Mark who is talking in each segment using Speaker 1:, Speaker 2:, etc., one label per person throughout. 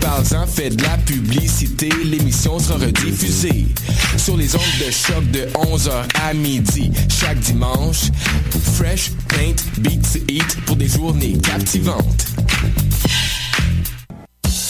Speaker 1: Parle-en, fais de la publicité, l'émission sera rediffusée sur les ondes de choc de 11h à midi chaque dimanche. Fresh, paint, beats, eat pour des journées captivantes.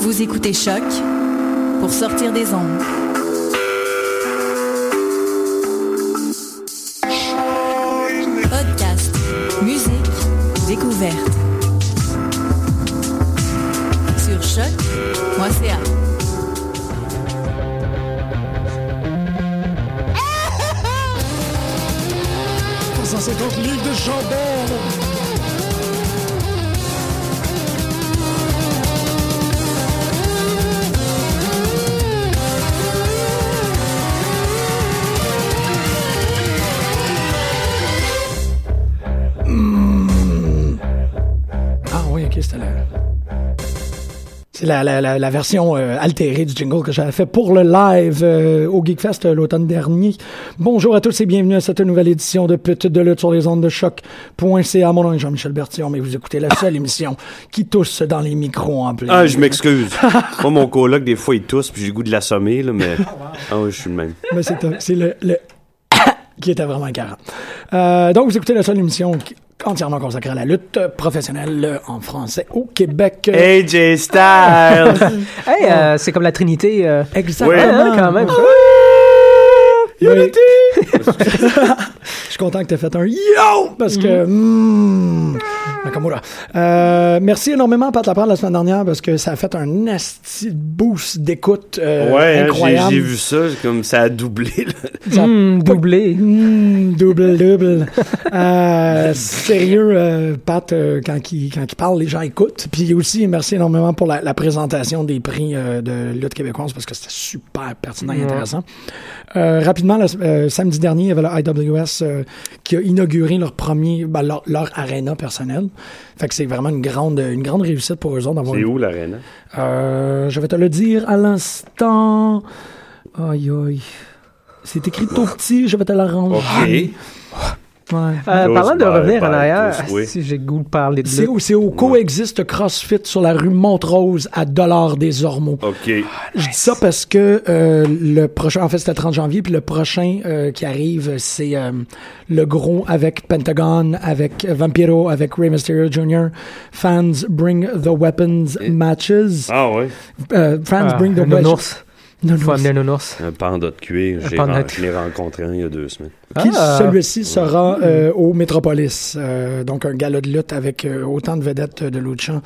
Speaker 2: Vous écoutez Choc pour sortir des ondes. Podcast, musique, découverte. Sur choc.ca.
Speaker 3: Pour 150 livres de chambon.
Speaker 4: Ah oui, ok, c'était la... C'est la, la, la, la version euh, altérée du jingle que j'avais fait pour le live euh, au Geekfest euh, l'automne dernier. Bonjour à tous et bienvenue à cette nouvelle édition de Petite de lutte sur les ondes de choc.ca. Mon nom est Jean-Michel Bertillon, mais vous écoutez la seule émission qui tousse dans les micros en plein.
Speaker 5: Ah, je m'excuse. Moi, mon coloc, des fois, il tousse, puis j'ai le goût de l'assommer, là, mais. Ah, oui, je suis le même.
Speaker 4: Mais c'est un- c'est le, le qui était vraiment 40. Euh, donc, vous écoutez la seule émission qui- entièrement consacrée à la lutte professionnelle euh, en français au Québec.
Speaker 5: Eh AJ Styles!
Speaker 6: Hey, euh, c'est comme la Trinité. euh,
Speaker 4: Exactement.
Speaker 5: Oui.
Speaker 6: hein, quand même.
Speaker 4: Oui. Je suis content que tu aies fait un yo parce que.
Speaker 6: Mhm.
Speaker 4: mm, Nakamura. Euh, merci énormément, Pat Laprade, la semaine dernière parce que ça a fait un nasty boost d'écoute euh,
Speaker 5: ouais, hein, j'ai-
Speaker 4: incroyable.
Speaker 5: j'ai vu ça, comme ça a doublé. là.
Speaker 4: Ça a
Speaker 6: Hmm, doublé.
Speaker 4: Mm, double, double. Euh, sérieux, euh, Pat, euh, quand, il, quand il parle, les gens écoutent. Puis aussi, merci énormément pour la, la présentation des prix euh, de lutte québécoise parce que c'était super pertinent et intéressant. Euh, rapidement, le, euh, samedi dernier, il y avait le IWS euh, qui a inauguré leur premier, ben, leur, leur arena personnelle. Fait que c'est vraiment une grande, une grande réussite pour eux autres d'avoir
Speaker 5: C'est
Speaker 4: une
Speaker 5: où hein? l'aréna?
Speaker 4: euh, je vais te le dire à l'instant. Aïe, aïe. C'est écrit tout petit, je vais te l'arranger.
Speaker 5: Ok.
Speaker 4: Ouais.
Speaker 6: Euh,
Speaker 5: Close
Speaker 6: parlant
Speaker 5: by,
Speaker 6: de revenir en
Speaker 5: by
Speaker 6: arrière,
Speaker 5: tous, oui.
Speaker 6: ah, si j'ai le goût de parler de
Speaker 4: C'est
Speaker 6: lutte.
Speaker 4: au, c'est au coexiste CrossFit sur la rue Montrose à Dollars des Ormeaux.
Speaker 5: Ok.
Speaker 4: Je dis ça parce que euh, le prochain, en fait, c'était le 30 janvier, puis le prochain euh, qui arrive, c'est euh, le gros avec Pentagon, avec Vampiro, avec Rey Mysterio Jr. Fans bring the weapons matches.
Speaker 5: Ah ouais.
Speaker 4: Euh, fans
Speaker 6: Ah,
Speaker 4: bring the
Speaker 6: un
Speaker 4: weapons.
Speaker 6: nounours. Faut amener un nounours.
Speaker 5: Un panda de cuir. j'ai
Speaker 6: panda
Speaker 5: ren-
Speaker 6: de
Speaker 5: Je l'ai rencontré il y a deux semaines.
Speaker 4: Qui,
Speaker 6: Ah.
Speaker 4: celui-ci sera euh, au Metropolis. Euh, donc, un gala de lutte avec euh, autant de vedettes euh, de Luchan.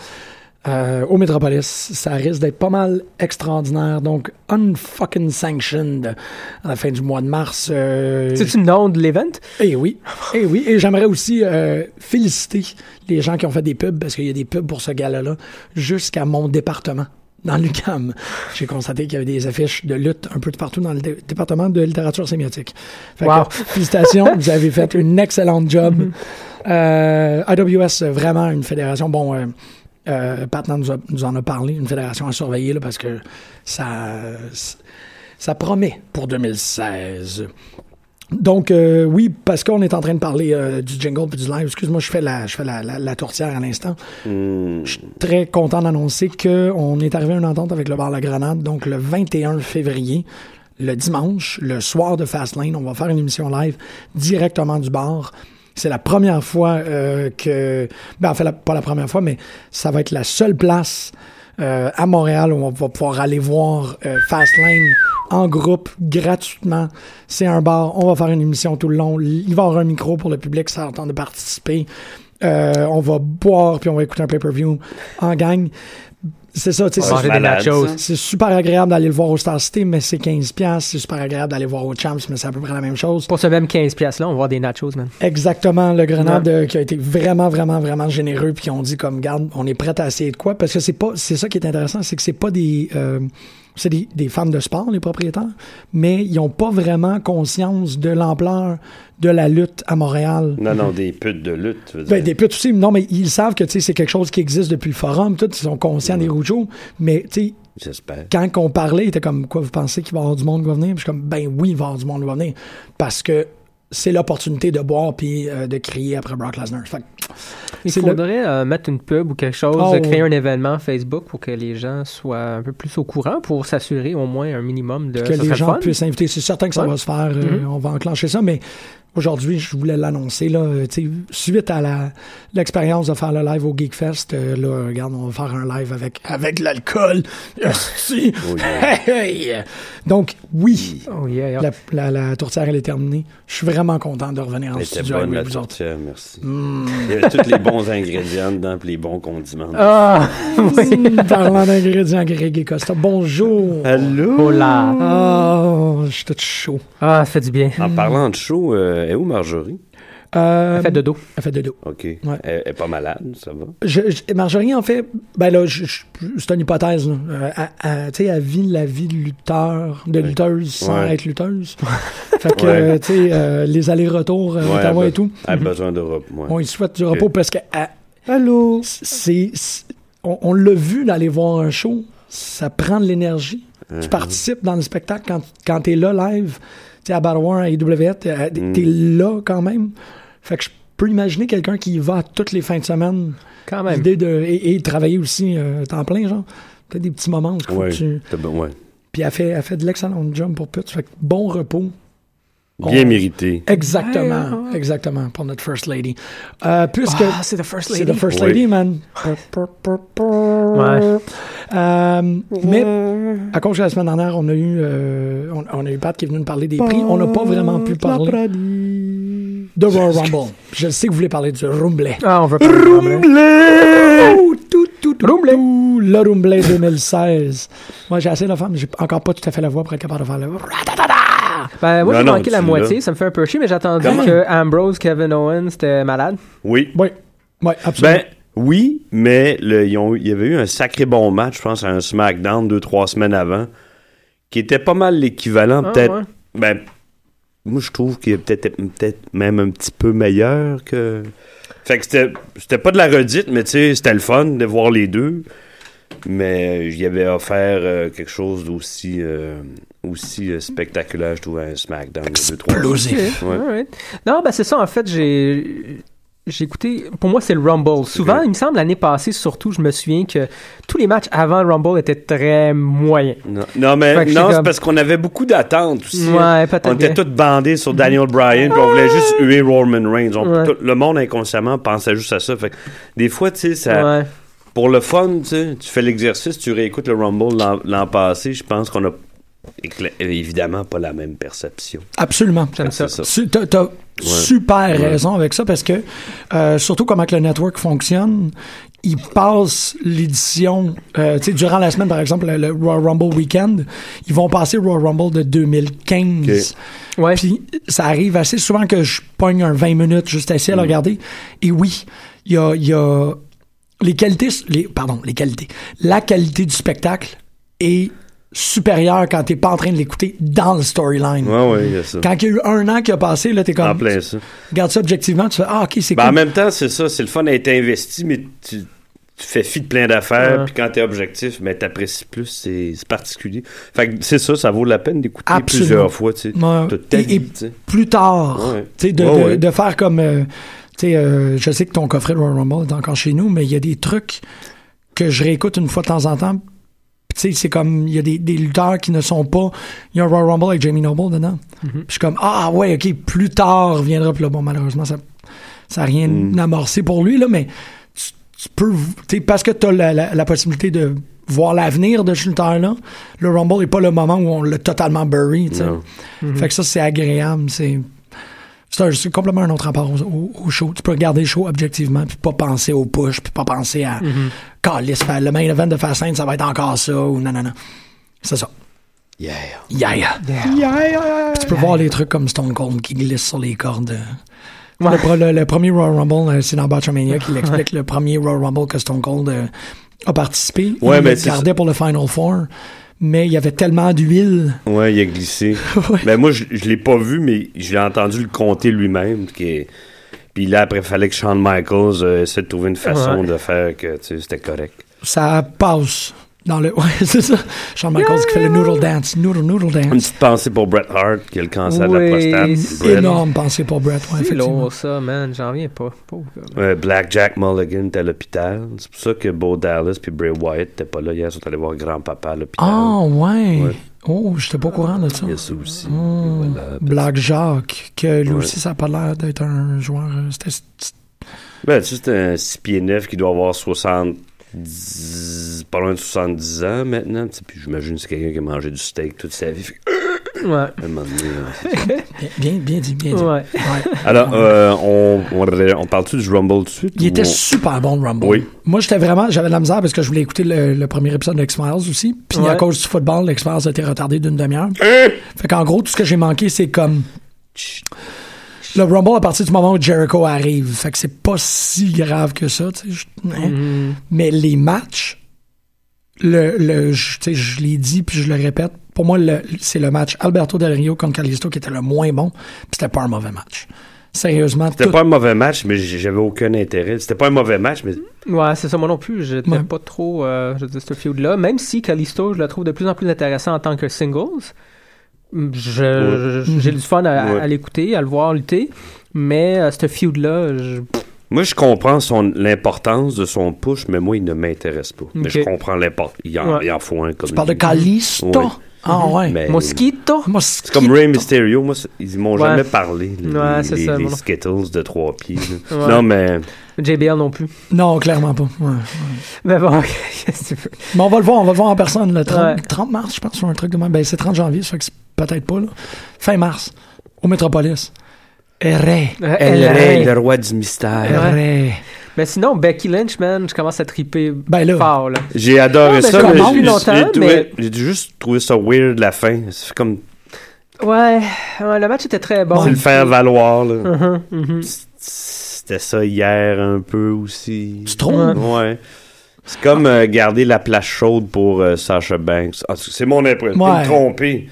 Speaker 4: Euh, au Metropolis, ça risque d'être pas mal extraordinaire. Donc, unfucking sanctioned à la fin du mois de mars. Euh,
Speaker 6: C'est une nom de l'event?
Speaker 4: eh oui, eh oui. Et j'aimerais aussi euh, féliciter les gens qui ont fait des pubs, parce qu'il y a des pubs pour ce gala-là, jusqu'à mon département, dans l'UQAM. J'ai constaté qu'il y avait des affiches de lutte un peu de partout dans le dé- département de littérature sémiotique. Fait que,
Speaker 6: Wow.
Speaker 4: félicitations, vous avez fait une excellente job. Euh, AWS, euh, vraiment une fédération. Bon, euh, euh, Pat nous, a- nous en a parlé, une fédération à surveiller là, parce que ça, ça promet pour 2016. Donc, euh, oui, parce qu'on est en train de parler euh, du jingle puis du live. Excuse-moi, je fais la, je fais la, la, la tourtière à l'instant.
Speaker 5: Hmm.
Speaker 4: Je suis très content d'annoncer qu'on est arrivé à une entente avec le bar La Grenade. Donc, le 21 février, le dimanche, le soir de Fastlane, on va faire une émission live directement du bar. C'est la première fois euh, que... Ben, en fait, la- pas la première fois, mais ça va être la seule place euh, à Montréal où on va pouvoir aller voir euh, Fastlane en groupe gratuitement. C'est un bar, on va faire une émission tout le long. Il va y avoir un micro pour le public, ça a le temps de participer. Euh, on va boire puis on va écouter un pay-per-view en gang. C'est ça, tu sais,
Speaker 6: Manger
Speaker 4: c'est-
Speaker 6: des
Speaker 5: Ah, malade,
Speaker 6: nachos.
Speaker 5: ça.
Speaker 4: c'est super agréable d'aller le voir au Star City, mais c'est 15$. C'est super agréable d'aller voir au Champs, mais c'est à peu près la même chose.
Speaker 6: Pour ce même 15$-là, on va voir des nachos, man.
Speaker 4: Exactement, le Grenade euh, qui a été vraiment, vraiment, vraiment généreux, puis on dit comme garde, on est prêt à essayer de quoi, parce que c'est pas, c'est ça qui est intéressant, c'est que c'est pas des, euh, c'est des, des fans de sport les propriétaires, mais ils ont pas vraiment conscience de l'ampleur de la lutte à Montréal.
Speaker 5: Non, non, des putes de lutte. tu veux
Speaker 4: Ben,
Speaker 5: dire.
Speaker 4: des putes aussi, non, mais ils savent que tu sais, c'est quelque chose qui existe depuis le forum, tout, ils sont conscients des rougeaux, mais tu sais,
Speaker 5: J'espère.
Speaker 4: quand qu'on parlait, il était comme quoi vous pensez qu'il va y avoir du monde qui va venir? Puis je suis comme ben oui, il va y avoir du monde qui va venir. Parce que c'est l'opportunité de boire puis euh, de crier après Brock Lesnar. Fait que
Speaker 6: Il
Speaker 4: C'est
Speaker 6: faudrait euh, mettre une pub ou quelque chose,
Speaker 4: Oh,
Speaker 6: euh, créer
Speaker 4: ouais.
Speaker 6: un événement Facebook pour que les gens soient un peu plus au courant pour s'assurer au moins un minimum de.
Speaker 4: que
Speaker 6: Euh, ça serait
Speaker 4: les
Speaker 6: le
Speaker 4: gens
Speaker 6: fun.
Speaker 4: puissent inviter. C'est certain que ça
Speaker 6: Ouais. Mm-hmm.
Speaker 4: va se faire. euh, On va enclencher ça, mais aujourd'hui, je voulais l'annoncer. Là, euh, tu sais, suite à la, l'expérience de faire le live au Geekfest, euh, là, regarde, on va faire un live avec, avec de l'alcool.
Speaker 6: Oh,
Speaker 4: Esti. Hey, hey. Donc, oui,
Speaker 6: Oh, yeah, yeah.
Speaker 4: la, la- la tourtière, elle est terminée. Je suis vraiment content de revenir en
Speaker 5: Elle était
Speaker 4: studio
Speaker 5: bonne,
Speaker 4: avec
Speaker 5: la
Speaker 4: vous autres.
Speaker 5: tourtière, merci. Il y avait tous les bons ingrédients dedans, puis les bons condiments.
Speaker 6: Ah!
Speaker 4: Mm, Parlant d'ingrédients, Greg et Costa. Bonjour.
Speaker 5: Allô?
Speaker 6: Oh là!
Speaker 4: Oh, je suis tout chaud.
Speaker 6: Ah, ça fait du bien.
Speaker 5: En parlant de show, euh, elle est où Marjorie?
Speaker 4: Euh,
Speaker 6: Fait de dos.
Speaker 4: elle fait de dos.
Speaker 5: OK. Elle, elle est pas malade, ça va?
Speaker 4: Je- je- Marjorie, en fait, ben là, je- je- c'est une hypothèse. là. Euh, elle- elle- tu sais, elle vit la vie de lutteur, de lutteuse, sans
Speaker 5: Ouais.
Speaker 4: être lutteuse. fait que,
Speaker 5: Ouais.
Speaker 4: euh, tu sais, euh, les allers-retours, euh,
Speaker 5: Ouais,
Speaker 4: Ottawa
Speaker 5: elle a-
Speaker 4: et tout,
Speaker 5: Elle a besoin de repos, moi.
Speaker 4: on lui souhaite du repos parce que. Allô? C'est. c'est- On, on l'a vu d'aller voir un show, ça prend de l'énergie.
Speaker 5: Mhm.
Speaker 4: Tu participes dans le spectacle quand, quand t'es là live, tu sais, à Battle War, à IWF, t'es
Speaker 5: Mhm.
Speaker 4: t'es là quand même. Fait que je peux imaginer quelqu'un qui y va toutes les fins de semaine.
Speaker 6: Quand même.
Speaker 4: L'idée de. Et, et travailler aussi euh, temps plein, genre. Peut-être des petits moments où il faut
Speaker 5: Ouais,
Speaker 4: que tu.
Speaker 5: t'as be- ouais.
Speaker 4: Puis elle fait, elle fait de l'excellent job pour Putz. Fait que bon repos.
Speaker 5: Bien mérité.
Speaker 4: Exactement. Exactement. Pour notre First Lady. Euh, puisque.
Speaker 6: Ah, c'est the first
Speaker 4: C'est the
Speaker 6: lady.
Speaker 4: First
Speaker 5: Oui.
Speaker 4: Lady, man. Pur, pur, pur, pur.
Speaker 6: Ouais.
Speaker 4: Euh, mais à cause de la semaine dernière, on a eu, euh, on, on a eu Pat qui est venu nous parler des prix. On n'a pas vraiment pu parler de Royal Rumble. Je sais que vous voulez parler du Rumble.
Speaker 6: Ah, on veut pas. Rumble!
Speaker 4: Oh, tout, tout, tout, tout, le Rumble 2016. Moi, j'ai assez la femme, j'ai encore pas tout à fait la voix pour être capable de faire le.
Speaker 6: Ben, moi,
Speaker 5: Non,
Speaker 6: j'ai
Speaker 5: non,
Speaker 6: manqué la
Speaker 5: tu
Speaker 6: moitié,
Speaker 5: l'as.
Speaker 6: ça me fait un peu chier, mais j'attendais
Speaker 5: Comment?
Speaker 6: que Ambrose, Kevin Owens, c'était malade.
Speaker 5: Oui.
Speaker 4: Oui, oui, absolument.
Speaker 5: Ben, oui, mais le- ils ont- il y avait eu un sacré bon match, je pense, à un SmackDown deux, trois semaines avant, qui était pas mal l'équivalent,
Speaker 6: Ah,
Speaker 5: peut-être.
Speaker 6: ouais.
Speaker 5: Ben, moi, je trouve qu'il est peut-être peut même un petit peu meilleur que. Fait que c'était c'était pas de la redite, mais tu sais, c'était le fun de voir les deux. Mais j'y avais offert euh, quelque chose d'aussi euh, aussi euh, spectaculaire, je trouve, à un SmackDown. deux, trois.
Speaker 6: Ok,
Speaker 5: Ouais.
Speaker 6: alright. Non, ben c'est ça, en fait, j'ai. J'ai écouté, pour moi c'est le Rumble. Souvent,
Speaker 5: Ok.
Speaker 6: il me semble l'année passée, surtout, je me souviens que tous les matchs avant le Rumble étaient très moyens.
Speaker 5: Non, non, mais
Speaker 6: Fait que
Speaker 5: non,
Speaker 6: c'est
Speaker 5: c'est
Speaker 6: comme-
Speaker 5: parce qu'on avait beaucoup d'attentes aussi.
Speaker 6: Ouais,
Speaker 5: hein.
Speaker 6: peut-être
Speaker 5: On était
Speaker 6: bien. Ah!
Speaker 5: tous bandés sur Daniel Bryan, puis on voulait juste huer Roman Reigns. On-
Speaker 6: Ouais.
Speaker 5: tout le monde inconsciemment pensait juste à ça. Fait que des fois, tu sais, ça,
Speaker 6: Ouais.
Speaker 5: pour le fun, tu sais, tu fais l'exercice, tu réécoutes le Rumble l'an- l'an passé. Je pense qu'on a écla- évidemment pas la même perception.
Speaker 4: Absolument.
Speaker 6: J'aime ça.
Speaker 5: C'est ça.
Speaker 4: Tu- T'as t'as super raison avec ça parce que, euh, surtout comment que le network fonctionne, ils passent l'édition, euh, tu sais, durant la semaine, par exemple, le, le Royal Rumble Weekend, ils vont passer Royal Rumble de 2015.
Speaker 6: Ouais.
Speaker 4: Puis ça arrive assez souvent que je pogne un 20 minutes juste assis
Speaker 5: Mm.
Speaker 4: à le regarder. Et oui, il y a, il y a les qualités, les, pardon, les qualités. La qualité du spectacle est supérieure quand t'es pas en train de l'écouter dans le storyline.
Speaker 5: Ouais, ouais, il y a ça.
Speaker 4: Quand il y a eu un an qui a passé, là, t'es comme.
Speaker 5: En plein ça.
Speaker 4: Regarde ça objectivement, tu fais Ah, ok, c'est
Speaker 5: Ben, en
Speaker 4: cool.
Speaker 5: même temps, c'est ça. C'est le fun d'être investi, mais tu, tu fais fi de plein d'affaires.
Speaker 6: Ouais.
Speaker 5: Puis quand t'es objectif, mais t'apprécies plus. C'est c'est particulier. Fait que c'est ça, ça vaut la peine d'écouter
Speaker 4: Absolument.
Speaker 5: plusieurs fois, tu sais.
Speaker 4: Ouais.
Speaker 5: toute ta
Speaker 4: Et-
Speaker 5: vie,
Speaker 4: et
Speaker 5: tu sais.
Speaker 4: plus tard,
Speaker 5: Ouais.
Speaker 4: tu sais, de,
Speaker 5: Ouais,
Speaker 4: de-
Speaker 5: ouais.
Speaker 4: de faire comme. euh, tu sais, euh, je sais que ton coffret de Royal Rumble est encore chez nous, mais il y a des trucs que je réécoute une fois de temps en temps. Puis, Tu sais, c'est comme, il y a des, des lutteurs qui ne sont pas. Il y a un Royal Rumble avec Jamie Noble dedans. Puis Je suis comme, ah ouais, ok, plus tard viendra. Puis là, bon, malheureusement, ça ça n'a
Speaker 5: Mm.
Speaker 4: rien amorcé pour lui, là, mais tu, tu peux. tu sais, parce que tu as la, la- la possibilité de voir l'avenir de ce lutteur-là, le Rumble n'est pas le moment où on l'a totalement bury. tu sais.
Speaker 5: Non.
Speaker 4: Fait que ça, c'est agréable. C'est c'est un- c'est complètement un autre rapport au, au- au show. Tu peux regarder le show objectivement, puis pas penser au push, puis pas penser à Calisse, fa- le main event de Fastlane, ça va être encore ça, ou non, non, non. C'est ça.
Speaker 5: Yeah.
Speaker 4: Yeah! Puis tu peux voir les trucs comme Stone Cold qui glisse sur les cordes. euh.
Speaker 6: Ouais.
Speaker 4: Le, pro- le- le premier Royal Rumble, euh, c'est dans Batchamania qui l'explique, le premier Royal Rumble que Stone Cold euh, a participé.
Speaker 5: Ouais,
Speaker 4: il
Speaker 5: mais
Speaker 4: le
Speaker 5: c'est-
Speaker 4: gardait pour le Final Four, mais il y avait tellement d'huile.
Speaker 5: Ouais, il a glissé.
Speaker 4: Ouais.
Speaker 5: Ben moi, je, je l'ai pas vu, mais j'ai entendu le compter lui-même. qui est- Puis là, après, il fallait que Shawn Michaels euh, essaie de trouver une façon
Speaker 6: Ouais.
Speaker 5: de faire que tu sais, c'était correct.
Speaker 4: Ça passe dans le. Ouais, c'est ça. Shawn Michaels qui fait le noodle dance. Noodle, noodle
Speaker 5: Une
Speaker 4: dance.
Speaker 5: petite pensée pour Bret Hart, qui a le cancer de la
Speaker 6: Oui,
Speaker 5: prostate.
Speaker 6: c'est
Speaker 5: Bret,
Speaker 4: Énorme pensée pour Brett. Ouais,
Speaker 6: C'est
Speaker 4: effectivement.
Speaker 6: lourd, ça, man. J'en viens pas. Pauvre gars, man.
Speaker 5: euh, Black Jack Mulligan était à l'hôpital. C'est pour ça que Bo Dallas puis Bray Wyatt n'étaient pas là hier. Ils sont allés voir grand-papa à l'hôpital.
Speaker 4: Ah, ouais.
Speaker 5: Ouais.
Speaker 4: Oh, j'étais pas au courant de ça.
Speaker 5: Il y a ça aussi.
Speaker 4: Hmm.
Speaker 5: Voilà.
Speaker 4: Black Jacques, que lui
Speaker 5: Ouais.
Speaker 4: aussi, ça a pas l'air d'être un joueur. euh, C'était
Speaker 5: Ben, tu sais, c'est un 6 pieds 9 qui doit avoir 70. pas loin de 70 ans maintenant. Tu sais, Puis j'imagine que c'est quelqu'un qui a mangé du steak toute sa vie. Fait que,
Speaker 6: Ouais.
Speaker 5: à un moment donné, euh,
Speaker 4: bien, bien, bien dit, bien dit.
Speaker 6: Ouais.
Speaker 4: Ouais.
Speaker 5: Alors, euh, on, on, on parle-tu du Rumble tout de suite?
Speaker 4: Il
Speaker 5: ou
Speaker 4: était
Speaker 5: on-
Speaker 4: super bon, le Rumble.
Speaker 5: Oui.
Speaker 4: Moi, j'étais vraiment, j'avais de la misère parce que je voulais écouter le, le premier épisode de X-Files aussi. Puis à
Speaker 6: Ouais.
Speaker 4: cause du football, l'X-Files a été retardé d'une demi-heure.
Speaker 5: Eh!
Speaker 4: fait qu'en gros, tout ce que j'ai manqué, c'est comme. Le Rumble à partir du moment où Jericho arrive. Fait que c'est pas si grave que ça, tu sais. je- hein. Mais les matchs, le, le, je, tu sais, je l'ai dit puis je le répète, pour moi, le- c'est le match Alberto Del Rio contre Calisto qui était le moins bon, puis c'était pas un mauvais match. Sérieusement,
Speaker 5: C'était
Speaker 4: tout-
Speaker 5: pas un mauvais match, mais j- j'avais aucun intérêt. C'était pas un mauvais match, mais
Speaker 6: Ouais, c'est ça, moi non plus. J'étais
Speaker 4: Ouais.
Speaker 6: pas trop, euh, je veux dire, ce feud-là. Même si Callisto, je le trouve de plus en plus intéressant en tant que singles. Je- je- J'ai du fun à, à-
Speaker 5: Ouais.
Speaker 6: à l'écouter, à le voir lutter. Mais euh, ce feud-là, je-
Speaker 5: moi, je comprends son- l'importance de son push, mais moi, il ne m'intéresse pas. Mais je
Speaker 6: Ok.
Speaker 5: comprends l'importance. Il, en-
Speaker 6: Ouais.
Speaker 5: il en faut un comme
Speaker 4: Tu parles de
Speaker 5: lui.
Speaker 4: Calisto?
Speaker 5: Oui. Mhm.
Speaker 4: Ah ouais.
Speaker 5: Mais-
Speaker 6: Mosquito.
Speaker 4: Moi,
Speaker 5: C'est comme Ray Mysterio, moi, c'est- ils m'ont
Speaker 6: Ouais.
Speaker 5: jamais parlé. Les,
Speaker 6: Ouais, c'est
Speaker 5: les-
Speaker 6: ça,
Speaker 5: les
Speaker 6: moi non.
Speaker 5: Skittles de trois pieds. là.
Speaker 6: Ouais.
Speaker 5: Non, mais.
Speaker 6: JBL non plus.
Speaker 4: Non, clairement pas. Ouais.
Speaker 6: Mais bon, qu'est-ce que tu veux?
Speaker 4: Mais on va le voir, on va le voir en personne le 30,
Speaker 6: Ouais.
Speaker 4: 30 mars, je pense, sur un truc de même. Ben, c'est 30 janvier, ça fait que c'est peut-être pas, là. Fin mars, au Métropolis. Ray.
Speaker 6: Euh,
Speaker 5: El
Speaker 6: El
Speaker 5: Rey,
Speaker 6: Rey.
Speaker 5: le roi du mystère.
Speaker 6: Ouais.
Speaker 4: Ray.
Speaker 6: Mais sinon, Becky Lynch, man, je commence à triper
Speaker 4: Ben là.
Speaker 6: fort, là.
Speaker 5: J'ai adoré
Speaker 6: Non, mais
Speaker 5: ça,
Speaker 6: ça
Speaker 5: mais
Speaker 6: commence
Speaker 5: j'ai-
Speaker 6: longtemps,
Speaker 5: j'ai trouvé-
Speaker 6: mais-
Speaker 5: j'ai juste trouvé ça weird la fin. C'est comme.
Speaker 6: Ouais, ouais, le match était très bon.
Speaker 5: C'est le faire valoir, là.
Speaker 6: Mhm, mhm.
Speaker 5: C'était ça hier un peu aussi.
Speaker 4: Tu trouves?
Speaker 5: Ouais. C'est comme euh, garder la place chaude pour euh, Sasha Banks. Ah, c'est c'est mon impression. Je peux
Speaker 4: Ouais.
Speaker 5: me tromper.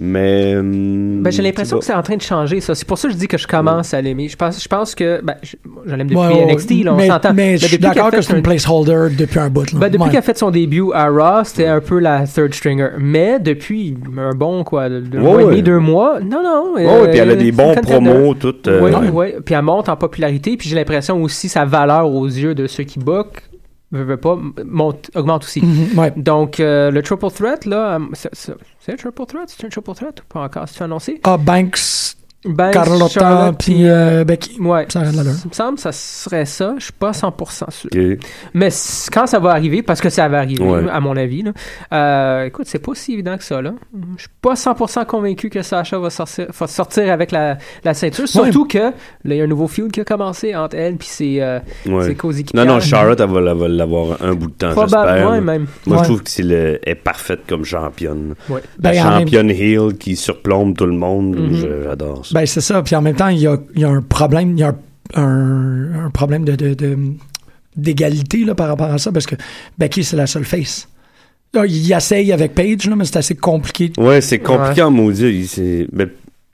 Speaker 5: Mais. hum,
Speaker 6: Ben, j'ai l'impression que
Speaker 5: c'est
Speaker 6: c'est en train de changer, ça. C'est pour ça que je dis que je commence à l'aimer. Je pense, je pense que. Ben, je, moi, je l'aime depuis
Speaker 4: Ouais, ouais,
Speaker 6: NXT, là, on
Speaker 4: mais,
Speaker 6: s'entend.
Speaker 4: Mais je
Speaker 6: depuis
Speaker 4: suis d'accord
Speaker 6: qu'elle
Speaker 4: que
Speaker 6: fait
Speaker 4: c'est une
Speaker 6: son-
Speaker 4: placeholder depuis un bout, là.
Speaker 6: ben, depuis
Speaker 4: Ouais.
Speaker 6: qu'elle a fait son début à Raw, c'était un peu la third stringer. Mais depuis un bon, quoi, de- de- un
Speaker 5: Ouais,
Speaker 6: mois et
Speaker 5: ouais.
Speaker 6: demi, deux mois, non, non. euh,
Speaker 5: bon. Ouais, puis elle a des bons promos, toutes. euh,
Speaker 6: oui, oui. Puis elle monte en popularité, puis j'ai l'impression aussi sa valeur aux yeux de ceux qui bookent, veut, veut pas, m- monte, augmente aussi.
Speaker 5: Mm-hmm.
Speaker 4: Mhm, ouais.
Speaker 6: Donc, euh, le triple threat, là, euh, c'est- c'est c'est un triple threat? C'est un triple threat ou pas encore? C'est annoncé?
Speaker 4: Ah, Banks,
Speaker 6: Ben,
Speaker 4: Carlotta,
Speaker 6: Charlotte,
Speaker 4: puis euh, Becky.
Speaker 6: Ouais.
Speaker 4: Ça aurait de l'allure.
Speaker 6: Il me semble que ça serait ça. Je suis pas 100% sûr.
Speaker 5: ok.
Speaker 6: Mais c- quand ça va arriver, parce que ça va arriver,
Speaker 5: Ouais.
Speaker 6: à mon avis, là, euh, écoute, c'est pas si évident que ça. Là. Je suis pas 100% convaincu que Sacha va sortir, va sortir avec la, la ceinture. Surtout que là, il y a un nouveau feud qui a commencé entre elle puis c'est euh,
Speaker 5: Ouais.
Speaker 6: c'est Cozy qui
Speaker 5: Non, non,
Speaker 6: gagne.
Speaker 5: Charlotte, elle va la- va l'avoir un bout de temps, j'espère.
Speaker 6: Probablement,
Speaker 5: là.
Speaker 6: même.
Speaker 5: Moi,
Speaker 4: Ouais.
Speaker 5: je trouve que c'est le- elle est parfaite comme championne.
Speaker 6: Ouais.
Speaker 4: Ben,
Speaker 5: La
Speaker 4: en même-
Speaker 5: championne heel qui surplombe tout le monde.
Speaker 6: Mhm.
Speaker 5: Je- J'adore ça.
Speaker 4: Ben, c'est ça. Puis en même temps, il y a, il y a un problème, il y a un, un- un problème de, de- de- d'égalité là, par rapport à ça, parce que Becky, c'est la seule face. Là, il essaye avec Paige, là, mais c'est assez compliqué.
Speaker 5: Ouais, c'est compliqué en maudit. Il- c'est- ben,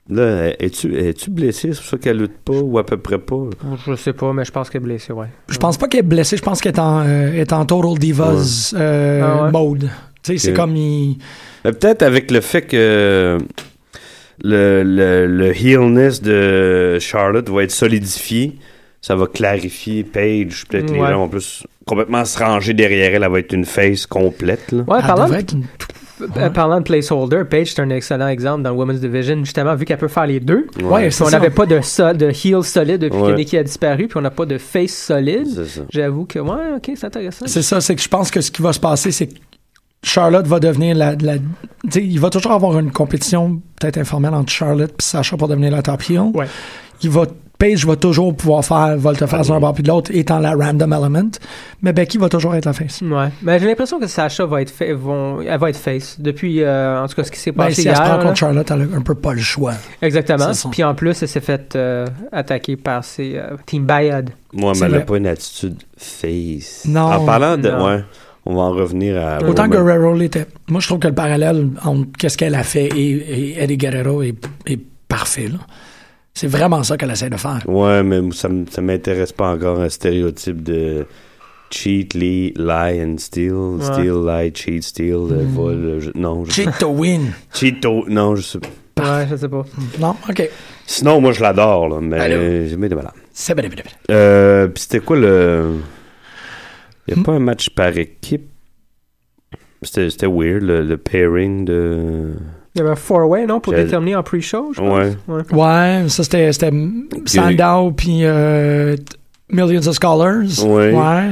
Speaker 5: là, es-tu es-tu blessé? C'est pour ça qu'elle lutte pas ou à peu près pas?
Speaker 6: Je sais pas, mais je pense qu'elle est blessée, ouais.
Speaker 4: Je pense pas qu'elle est blessée, je pense qu'elle est en, euh, est en Total Divas euh,
Speaker 6: Ah ouais.
Speaker 4: mode. Tu sais, c'est
Speaker 5: Ok.
Speaker 4: comme il...
Speaker 5: Mais Ben, Peut-être avec le fait que le, le, le heelness de Charlotte va être solidifié, ça va clarifier Paige. Peut-être les
Speaker 6: Ouais.
Speaker 5: gens vont plus complètement se ranger derrière elle. Elle va être une face complète. Là.
Speaker 6: Ouais,
Speaker 4: elle
Speaker 6: parlant
Speaker 4: devrait
Speaker 6: de-
Speaker 4: être une-
Speaker 6: Euh, Parlant de placeholder, Paige, c'est un excellent exemple dans le Women's Division, justement, vu qu'elle peut faire les deux.
Speaker 5: Ouais.
Speaker 4: Ouais,
Speaker 6: Puis
Speaker 4: c'est
Speaker 6: on
Speaker 4: ça.
Speaker 6: n'avait pas de, sol- de heel solide depuis
Speaker 5: Ouais.
Speaker 6: que Nikki a disparu, puis on n'a pas de face solide.
Speaker 5: C'est ça.
Speaker 6: J'avoue que, ouais, ok, c'est intéressant.
Speaker 4: C'est ça, c'est que je pense que ce qui va se passer, c'est que Charlotte va devenir la. la tu sais, il va toujours avoir une compétition peut-être informelle entre Charlotte et Sacha pour devenir la top heel.
Speaker 6: Ouais.
Speaker 4: Il va, Paige va toujours pouvoir faire volte-face d'un bord puis de l'autre, étant la random element. Mais Becky va toujours être la face.
Speaker 6: Ouais. Mais j'ai l'impression que Sacha va être, fa- vont- elle va être face. Depuis, euh, en tout cas, ce qui s'est
Speaker 4: Ben,
Speaker 6: passé
Speaker 4: si elle
Speaker 6: hier. hein.
Speaker 4: se prend
Speaker 6: là.
Speaker 4: contre Charlotte, elle a un peu pas le choix.
Speaker 6: Exactement.
Speaker 4: C'est ça.
Speaker 6: Puis en plus, elle s'est faite euh, attaquer par ses euh, Team Bayad.
Speaker 5: Moi,
Speaker 4: C'est
Speaker 5: mais elle
Speaker 4: vrai.
Speaker 5: n'a pas une attitude face.
Speaker 4: Non.
Speaker 5: En parlant de.
Speaker 6: Non.
Speaker 5: Ouais. On va en revenir à.
Speaker 4: Autant
Speaker 5: Roman.
Speaker 4: Guerrero l'était. Moi, je trouve que le parallèle entre qu'est-ce qu'elle a fait et, et Eddie Guerrero est, est parfait. là. C'est vraiment ça qu'elle essaie de faire.
Speaker 5: Ouais, mais ça m- ça m'intéresse pas encore un stéréotype de cheat, lie, lie and steal. Steal, lie, cheat, steal, euh, vol. euh, je- non, je
Speaker 4: Hmm. Cheat to win.
Speaker 5: Cheat, oh, non, je sais pas.
Speaker 4: Bah.
Speaker 6: Ouais, je sais pas.
Speaker 4: Non? OK.
Speaker 5: Sinon, moi, je l'adore, là, mais
Speaker 4: Allô?
Speaker 5: j'ai mis des malades.
Speaker 4: C'est bien, bien, bien.
Speaker 5: Euh, Puis c'était quoi le. Il n'y
Speaker 4: Hmm.
Speaker 5: a pas un match par équipe. C'était c'était weird, le, le pairing de.
Speaker 6: Il y avait un four-way, non, pour
Speaker 5: J'ai-
Speaker 6: déterminer en pre-show, je pense.
Speaker 5: Ouais.
Speaker 4: Ouais, ça c'était c'était Sandow puis euh, t- Millions of Scholars.
Speaker 5: Ouais.
Speaker 4: Ouais.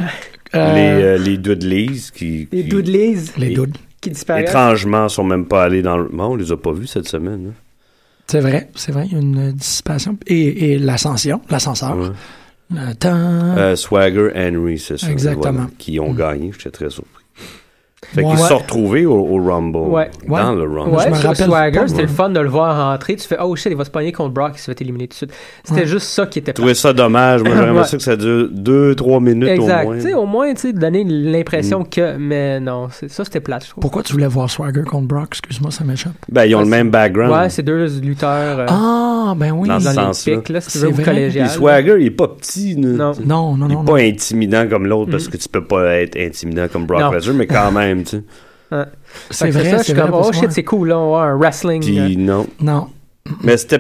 Speaker 4: Euh,
Speaker 5: Les, euh, les Dudleys qui.
Speaker 6: Les
Speaker 5: qui,
Speaker 6: Doodleys
Speaker 4: les doudes,
Speaker 6: qui disparaissent.
Speaker 5: Étrangement, sont même pas allés dans le. Bon, on les a pas vus cette semaine. hein.
Speaker 4: C'est vrai, c'est vrai, il y a une dissipation. Et, et l'ascension, l'ascenseur.
Speaker 5: Ouais.
Speaker 4: Euh,
Speaker 6: Hein.
Speaker 4: tan-
Speaker 5: Euh, Swagger, Henry, c'est ça.
Speaker 4: Exactement.
Speaker 5: qui
Speaker 6: Mm.
Speaker 5: ont gagné, j'étais très surpris. Fait
Speaker 4: Ouais.
Speaker 5: qu'ils se sont retrouvés au, au Rumble.
Speaker 6: Ouais.
Speaker 5: Dans le Rumble.
Speaker 6: Ouais,
Speaker 4: je me
Speaker 6: sur
Speaker 4: rappelle
Speaker 6: Swagger,
Speaker 4: pas.
Speaker 6: c'était le fun de le voir entrer. Tu fais, oh shit, il va se pogner contre Brock, il se fait éliminer tout de suite. C'était juste ça qui était
Speaker 5: Je trouvais ça dommage. Moi, j'aurais aimé
Speaker 6: Ouais.
Speaker 5: ça que ça dure 2-3 minutes
Speaker 6: Exact.
Speaker 5: au moins. Mm.
Speaker 6: Tu sais, au moins, tu sais, de donner l'impression que. Mais non, c'est- ça, c'était plate, je trouve.
Speaker 4: Pourquoi tu voulais voir Swagger contre Brock? Excuse-moi, ça m'échappe.
Speaker 5: Ben, ils ont le même background.
Speaker 6: Ouais, c'est deux lutteurs euh,
Speaker 4: Ah, ben oui.
Speaker 5: Dans
Speaker 6: dans
Speaker 5: ce
Speaker 6: les
Speaker 5: sens-là.
Speaker 6: pics, là, si tu
Speaker 4: C'est
Speaker 6: veux, ou
Speaker 4: vrai.
Speaker 5: Puis
Speaker 6: collégial.
Speaker 5: Swagger, il est pas petit. là.
Speaker 6: Non. Mm.
Speaker 4: Non, non,
Speaker 5: Il
Speaker 4: non.
Speaker 5: est
Speaker 4: non.
Speaker 5: pas intimidant comme l'autre parce que tu peux pas être intimidant comme
Speaker 6: Non.
Speaker 5: Brock Lesnar, mais quand même, tu sais.
Speaker 6: Fait
Speaker 4: C'est
Speaker 6: que C'est
Speaker 4: vrai,
Speaker 6: ça, je
Speaker 4: c'est
Speaker 6: suis
Speaker 4: vrai.
Speaker 6: comme, oh
Speaker 4: pour
Speaker 6: shit,
Speaker 4: Swagger.
Speaker 6: c'est cool, là, on va avoir un wrestling. euh,
Speaker 5: Puis non.
Speaker 4: Non.
Speaker 5: Mais c'était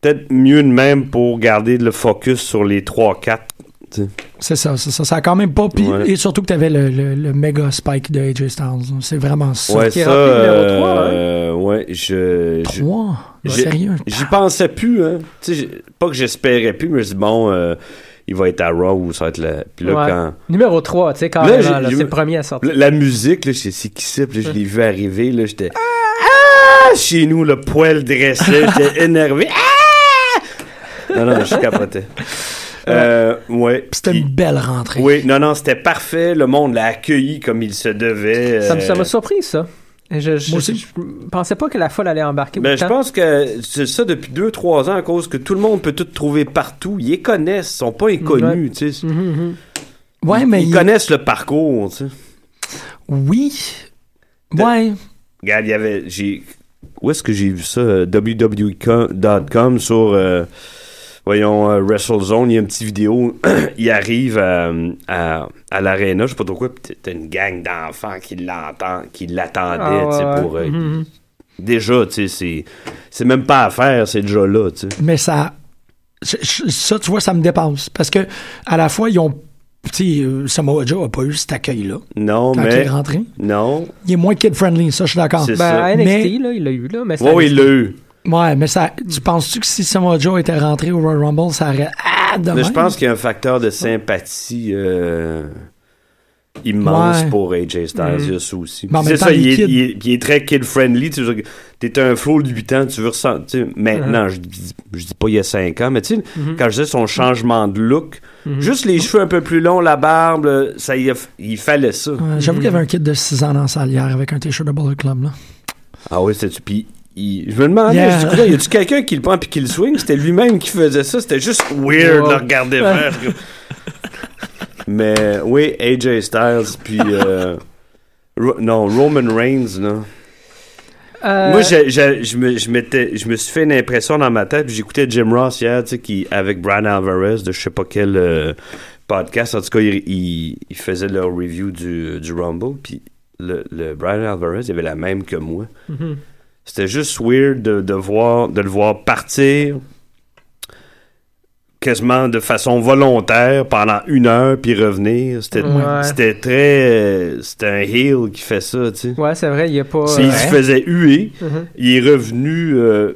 Speaker 5: peut-être mieux de même pour garder le focus sur les 3-4.
Speaker 4: C'est ça, c'est ça. Ça a quand même pas. Puis,
Speaker 5: Ouais.
Speaker 4: Et surtout que t'avais le, le, le méga spike de AJ Styles. C'est vraiment ça.
Speaker 5: Ouais,
Speaker 6: qui est
Speaker 5: ça.
Speaker 6: rempli numéro trois, hein.
Speaker 5: euh, ouais, je. je-
Speaker 4: Trois.
Speaker 5: J'ai-
Speaker 4: Sérieux. hein?
Speaker 5: J'y pensais plus, hein. Tu sais, j'ai- pas que j'espérais plus, mais je dis bon, euh, il va être à Raw ou ça va être là. Puis là,
Speaker 6: ouais.
Speaker 5: quand.
Speaker 6: Numéro 3, tu sais, quand
Speaker 5: j'ai-
Speaker 6: là,
Speaker 5: j'ai-
Speaker 6: c'est le premier à sortir.
Speaker 5: La, la musique, là, je sais c'est qui c'est, puis là, je l'ai vu arriver, là, j'étais. Ah! Chez nous, le poil dressé, j'étais énervé. Ah! Non, non, je capotais. Euh, ouais.
Speaker 4: C'était
Speaker 5: puis-
Speaker 4: une belle rentrée.
Speaker 5: Oui, non, non, c'était parfait. Le monde l'a accueilli comme il se devait.
Speaker 6: Ça me- ça
Speaker 5: euh,
Speaker 6: m'a surpris, ça. Et Je, je,
Speaker 4: Moi aussi.
Speaker 6: je pensais pas que la folle allait embarquer.
Speaker 5: Ben, je
Speaker 6: autant.
Speaker 5: pense que c'est ça depuis 2-3 ans à cause que tout le monde peut tout trouver partout. Ils les connaissent, ils sont pas inconnus. tu sais.
Speaker 6: Mhm, mhm.
Speaker 4: Ouais, mais.
Speaker 5: Ils
Speaker 4: il-
Speaker 5: connaissent le parcours. tu sais.
Speaker 4: Oui. Ouais.
Speaker 5: Regarde, il y avait. J'ai... Où est-ce que j'ai vu ça? Euh, www.com sur. euh, voyons, euh, WrestleZone. Il y a une petite vidéo. il arrive à, à, à l'aréna, je sais pas trop quoi. pis T'as une gang d'enfants qui, l'entend, qui l'attendait.
Speaker 6: Ah,
Speaker 5: tu sais,
Speaker 6: ouais,
Speaker 5: pour, euh,
Speaker 6: ouais. Mhm, mhm.
Speaker 5: Déjà, tu sais, c'est, c'est même pas à faire, c'est déjà là. tu sais.
Speaker 4: mais ça, je- je- ça, tu vois, ça me dépasse. Parce que, à la fois, ils ont. Tu sais, euh, Samoa Joe a pas eu cet accueil-là
Speaker 5: Non,
Speaker 4: quand il
Speaker 5: mais.
Speaker 4: est rentré.
Speaker 5: Non.
Speaker 4: Il est moins kid-friendly, ça, je suis d'accord.
Speaker 5: C'est
Speaker 6: Ben,
Speaker 5: ça.
Speaker 6: à NXT,
Speaker 4: Mais-
Speaker 6: là, il l'a eu, là. Mais c'est
Speaker 5: Ouais, oui,
Speaker 6: NXT.
Speaker 5: il l'a eu.
Speaker 4: Ouais, mais ça, tu penses-tu que si Samoa Joe était rentré au Royal Rumble, ça aurait. Ah, demain.
Speaker 5: Mais je pense qu'il y a un facteur de sympathie euh, immense
Speaker 4: Ouais. Mm.
Speaker 5: pour AJ Styles. Il y a ça aussi.
Speaker 4: Mais en
Speaker 5: C'est
Speaker 4: même temps,
Speaker 5: ça,
Speaker 4: les
Speaker 5: il est,
Speaker 4: kids-
Speaker 5: il est- il est très kid-friendly. Tu sais, T'es un flow de 8 ans, tu veux ressentir. tu sais, Maintenant,
Speaker 4: Uh-huh.
Speaker 5: je, dis, je dis pas il y a 5 ans, mais tu sais,
Speaker 4: Mm-hmm.
Speaker 5: quand je disais son changement de look, juste les cheveux un peu plus longs, la barbe, là, ça, y a- il fallait ça.
Speaker 4: Ouais, J'avoue qu'il y avait un kid de 6 ans dans la salle hier avec un t-shirt de Bullet Club, là.
Speaker 5: Ah oui, c'était. Puis il- je me demandais,
Speaker 4: Yeah.
Speaker 5: je dis, Coudonc, y a-tu quelqu'un qui le prend puis qui le swing C'était lui-même qui faisait ça. C'était juste weird
Speaker 6: Wow.
Speaker 5: de le regarder faire. Mais oui, AJ Styles, puis. euh, Ro- non, Roman Reigns, là.
Speaker 6: Euh,
Speaker 5: Moi, j'ai- j'ai- je me, je m'étais- je me suis fait une impression dans ma tête, puis j'écoutais Jim Ross hier, tu sais, qui, avec Brian Alvarez de je sais pas quel euh, podcast. En tout cas, il, il- il faisait leur review du, du Rumble, puis le, le Brian Alvarez, il avait la même que moi.
Speaker 6: mhm.
Speaker 5: C'était juste weird de, de voir, de le voir partir, quasiment de façon volontaire pendant une heure puis revenir. C'était
Speaker 6: Ouais.
Speaker 5: c'était très. euh, C'était un heel qui fait ça, tu sais.
Speaker 6: Ouais, c'est vrai, il n'y a pas.
Speaker 5: C'est-
Speaker 6: euh,
Speaker 5: Il se faisait huer.
Speaker 6: Mhm.
Speaker 5: Il est revenu. euh,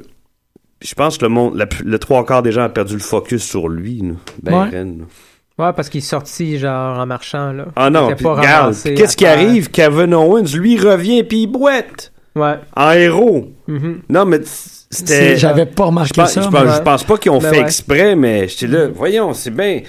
Speaker 5: je pense que le monde, la- le trois quarts des gens a perdu le focus sur lui. là. Ben,
Speaker 4: Ouais.
Speaker 5: Ren, là.
Speaker 6: Ouais, parce qu'il est sorti, genre, en marchant, là.
Speaker 5: Ah
Speaker 6: Il
Speaker 5: non,
Speaker 6: était
Speaker 5: puis
Speaker 6: pas
Speaker 5: regarde,
Speaker 6: ramassé
Speaker 5: puis qu'est-ce
Speaker 6: à
Speaker 5: qui
Speaker 6: terre.
Speaker 5: arrive? Kevin Owens, lui, revient puis il boite
Speaker 6: Ouais.
Speaker 5: en héros.
Speaker 6: Mhm.
Speaker 5: Non, mais
Speaker 4: C'est-
Speaker 5: c'était.
Speaker 4: J'avais pas remarqué
Speaker 5: Je pense,
Speaker 4: ça.
Speaker 5: je
Speaker 4: mais-
Speaker 5: pense,
Speaker 6: ouais.
Speaker 5: je pense pas qu'ils ont
Speaker 6: Ben
Speaker 5: fait
Speaker 6: ouais. Mhm.
Speaker 5: exprès, mais j'étais là, voyons, c'est bien.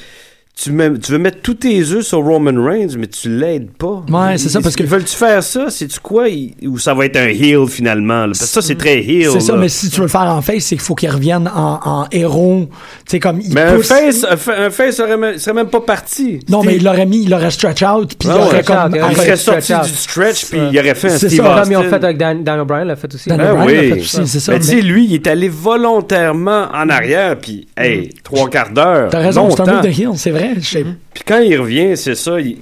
Speaker 5: Tu, mets- tu veux mettre tous tes œufs sur Roman Reigns, mais tu l'aides pas.
Speaker 4: Ouais, c'est ça, parce que-
Speaker 5: Veulent-tu faire ça? C'est-tu quoi? Ils- Ou ça va être un heel finalement? là? Parce que ça, c'est très heel.
Speaker 4: Mm. C'est ça,
Speaker 5: là.
Speaker 4: mais si tu veux le faire en face, c'est qu'il faut qu'il revienne en, en héros. Tu sais, comme il
Speaker 5: Mais un
Speaker 4: pousse-
Speaker 5: face, un fa- un face serait même, serait même pas parti.
Speaker 4: Non, mais
Speaker 5: C'était-
Speaker 4: il l'aurait mis, il l'aurait stretch out, puis
Speaker 5: Ah
Speaker 4: il
Speaker 5: ouais.
Speaker 4: aurait
Speaker 6: Stretch out,
Speaker 4: comme.
Speaker 6: il
Speaker 5: il
Speaker 6: aurait
Speaker 4: arrêté.
Speaker 5: serait
Speaker 6: fait
Speaker 5: sorti
Speaker 6: stretch out.
Speaker 5: du stretch, puis
Speaker 4: Ça.
Speaker 5: il aurait fait un
Speaker 4: C'est
Speaker 5: Steve
Speaker 4: ça.
Speaker 6: Comme ils ont
Speaker 5: Austin.
Speaker 6: fait avec Dan- Daniel Bryan, l'a fait aussi.
Speaker 4: Dan
Speaker 5: Ben
Speaker 4: O'Brien
Speaker 5: oui. Ben,
Speaker 4: l'a fait aussi, euh, c'est ça.
Speaker 5: Mais tu sais,
Speaker 4: mais-
Speaker 5: lui, il est allé volontairement en arrière, puis, hey, trois quarts d'heure.
Speaker 4: T'as raison, c'est un
Speaker 5: longtemps.
Speaker 4: move de heel, c'est vrai. je sais-
Speaker 5: Puis quand il revient, c'est ça, il,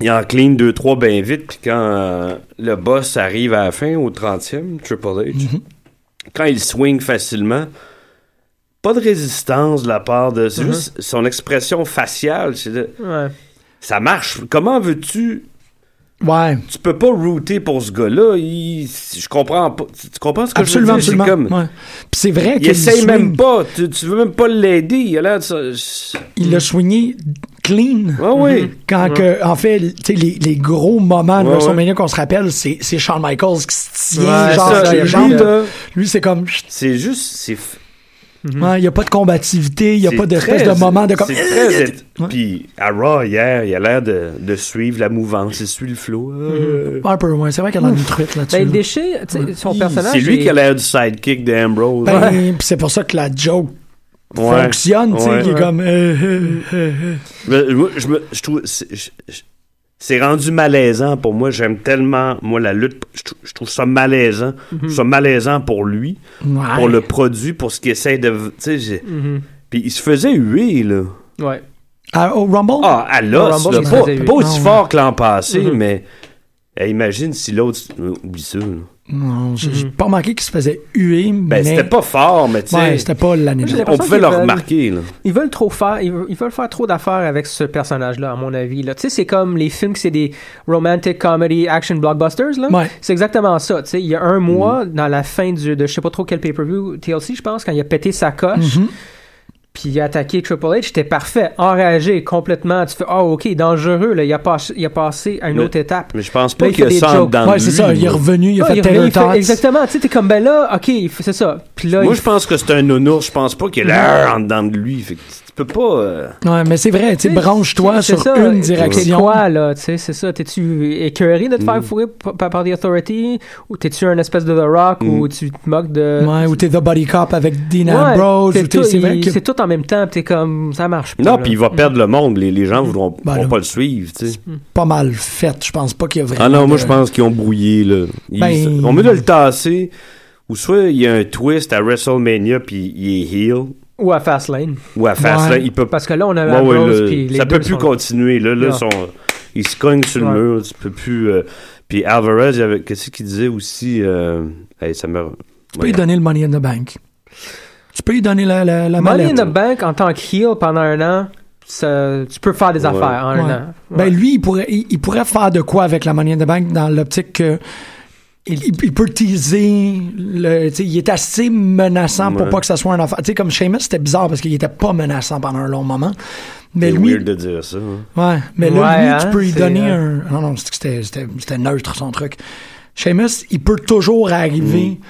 Speaker 5: il en clean 2-3 bien vite. Puis quand euh, le boss arrive à la fin, au 30e, Triple H,
Speaker 4: Mhm.
Speaker 5: quand il swing facilement, pas de résistance de la part de.
Speaker 4: Mhm.
Speaker 5: C'est juste son expression faciale. C'est de-
Speaker 6: Ouais.
Speaker 5: ça marche. Comment veux-tu.
Speaker 4: Ouais,
Speaker 5: Tu peux pas router pour ce gars-là. Il- Je comprends pas. Tu tu comprends ce que
Speaker 4: absolument,
Speaker 5: je veux dire?
Speaker 4: absolument.
Speaker 5: C'est comme-
Speaker 4: ouais. Puis c'est vrai
Speaker 5: Il
Speaker 4: qu'il
Speaker 5: essaye
Speaker 4: swing-
Speaker 5: même pas. Tu, tu veux même pas l'aider. Il a l'air de ça.
Speaker 4: Il l'a swingé clean.
Speaker 5: Ah oui.
Speaker 4: Quand que, en fait, tu sais, les, les gros moments de
Speaker 5: Ouais,
Speaker 4: WrestleMania qu'on se rappelle, c'est, c'est Shawn Michaels qui se tient,
Speaker 6: Ouais,
Speaker 4: genre,
Speaker 5: Ça,
Speaker 4: sur les
Speaker 5: lui,
Speaker 4: jambes.
Speaker 5: là,
Speaker 4: Lui, c'est comme, chut,
Speaker 5: c'est juste. c'est f-
Speaker 4: ouais, il n'y a pas de combativité, il n'y a
Speaker 5: Mm-hmm. C'est
Speaker 4: pas d'espèce
Speaker 5: très-
Speaker 4: de moment de comme,
Speaker 5: C'est très. ét-
Speaker 4: Ouais.
Speaker 5: Puis à Raw hier, il a l'air de, de suivre la mouvance, il suit le flow.
Speaker 4: Mm-hmm.
Speaker 5: Euh,
Speaker 4: eh, un peu, ouais, c'est vrai qu'il y en a une truite là-dessus.
Speaker 6: Ben, il
Speaker 4: là.
Speaker 6: déchire, tu sais, son personnage.
Speaker 5: C'est lui
Speaker 6: est-
Speaker 5: qui a l'air du sidekick d'Ambrose.
Speaker 4: Ben, pis c'est pour ça que la joke
Speaker 5: Ouais.
Speaker 4: fonctionne, tu sais,
Speaker 5: Ouais.
Speaker 4: qui est comme, euh, euh, euh, euh.
Speaker 5: Mais moi, je me- je trouve- c'est- je- je- C'est rendu malaisant pour moi. J'aime tellement, moi, la lutte. Je, trou- je trouve ça malaisant. Je trouve ça malaisant pour lui,
Speaker 4: Ouais.
Speaker 5: pour le produit, pour ce qu'il essaie de. tu sais, j'ai-
Speaker 6: Mhm.
Speaker 5: Puis il se faisait huer, là.
Speaker 6: Ouais.
Speaker 4: Ah, au Rumble?
Speaker 5: Ah, à l'os,
Speaker 6: Rumble,
Speaker 5: là.
Speaker 6: il se
Speaker 5: Pas,
Speaker 6: faisait huer.
Speaker 5: pas aussi
Speaker 4: Non,
Speaker 5: fort que l'an passé,
Speaker 6: Mhm.
Speaker 5: mais. eh, imagine si l'autre. euh, Oublie ça, là.
Speaker 4: Non, j'ai j'ai pas remarqué qu'il se faisait huer,
Speaker 5: Mm-hmm.
Speaker 4: mais...
Speaker 5: Ben, c'était pas fort, mais tu sais,
Speaker 4: Ouais, c'était pas l'année
Speaker 6: Moi, j'ai
Speaker 4: dernière.
Speaker 5: on pouvait
Speaker 6: qu'ils
Speaker 5: le
Speaker 6: veulent-
Speaker 5: remarquer. Là.
Speaker 6: Ils veulent trop faire, ils veulent, ils veulent faire trop d'affaires avec ce personnage-là, à mon avis. là. Tu sais, c'est comme les films que c'est des romantic comedy action blockbusters. Là.
Speaker 4: Ouais. Mm-hmm.
Speaker 6: C'est exactement ça. Tu sais, il y a un mois, dans la fin du, de je sais pas trop quel pay-per-view, TLC, je pense, quand il a pété sa coche,
Speaker 4: Mm-hmm.
Speaker 6: puis il a attaqué Triple H, c'était parfait, enragé complètement. Tu fais, ah, ok, dangereux, là, il, a pas, il a passé à une
Speaker 5: Mais-
Speaker 6: autre étape.
Speaker 5: Mais je pense
Speaker 6: Là,
Speaker 5: pas
Speaker 6: il
Speaker 5: qu'il y a
Speaker 6: fait des
Speaker 5: ça en
Speaker 6: jokes.
Speaker 5: dedans de
Speaker 4: Ouais, c'est
Speaker 5: lui,
Speaker 4: ça, il est
Speaker 5: là.
Speaker 4: revenu, il a
Speaker 6: Ah,
Speaker 4: fait
Speaker 6: il revient,
Speaker 4: Taylor
Speaker 6: il fait-
Speaker 4: Tots.
Speaker 6: Exactement, tu sais, t'es comme, ben là, ok, il fait- c'est ça. Puis là,
Speaker 5: Moi,
Speaker 6: il
Speaker 5: je pense que c'est un nounours. Je pense pas qu'il y a l'air en dedans de lui. Fait que tu peux pas. euh,
Speaker 4: Ouais, mais c'est vrai, tu sais,
Speaker 6: T'sais,
Speaker 4: branche-toi
Speaker 6: c'est
Speaker 4: sur
Speaker 6: ça,
Speaker 4: une
Speaker 6: C'est
Speaker 4: direction.
Speaker 6: quoi, là? Tu sais, c'est ça. T'es-tu écœuré de te
Speaker 5: Mm.
Speaker 6: faire fourrer par, par- par The Authority? Ou t'es-tu un espèce de The Rock
Speaker 5: Mm.
Speaker 6: où tu te moques de.
Speaker 4: Ouais, ou t'es The Body Cop avec Dean
Speaker 6: euh, Ouais,
Speaker 4: Ambrose,
Speaker 6: t'es
Speaker 4: ou t'es...
Speaker 6: tout-
Speaker 4: C'est vrai
Speaker 6: il-
Speaker 4: que...
Speaker 6: c'est tout en même temps, pis t'es comme, ça marche pas.
Speaker 5: Non, Mm-hmm.
Speaker 6: là.
Speaker 5: puis il va perdre le monde. Les, les gens voudront
Speaker 4: Ben
Speaker 5: vont
Speaker 4: là.
Speaker 5: pas le suivre. tu sais.
Speaker 4: pas mal fait. Je pense pas qu'il y a vraiment.
Speaker 5: Ah non, moi,
Speaker 4: de-
Speaker 5: je pense qu'ils ont brouillé. Là. Ils-
Speaker 4: Ben-
Speaker 5: On mieux de le tasser. Ou soit il y a un twist à WrestleMania, puis il est heel.
Speaker 6: Ou à Fastlane.
Speaker 5: Ou à Fastlane.
Speaker 4: Ouais.
Speaker 5: Il peut
Speaker 6: Parce que là, on a
Speaker 5: Ouais, ouais,
Speaker 6: Ambrose,
Speaker 5: là,
Speaker 6: puis les
Speaker 5: ça
Speaker 6: deux
Speaker 5: peut plus
Speaker 6: sont-
Speaker 5: continuer. Là, là,
Speaker 6: Non.
Speaker 5: son- il se cogne sur
Speaker 6: Ouais.
Speaker 5: le mur. Tu peux plus. euh, puis Alvarez, il y avait- qu'est-ce qu'il disait aussi euh, hey, ça me.
Speaker 4: Tu peux lui donner le Money in the Bank. Tu peux lui donner la, la, la
Speaker 6: Money in
Speaker 4: mallette.
Speaker 6: the Bank, en tant que heel, pendant un an, ça- tu peux faire des
Speaker 5: Ouais.
Speaker 6: affaires en
Speaker 4: Ouais.
Speaker 6: un an. Ouais.
Speaker 4: Ben lui, il pourrait, il, il pourrait faire de quoi avec la Money in the Bank dans l'optique que il, il- il peut teaser. Le, tu sais, il est assez menaçant pour
Speaker 5: Ouais.
Speaker 4: pas que ça soit un enfant. Tu sais, comme Seamus, c'était bizarre parce qu'il était pas menaçant pendant un long moment. Mais
Speaker 5: C'est
Speaker 4: lui,
Speaker 5: weird de dire ça. hein.
Speaker 4: ouais, mais là,
Speaker 6: Ouais,
Speaker 4: lui,
Speaker 6: hein,
Speaker 4: tu peux lui
Speaker 6: c'est,
Speaker 4: donner
Speaker 6: euh,
Speaker 4: un. Non, non, c'est que c'était- c'était c'était neutre son truc. Seamus, il peut toujours
Speaker 5: Mm.
Speaker 4: arriver.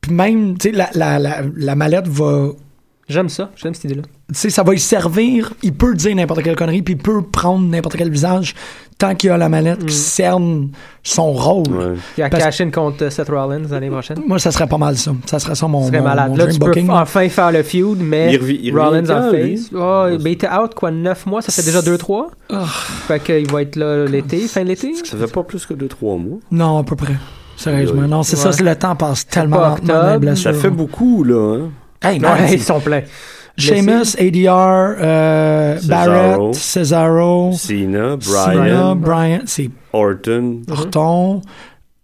Speaker 4: Puis même, tu sais, la, la, la, la mallette va
Speaker 6: J'aime ça, j'aime cette idée-là.
Speaker 4: tu sais, ça va lui servir. Il peut dire n'importe quelle connerie, puis il peut prendre n'importe quel visage tant qu'il a la mallette qui cerne son rôle.
Speaker 5: Ouais.
Speaker 6: Il y a
Speaker 4: Parce-
Speaker 6: cash contre euh, Seth Rollins l'année prochaine.
Speaker 4: Moi, ça serait pas mal ça. Ça serait ça mon,
Speaker 6: Ce serait
Speaker 4: mon,
Speaker 6: malade.
Speaker 4: mon
Speaker 6: Là,
Speaker 4: dream
Speaker 6: tu peux
Speaker 4: booking.
Speaker 6: enfin faire le feud, mais
Speaker 5: Il revi- il
Speaker 6: Rollins
Speaker 5: revient
Speaker 6: en
Speaker 5: quand, lui?
Speaker 6: face. Oh, ben, il était out, quoi, 9 mois. Ça fait déjà 2-3.
Speaker 4: Ah.
Speaker 6: Fait qu'il va être là l'été, fin de l'été.
Speaker 5: Ça fait pas plus que 2-3 mois.
Speaker 4: Non, à peu près. Sérieusement. Non, c'est
Speaker 6: Ouais.
Speaker 4: ça, c'est le temps passe tellement
Speaker 6: pas
Speaker 4: lentement dans les
Speaker 6: octobre.
Speaker 4: blessures.
Speaker 5: Ça fait beaucoup, là. hein.
Speaker 4: Hey,
Speaker 6: Non,
Speaker 4: man,
Speaker 6: hey,
Speaker 4: c'est-
Speaker 6: ils sont pleins.
Speaker 4: Sheamus, ADR, euh,
Speaker 5: Cesaro.
Speaker 4: Barrett, Cesaro,
Speaker 5: Cena, Brian,
Speaker 4: Cena, Bryan, c'est
Speaker 5: Orton.
Speaker 4: Horton.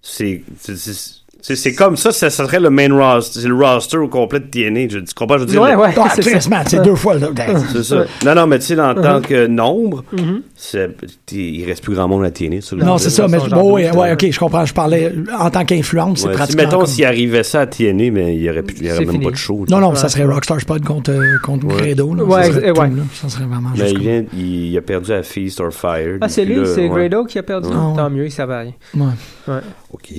Speaker 5: C'est. c'est- c'est- C'est, c'est comme ça, ça, ça serait le main roster, c'est le roster au complet de TNA. Je, tu comprends? Je veux dire,
Speaker 6: Ouais,
Speaker 5: le-
Speaker 6: ouais,
Speaker 4: Ah,
Speaker 6: c'est ça.
Speaker 4: clairement, c'est deux fois le.
Speaker 5: C'est ça. Non, non, mais tu sais, en
Speaker 6: Uh-huh.
Speaker 5: tant que nombre,
Speaker 6: Mm-hmm.
Speaker 5: c'est- t'es- il reste plus grand monde à TNA. sur le
Speaker 4: Non,
Speaker 5: monde.
Speaker 4: c'est ça, mais
Speaker 6: Genre
Speaker 4: bon, ouais,
Speaker 6: douze,
Speaker 4: ouais, ok, je comprends. Je parlais en tant qu'influence, c'est
Speaker 5: Ouais, si,
Speaker 4: pratiquement.
Speaker 5: mettons,
Speaker 4: comme-
Speaker 5: s'il arrivait ça à TNA, mais il n'y aurait, plus- il y aurait
Speaker 6: C'est
Speaker 5: même
Speaker 6: fini.
Speaker 5: pas de show. tu
Speaker 4: Non,
Speaker 5: sais.
Speaker 4: non, ça serait Rockstar Spud contre, euh, contre
Speaker 5: Ouais.
Speaker 4: Credo. Là,
Speaker 6: Ouais,
Speaker 4: ça, serait
Speaker 6: euh,
Speaker 4: tout,
Speaker 6: ouais.
Speaker 4: là. ça serait vraiment
Speaker 5: Mais
Speaker 4: juste
Speaker 5: il,
Speaker 4: comme-
Speaker 5: vient, il, il a perdu à Feast or Fire.
Speaker 6: Ah, c'est
Speaker 5: Puis
Speaker 6: lui,
Speaker 5: là,
Speaker 6: c'est
Speaker 5: ouais.
Speaker 6: Grado qui a perdu.
Speaker 4: Ah, Ouais.
Speaker 6: Tant mieux, il savait rien.
Speaker 4: Ouais.
Speaker 5: OK.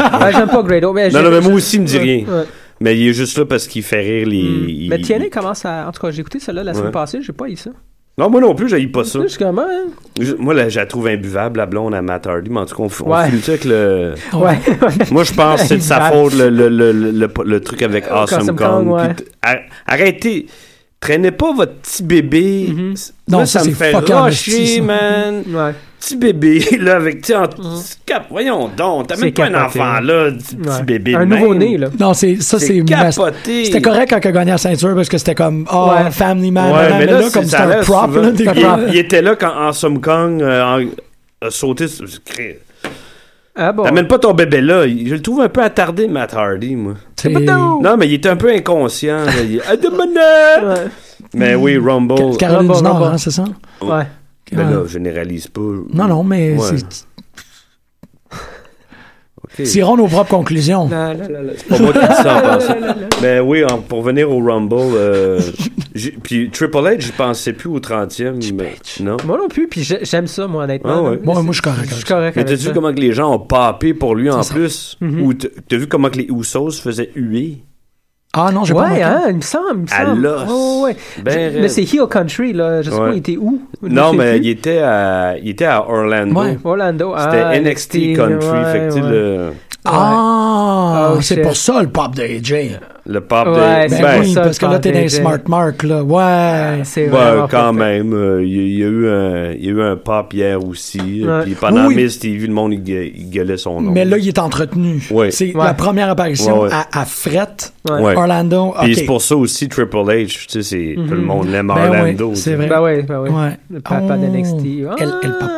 Speaker 6: Ah, J'aime pas Grado. Mais
Speaker 5: Non,
Speaker 6: j'ai-
Speaker 5: non, mais moi aussi, il me dit
Speaker 6: Ouais,
Speaker 5: rien.
Speaker 6: ouais.
Speaker 5: Mais il est juste là parce qu'il fait rire les. il-
Speaker 6: Hmm. Mais TNA commence à. En tout cas, j'ai écouté celle-là la semaine
Speaker 5: Ouais.
Speaker 6: passée, j'ai pas eu ça.
Speaker 5: Non, moi non plus, j'ai pas ça.
Speaker 6: Là, Je suis comme, hein?
Speaker 5: Je- Moi, là, je la trouve imbuvable, la blonde à Matt Hardy, mais en tout cas, on, f- on
Speaker 6: Ouais.
Speaker 5: finit ça avec le.
Speaker 6: Ouais.
Speaker 5: Moi, je pense que c'est de sa
Speaker 6: Imbuvable.
Speaker 5: faute, le, le, le, le, le- le truc avec
Speaker 6: Euh,
Speaker 5: Awesome
Speaker 6: Awesome Kong,
Speaker 5: Kong.
Speaker 6: ouais.
Speaker 5: puis t- ar- Arrêtez. Traînez pas votre petit bébé.
Speaker 4: Non,
Speaker 5: Là,
Speaker 4: ça,
Speaker 5: ça, me
Speaker 4: c'est
Speaker 5: fait
Speaker 4: fucking investi,
Speaker 5: lâcher,
Speaker 4: ça.
Speaker 5: man.
Speaker 6: Ouais.
Speaker 5: Petit bébé, là, avec, tu sais, en- cap, voyons donc, t'as
Speaker 6: C'est
Speaker 5: même pas un
Speaker 6: capoté.
Speaker 5: enfant, là, petit, petit
Speaker 6: ouais.
Speaker 5: bébé. de
Speaker 6: Un
Speaker 5: même.
Speaker 6: nouveau-né, là.
Speaker 4: Non, c'est, ça, c'est.
Speaker 5: C'est
Speaker 4: mas-
Speaker 5: capoté.
Speaker 4: C'était correct quand il a gagné la ceinture parce que c'était comme, oh,
Speaker 6: Ouais.
Speaker 4: Family
Speaker 5: Ouais,
Speaker 4: Man.
Speaker 5: mais là,
Speaker 4: comme
Speaker 5: comme
Speaker 4: c'était
Speaker 5: ça
Speaker 4: un
Speaker 5: reste
Speaker 4: prop,
Speaker 5: souvent-
Speaker 4: là, des gars.
Speaker 5: il, il était là quand Awesome Kong euh, en- a sauté. sur- crée-
Speaker 6: Ah bon.
Speaker 5: T'amènes pas ton bébé là. Il- Je le trouve un peu attardé, Matt Hardy, moi.
Speaker 4: C'est-
Speaker 5: Non, mais il était un peu inconscient. là. Il- Ah, de bonheur!
Speaker 6: Ouais.
Speaker 5: Mais oui, Rumble.
Speaker 4: Ca- Caroline
Speaker 6: Rumble,
Speaker 4: du Nord,
Speaker 6: Rumble.
Speaker 4: hein, c'est ça?
Speaker 6: Ouais.
Speaker 5: Mais là, je généralise pas.
Speaker 4: Non, non, mais
Speaker 5: Ouais.
Speaker 4: c'est. Tirons nos propres conclusions.
Speaker 6: Là, là, là, là.
Speaker 5: Pas moi qui dis ça en passant. Mais oui, en- pour venir au Rumble, euh, j'ai- puis Triple H, j'y pensais plus au 30e. Mais, non.
Speaker 6: Moi non plus, puis j'ai- j'aime ça, moi, honnêtement.
Speaker 5: Ah ouais.
Speaker 6: Mais
Speaker 4: Moi,
Speaker 6: c'est-
Speaker 4: moi, je suis correct.
Speaker 6: Je
Speaker 4: avec
Speaker 6: suis
Speaker 4: ça.
Speaker 6: correct.
Speaker 5: Mais
Speaker 6: avec
Speaker 5: t'as vu
Speaker 6: ça.
Speaker 5: comment que les gens ont papé pour lui en
Speaker 4: ça.
Speaker 5: plus?
Speaker 6: Mhm.
Speaker 5: Ou t- t'as vu comment que les Usos se faisaient huer?
Speaker 4: Ah non, j'ai pas
Speaker 6: Ouais,
Speaker 4: manqué.
Speaker 6: hein, il me semble, il me
Speaker 5: À
Speaker 6: semble.
Speaker 5: l'os.
Speaker 6: Ouais, ouais, ouais.
Speaker 5: Ben
Speaker 6: Je- mais
Speaker 5: raide.
Speaker 6: c'est Heel Country, là. Je sais
Speaker 5: Ouais.
Speaker 6: pas, il était où?
Speaker 5: Non, mais il était, à, il était à Orlando.
Speaker 4: Ouais.
Speaker 6: Orlando.
Speaker 5: C'était
Speaker 6: ah,
Speaker 5: NXT Country.
Speaker 6: ouais,
Speaker 5: fait que, tu sais,
Speaker 6: ouais.
Speaker 5: le,
Speaker 4: Ah,
Speaker 6: Oh,
Speaker 4: c'est
Speaker 6: shit.
Speaker 4: pour ça le pop de AJ.
Speaker 5: le pop
Speaker 6: Ouais,
Speaker 5: de.
Speaker 6: c'est
Speaker 4: Ben
Speaker 6: pour
Speaker 4: oui,
Speaker 6: ça,
Speaker 4: parce que
Speaker 6: le
Speaker 4: là,
Speaker 6: pop
Speaker 4: t'es
Speaker 6: de
Speaker 4: dans les
Speaker 6: AJ.
Speaker 4: smart mark, là. Ouais.
Speaker 6: C'est
Speaker 5: Ouais,
Speaker 6: vraiment
Speaker 5: ben, quand
Speaker 6: pas-
Speaker 5: même. euh, Il y, il y a eu un, il y a eu un pop hier aussi. euh,
Speaker 6: Ouais.
Speaker 5: Puis pendant
Speaker 4: Oui.
Speaker 5: Miss TV, le monde, il, gue- il gueulait son nom.
Speaker 4: Mais là, il est entretenu.
Speaker 5: Ouais.
Speaker 4: C'est
Speaker 6: Ouais.
Speaker 4: la première apparition
Speaker 5: Ouais, ouais.
Speaker 4: à, à Fret,
Speaker 6: Ouais.
Speaker 5: Ouais.
Speaker 4: Orlando.
Speaker 5: Puis
Speaker 4: ok.
Speaker 5: c'est pour ça aussi Triple H. Tu sais, c'est- tout le
Speaker 6: Mhm.
Speaker 5: monde l'aime
Speaker 4: Ben ouais,
Speaker 5: Orlando. tu
Speaker 4: c'est
Speaker 5: sais.
Speaker 4: vrai.
Speaker 6: Ben ouais, ben ouais.
Speaker 4: Ouais.
Speaker 6: Le papa
Speaker 4: Oh,
Speaker 6: de NXT. Ah.
Speaker 4: elle- elle pop.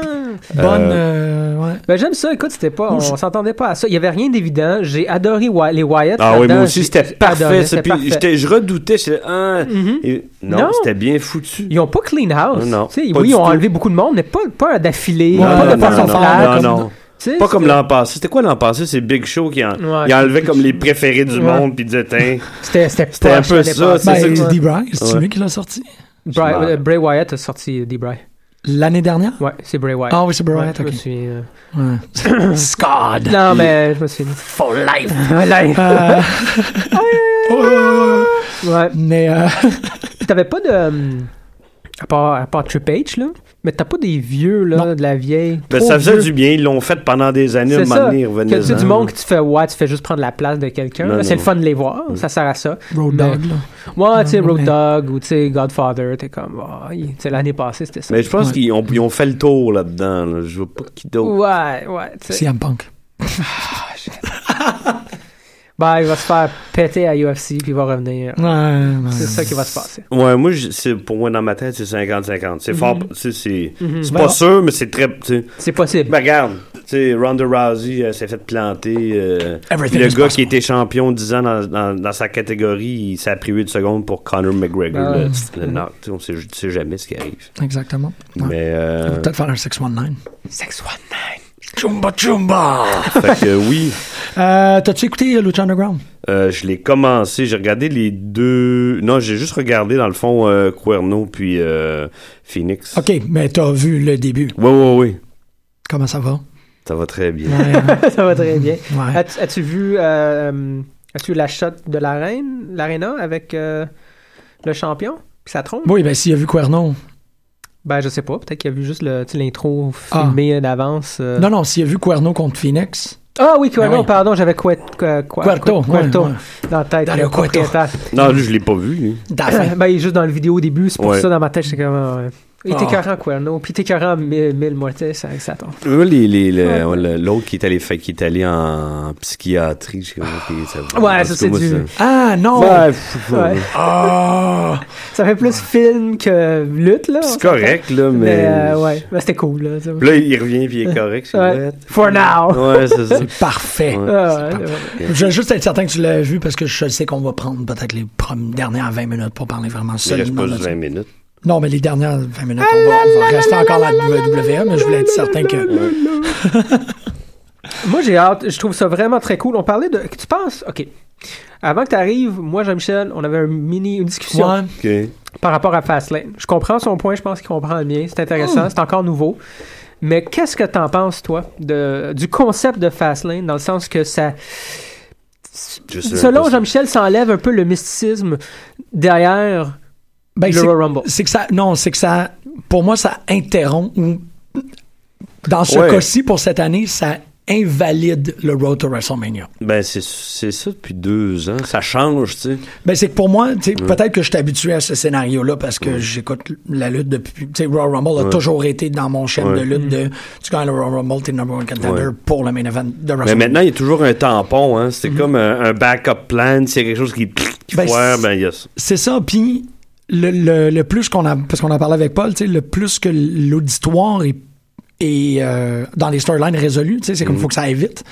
Speaker 4: Bonne. euh, ouais.
Speaker 6: Ben j'aime ça, écoute, c'était pas, on s'entendait pas à ça. Il y avait rien d'évident. J'ai adoré Wy- les Wyatt.
Speaker 5: Ah oui,
Speaker 6: là-dedans.
Speaker 5: moi aussi,
Speaker 6: J'ai-
Speaker 5: c'était
Speaker 6: j'ai
Speaker 5: parfait.
Speaker 6: adoré,
Speaker 5: ça.
Speaker 6: c'était
Speaker 5: Puis
Speaker 6: parfait. Mhm.
Speaker 5: j'étais- je redoutais. j'étais, ah, et- non,
Speaker 6: Non.
Speaker 5: c'était bien foutu.
Speaker 6: Ils ont pas clean house.
Speaker 5: Non, non,
Speaker 6: Tu sais,
Speaker 5: pas
Speaker 6: oui, ils
Speaker 5: du
Speaker 6: ont
Speaker 5: tout.
Speaker 6: enlevé beaucoup de monde, mais pas, pas d'affilée,
Speaker 4: Non,
Speaker 6: pas de
Speaker 4: non,
Speaker 6: façon
Speaker 4: non,
Speaker 6: claire.
Speaker 5: non,
Speaker 6: comme-
Speaker 5: non.
Speaker 6: Tu sais,
Speaker 5: Pas comme l'an passé. C'était quoi l'an passé? C'est Big Show qui en,
Speaker 6: Ouais.
Speaker 5: il enlevait comme les préférés du
Speaker 6: Ouais.
Speaker 5: monde puis disait, tiens,
Speaker 6: C'était c'était
Speaker 5: C'était un
Speaker 6: poche
Speaker 5: peu
Speaker 6: l'année
Speaker 5: ça,
Speaker 6: passée.
Speaker 5: c'est
Speaker 4: Ben,
Speaker 5: ça
Speaker 4: Dee Bryce, c'est
Speaker 5: Ouais.
Speaker 4: lui qui l'a sorti
Speaker 6: Bray,
Speaker 5: Ouais.
Speaker 6: euh, Bray Wyatt a sorti d Bray.
Speaker 4: l'année dernière.
Speaker 6: Ouais, c'est Bray Wyatt.
Speaker 4: Ah oui, c'est Bray Wyatt,
Speaker 6: je me
Speaker 4: ok.
Speaker 6: souviens, euh.
Speaker 4: Ouais.
Speaker 5: Ah,
Speaker 4: Scott
Speaker 6: Non, mais je me suis
Speaker 4: for life.
Speaker 6: Ouais,
Speaker 4: Euh, oh,
Speaker 6: ouais.
Speaker 4: mais euh,
Speaker 6: Puis T'avais pas de. euh, À part, à part Trip H, là. Mais t'as pas des vieux, là,
Speaker 4: Non.
Speaker 6: de la vieille.
Speaker 5: ben,
Speaker 6: Trop
Speaker 5: ça faisait
Speaker 6: vieux.
Speaker 5: du bien. Ils l'ont fait pendant des années.
Speaker 6: C'est
Speaker 5: un moment
Speaker 6: ça.
Speaker 5: donné, ils
Speaker 6: Que
Speaker 5: revenaient
Speaker 6: tu as du
Speaker 5: dedans.
Speaker 6: monde que tu fais, ouais, tu fais juste prendre la place de quelqu'un.
Speaker 5: Non,
Speaker 6: Ben, C'est
Speaker 5: non. Mm.
Speaker 6: le fun de les voir. Ça sert à ça.
Speaker 4: Road
Speaker 6: Mais-
Speaker 4: Dogg, là.
Speaker 6: Ouais, tu sais,
Speaker 4: Non,
Speaker 6: Road
Speaker 4: mais-
Speaker 6: Dog ou tu sais, Godfather, t'es comme, Ah, il- tu sais, l'année passée, c'était ça.
Speaker 5: Mais je pense
Speaker 4: Ouais.
Speaker 5: qu'ils ont, ils ont fait le tour là-dedans. là. Je vois pas qui d'autre.
Speaker 6: Ouais, ouais, tu sais.
Speaker 4: CM Punk.
Speaker 6: Ben, il va se faire péter à UFC puis il va revenir.
Speaker 4: Ouais,
Speaker 5: Ah,
Speaker 4: ouais.
Speaker 6: C'est ça qui va se passer.
Speaker 5: Ouais, moi, je- c'est, pour moi, dans ma tête, c'est 50-50. C'est fort. C'est, c'est, c'est
Speaker 6: Mhm. Ben,
Speaker 5: pas sûr, mais c'est très. tu sais.
Speaker 6: C'est possible.
Speaker 5: Ben, regarde, tu sais, Ronda Rousey euh, s'est fait planter. euh,
Speaker 4: Everything
Speaker 5: le
Speaker 4: is
Speaker 5: gars qui
Speaker 4: possible.
Speaker 5: était champion 10 ans dans, dans- dans sa catégorie, il s'est privé de secondes pour Conor McGregor.
Speaker 6: Ben,
Speaker 5: le- le knock. Tu sais, on sait, tu sais jamais ce qui arrive.
Speaker 4: Exactement. Ouais.
Speaker 5: Mais.
Speaker 4: On va
Speaker 5: euh,
Speaker 4: Peut-être faire un 619.
Speaker 6: 619.
Speaker 4: Chumba Chumba!
Speaker 5: fait que oui,
Speaker 4: Euh, T'as-tu écouté euh, Lucha Underground?
Speaker 5: euh, je l'ai commencé. J'ai regardé les deux. Non, j'ai juste regardé, dans le fond, euh, Cuerno puis euh, Phoenix.
Speaker 4: OK, mais t'as vu le début.
Speaker 5: Oui, oui, oui.
Speaker 4: Comment ça va?
Speaker 5: Ça va très bien.
Speaker 4: Ouais, hein?
Speaker 6: ça va très bien.
Speaker 4: Ouais.
Speaker 6: As-tu as-tu vu euh, as-tu vu la shot de la reine, l'arena avec euh, le champion puis ça trompe?
Speaker 4: Oui, ben s'il a vu Cuerno.
Speaker 6: Ben je sais pas, peut-être qu'il a vu juste le tu sais, l'intro
Speaker 4: Ah.
Speaker 6: filmée d'avance. euh.
Speaker 4: Non, non, s'il a vu Cuerno contre Phoenix.
Speaker 6: Ah oui, Cuerno,
Speaker 4: Ah oui.
Speaker 6: pardon, j'avais Cuet- Cua- Cua-
Speaker 4: Cuarto,
Speaker 6: Cua- Cuarto
Speaker 4: ouais, ouais.
Speaker 6: dans la tête.
Speaker 4: Dans le
Speaker 6: le
Speaker 4: Cuarto.
Speaker 6: propriétaire.
Speaker 5: Non, lui, je l'ai pas vu. lui.
Speaker 4: D'afin.
Speaker 6: Ben il est juste dans le vidéo au début, c'est pour
Speaker 5: Ouais.
Speaker 6: ça dans ma tête j'étais comme ah, ouais. Il était carré Cuerno, puis il était carré Mille Muertes avec sa tombe.
Speaker 5: Moi, les- les- le- le- l'autre qui est allé fa- qui est allé en psychiatrie, je sais pas comment ça va.
Speaker 6: Ouais,
Speaker 5: Parce
Speaker 6: ça,
Speaker 5: que
Speaker 6: c'est
Speaker 5: moi,
Speaker 6: du-
Speaker 4: Ah non!
Speaker 5: Euh. Ouais, pff,
Speaker 6: Ouais.
Speaker 4: Ah!
Speaker 6: Ça fait plus film que lutte, là. on
Speaker 5: C'est
Speaker 6: s'entend.
Speaker 5: correct, là, mais.
Speaker 6: Mais euh, ouais, Ben, c'était cool, là. ça.
Speaker 5: Puis là, il revient puis il est correct, c'est
Speaker 6: Ouais.
Speaker 5: vrai.
Speaker 6: For now!
Speaker 5: Ouais, c'est ça.
Speaker 4: C'est parfait.
Speaker 5: Ouais.
Speaker 6: Ah, ouais, ouais.
Speaker 4: Je veux juste être certain que tu l'as vu parce que je sais qu'on va prendre peut-être les prom- dernières 20 minutes pour parler vraiment
Speaker 5: Il reste
Speaker 4: seulement
Speaker 5: pas
Speaker 4: de ça.
Speaker 5: 20 minutes.
Speaker 4: Non, mais les dernières 20 minutes,
Speaker 5: Ah
Speaker 4: on va, on va rester encore à la WWE, mais je voulais être certain que.
Speaker 6: Moi, j'ai hâte. Je trouve ça vraiment très cool. On parlait de. Tu penses? OK. Avant que tu arrives, moi, Jean-Michel, on avait un mini, une discussion
Speaker 4: Ouais.
Speaker 5: OK. Ouais,
Speaker 6: par rapport à Fastlane. Je comprends son point, je pense qu'il comprend le mien. C'est
Speaker 5: Hmm.
Speaker 6: intéressant, c'est encore nouveau. Mais qu'est-ce que t'en penses, toi, de, du concept de Fastlane, dans le sens que ça.
Speaker 5: Je sais même
Speaker 6: Selon
Speaker 5: pas
Speaker 6: Jean-Michel, ça enlève un peu le mysticisme derrière
Speaker 4: Ben,
Speaker 6: le
Speaker 4: c'est-
Speaker 6: Royal Rumble.
Speaker 4: c'est que ça. Non, c'est que ça. Pour moi, ça interrompt. ou- Dans ce
Speaker 5: Ouais.
Speaker 4: cas-ci, pour cette année, ça invalide le Road to WrestleMania.
Speaker 5: Ben, c'est c'est ça depuis deux ans. Ça change, tu sais.
Speaker 4: Ben, c'est que pour moi, tu sais, peut-être que je suis habitué à ce scénario-là parce que j'écoute la lutte depuis. Tu sais, Royal Rumble a toujours été dans mon chaîne de lutte de tu gagnes le Royal Rumble, t'es number one contender
Speaker 5: Ouais.
Speaker 4: pour le main event de
Speaker 5: Mais
Speaker 4: WrestleMania.
Speaker 5: maintenant, il y a toujours un tampon, hein.
Speaker 6: Mhm.
Speaker 5: C'est comme un, un backup plan. S'il y a quelque chose qui, qui
Speaker 4: Ben,
Speaker 5: foire,
Speaker 4: c'est-
Speaker 5: ben, il y a ça.
Speaker 4: C'est ça, puis le, le, le plus qu'on a, parce qu'on en parlait avec Paul, tu sais, le plus que l'auditoire est, est, euh, dans les storylines résolues, tu sais,
Speaker 5: Mm-hmm.
Speaker 4: c'est comme il faut que ça aille vite.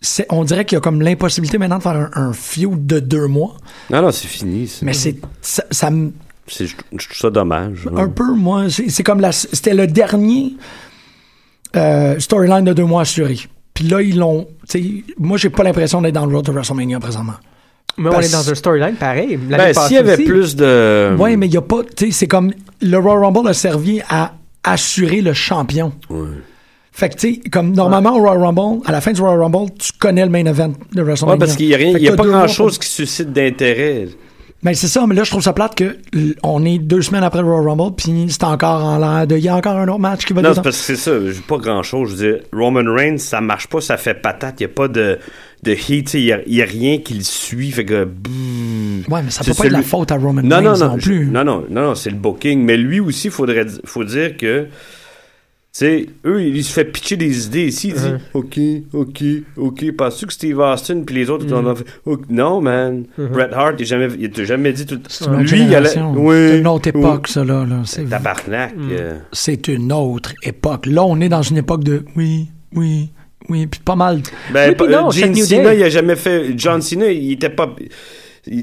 Speaker 4: C'est- On dirait qu'il y a comme l'impossibilité maintenant de faire un, un feud de deux mois,
Speaker 5: Non, non, c'est fini. ça.
Speaker 4: mais c'est ça, ça me-
Speaker 5: C'est- Je je trouve ça dommage.
Speaker 4: un
Speaker 5: hein.
Speaker 4: peu moi, c'est c'est comme la, c'était le dernier euh, storyline de deux mois assuré. Puis là ils l'ont, tu sais, moi j'ai pas l'impression d'être dans le road to WrestleMania présentement.
Speaker 6: Mais on
Speaker 4: parce-
Speaker 6: est dans un storyline pareil. l'année
Speaker 5: Ben,
Speaker 6: passée
Speaker 5: s'il y avait
Speaker 6: aussi.
Speaker 5: plus de.
Speaker 4: Ouais, mais il y a pas, tu sais, c'est comme le Royal Rumble a servi à assurer le champion. Fait que tu sais, comme normalement au Royal Rumble, à la fin du Royal Rumble, tu connais le main event de WrestleMania.
Speaker 5: Ouais, parce qu'il n'y a, rien,
Speaker 4: Fait que
Speaker 5: il y a
Speaker 4: t'as
Speaker 5: pas
Speaker 4: deux mois
Speaker 5: grand-chose
Speaker 4: pour-
Speaker 5: qui suscite d'intérêt.
Speaker 4: Mais c'est ça, mais là je trouve ça plate que l- on est deux semaines après le Royal Rumble, puis c'est encore en l'air de, il y a encore un autre match qui va.
Speaker 5: Non,
Speaker 4: dedans.
Speaker 5: c'est parce que c'est ça. j'ai Pas grand-chose. Je veux dire, Roman Reigns, ça marche pas, ça fait patate. Il n'y a pas de, de heat. tu sais, Il n'y a, il y a rien qui le suit. Fait que. bouh.
Speaker 4: Ouais, mais ça
Speaker 5: C'est
Speaker 4: peut pas être la
Speaker 5: celui-
Speaker 4: faute à Roman
Speaker 5: non,
Speaker 4: Reigns
Speaker 5: non, non,
Speaker 4: non
Speaker 5: je-
Speaker 4: plus.
Speaker 5: Non, non, non, non, c'est le booking. Mais lui aussi, il faudrait di- faut dire que. Tu sais, eux, il se fait pitcher des idées ici. Il dit OK, OK, OK. Penses-tu que Steve Austin puis les autres, ils ont fait, OK, Non, man. Bret Hart, il t'a jamais, il t'a jamais dit tout.
Speaker 4: C'est une autre
Speaker 5: Lui, il allait.
Speaker 4: génération.
Speaker 5: Oui,
Speaker 4: C'est une autre
Speaker 5: oui.
Speaker 4: époque, ça, là. là. C'est-
Speaker 5: Tabarnak. euh,
Speaker 4: C'est une autre époque. Là, on est dans une époque de oui, oui, oui, puis pas mal.
Speaker 5: Ben,
Speaker 6: Oui, puis
Speaker 5: pas-
Speaker 6: non,
Speaker 5: euh,
Speaker 6: chaque
Speaker 5: John
Speaker 6: New
Speaker 5: Cena,
Speaker 6: Day.
Speaker 5: il a jamais fait. John Cena, il était pas. Il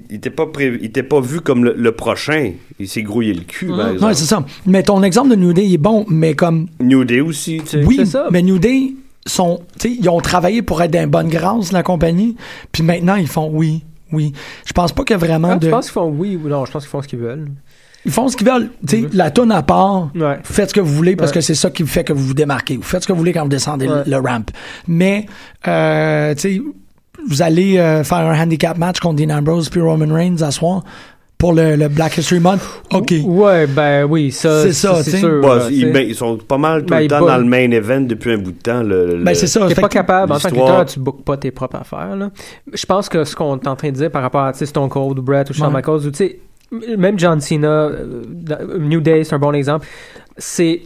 Speaker 5: il était pas, pré- il était pas vu comme le, le prochain. Il s'est grouillé le cul,
Speaker 6: Mmh.
Speaker 5: par exemple.
Speaker 4: Ouais, c'est ça. Mais ton exemple de New Day est bon, mais comme
Speaker 5: New Day aussi, tu sais.
Speaker 4: Oui,
Speaker 6: C'est ça.
Speaker 4: mais New Day sont, tu sais, ils ont travaillé pour être dans bonne grâce la compagnie, puis maintenant ils font oui, oui. Je pense pas qu'il y a vraiment
Speaker 6: Ah,
Speaker 4: de
Speaker 6: Tu penses qu'ils font oui ou non? Je pense qu'ils font ce qu'ils veulent.
Speaker 4: ils font ce qu'ils veulent, tu sais, la tonne à part.
Speaker 6: Mhm. Ouais.
Speaker 4: Faites ce que vous voulez parce
Speaker 6: Ouais.
Speaker 4: que c'est ça qui fait que vous vous démarquez. Vous faites ce que vous voulez quand vous descendez le-
Speaker 6: Ouais.
Speaker 4: le ramp. Mais euh, tu sais, vous allez euh, faire un handicap match contre Dean Ambrose puis Roman Reigns à soir pour le, le Black History Month. OK.
Speaker 6: Ouais, ben oui, ça,
Speaker 4: C'est ça, tu
Speaker 6: c'est
Speaker 4: sais.
Speaker 6: sûr.
Speaker 5: Bah,
Speaker 6: là, tu
Speaker 5: ils,
Speaker 6: sais.
Speaker 5: ben, ils sont pas mal tout
Speaker 6: Ben,
Speaker 5: le
Speaker 6: ils
Speaker 5: temps
Speaker 6: bookent.
Speaker 5: dans le main event depuis un bout de temps. Le, le-
Speaker 4: Ben c'est ça.
Speaker 6: T'es
Speaker 4: Fait
Speaker 6: pas
Speaker 4: que-
Speaker 6: capable, en tant que
Speaker 5: l'histoire-
Speaker 6: lutteur, tu bookes pas tes propres affaires. là. Je pense que ce qu'on est en train de dire par rapport à tu sais, Stone Cold ou Brett ou Shawn
Speaker 4: Ouais.
Speaker 6: Michaels, ou tu sais, m- même John Cena, euh, dans- New Day, c'est un bon exemple, c'est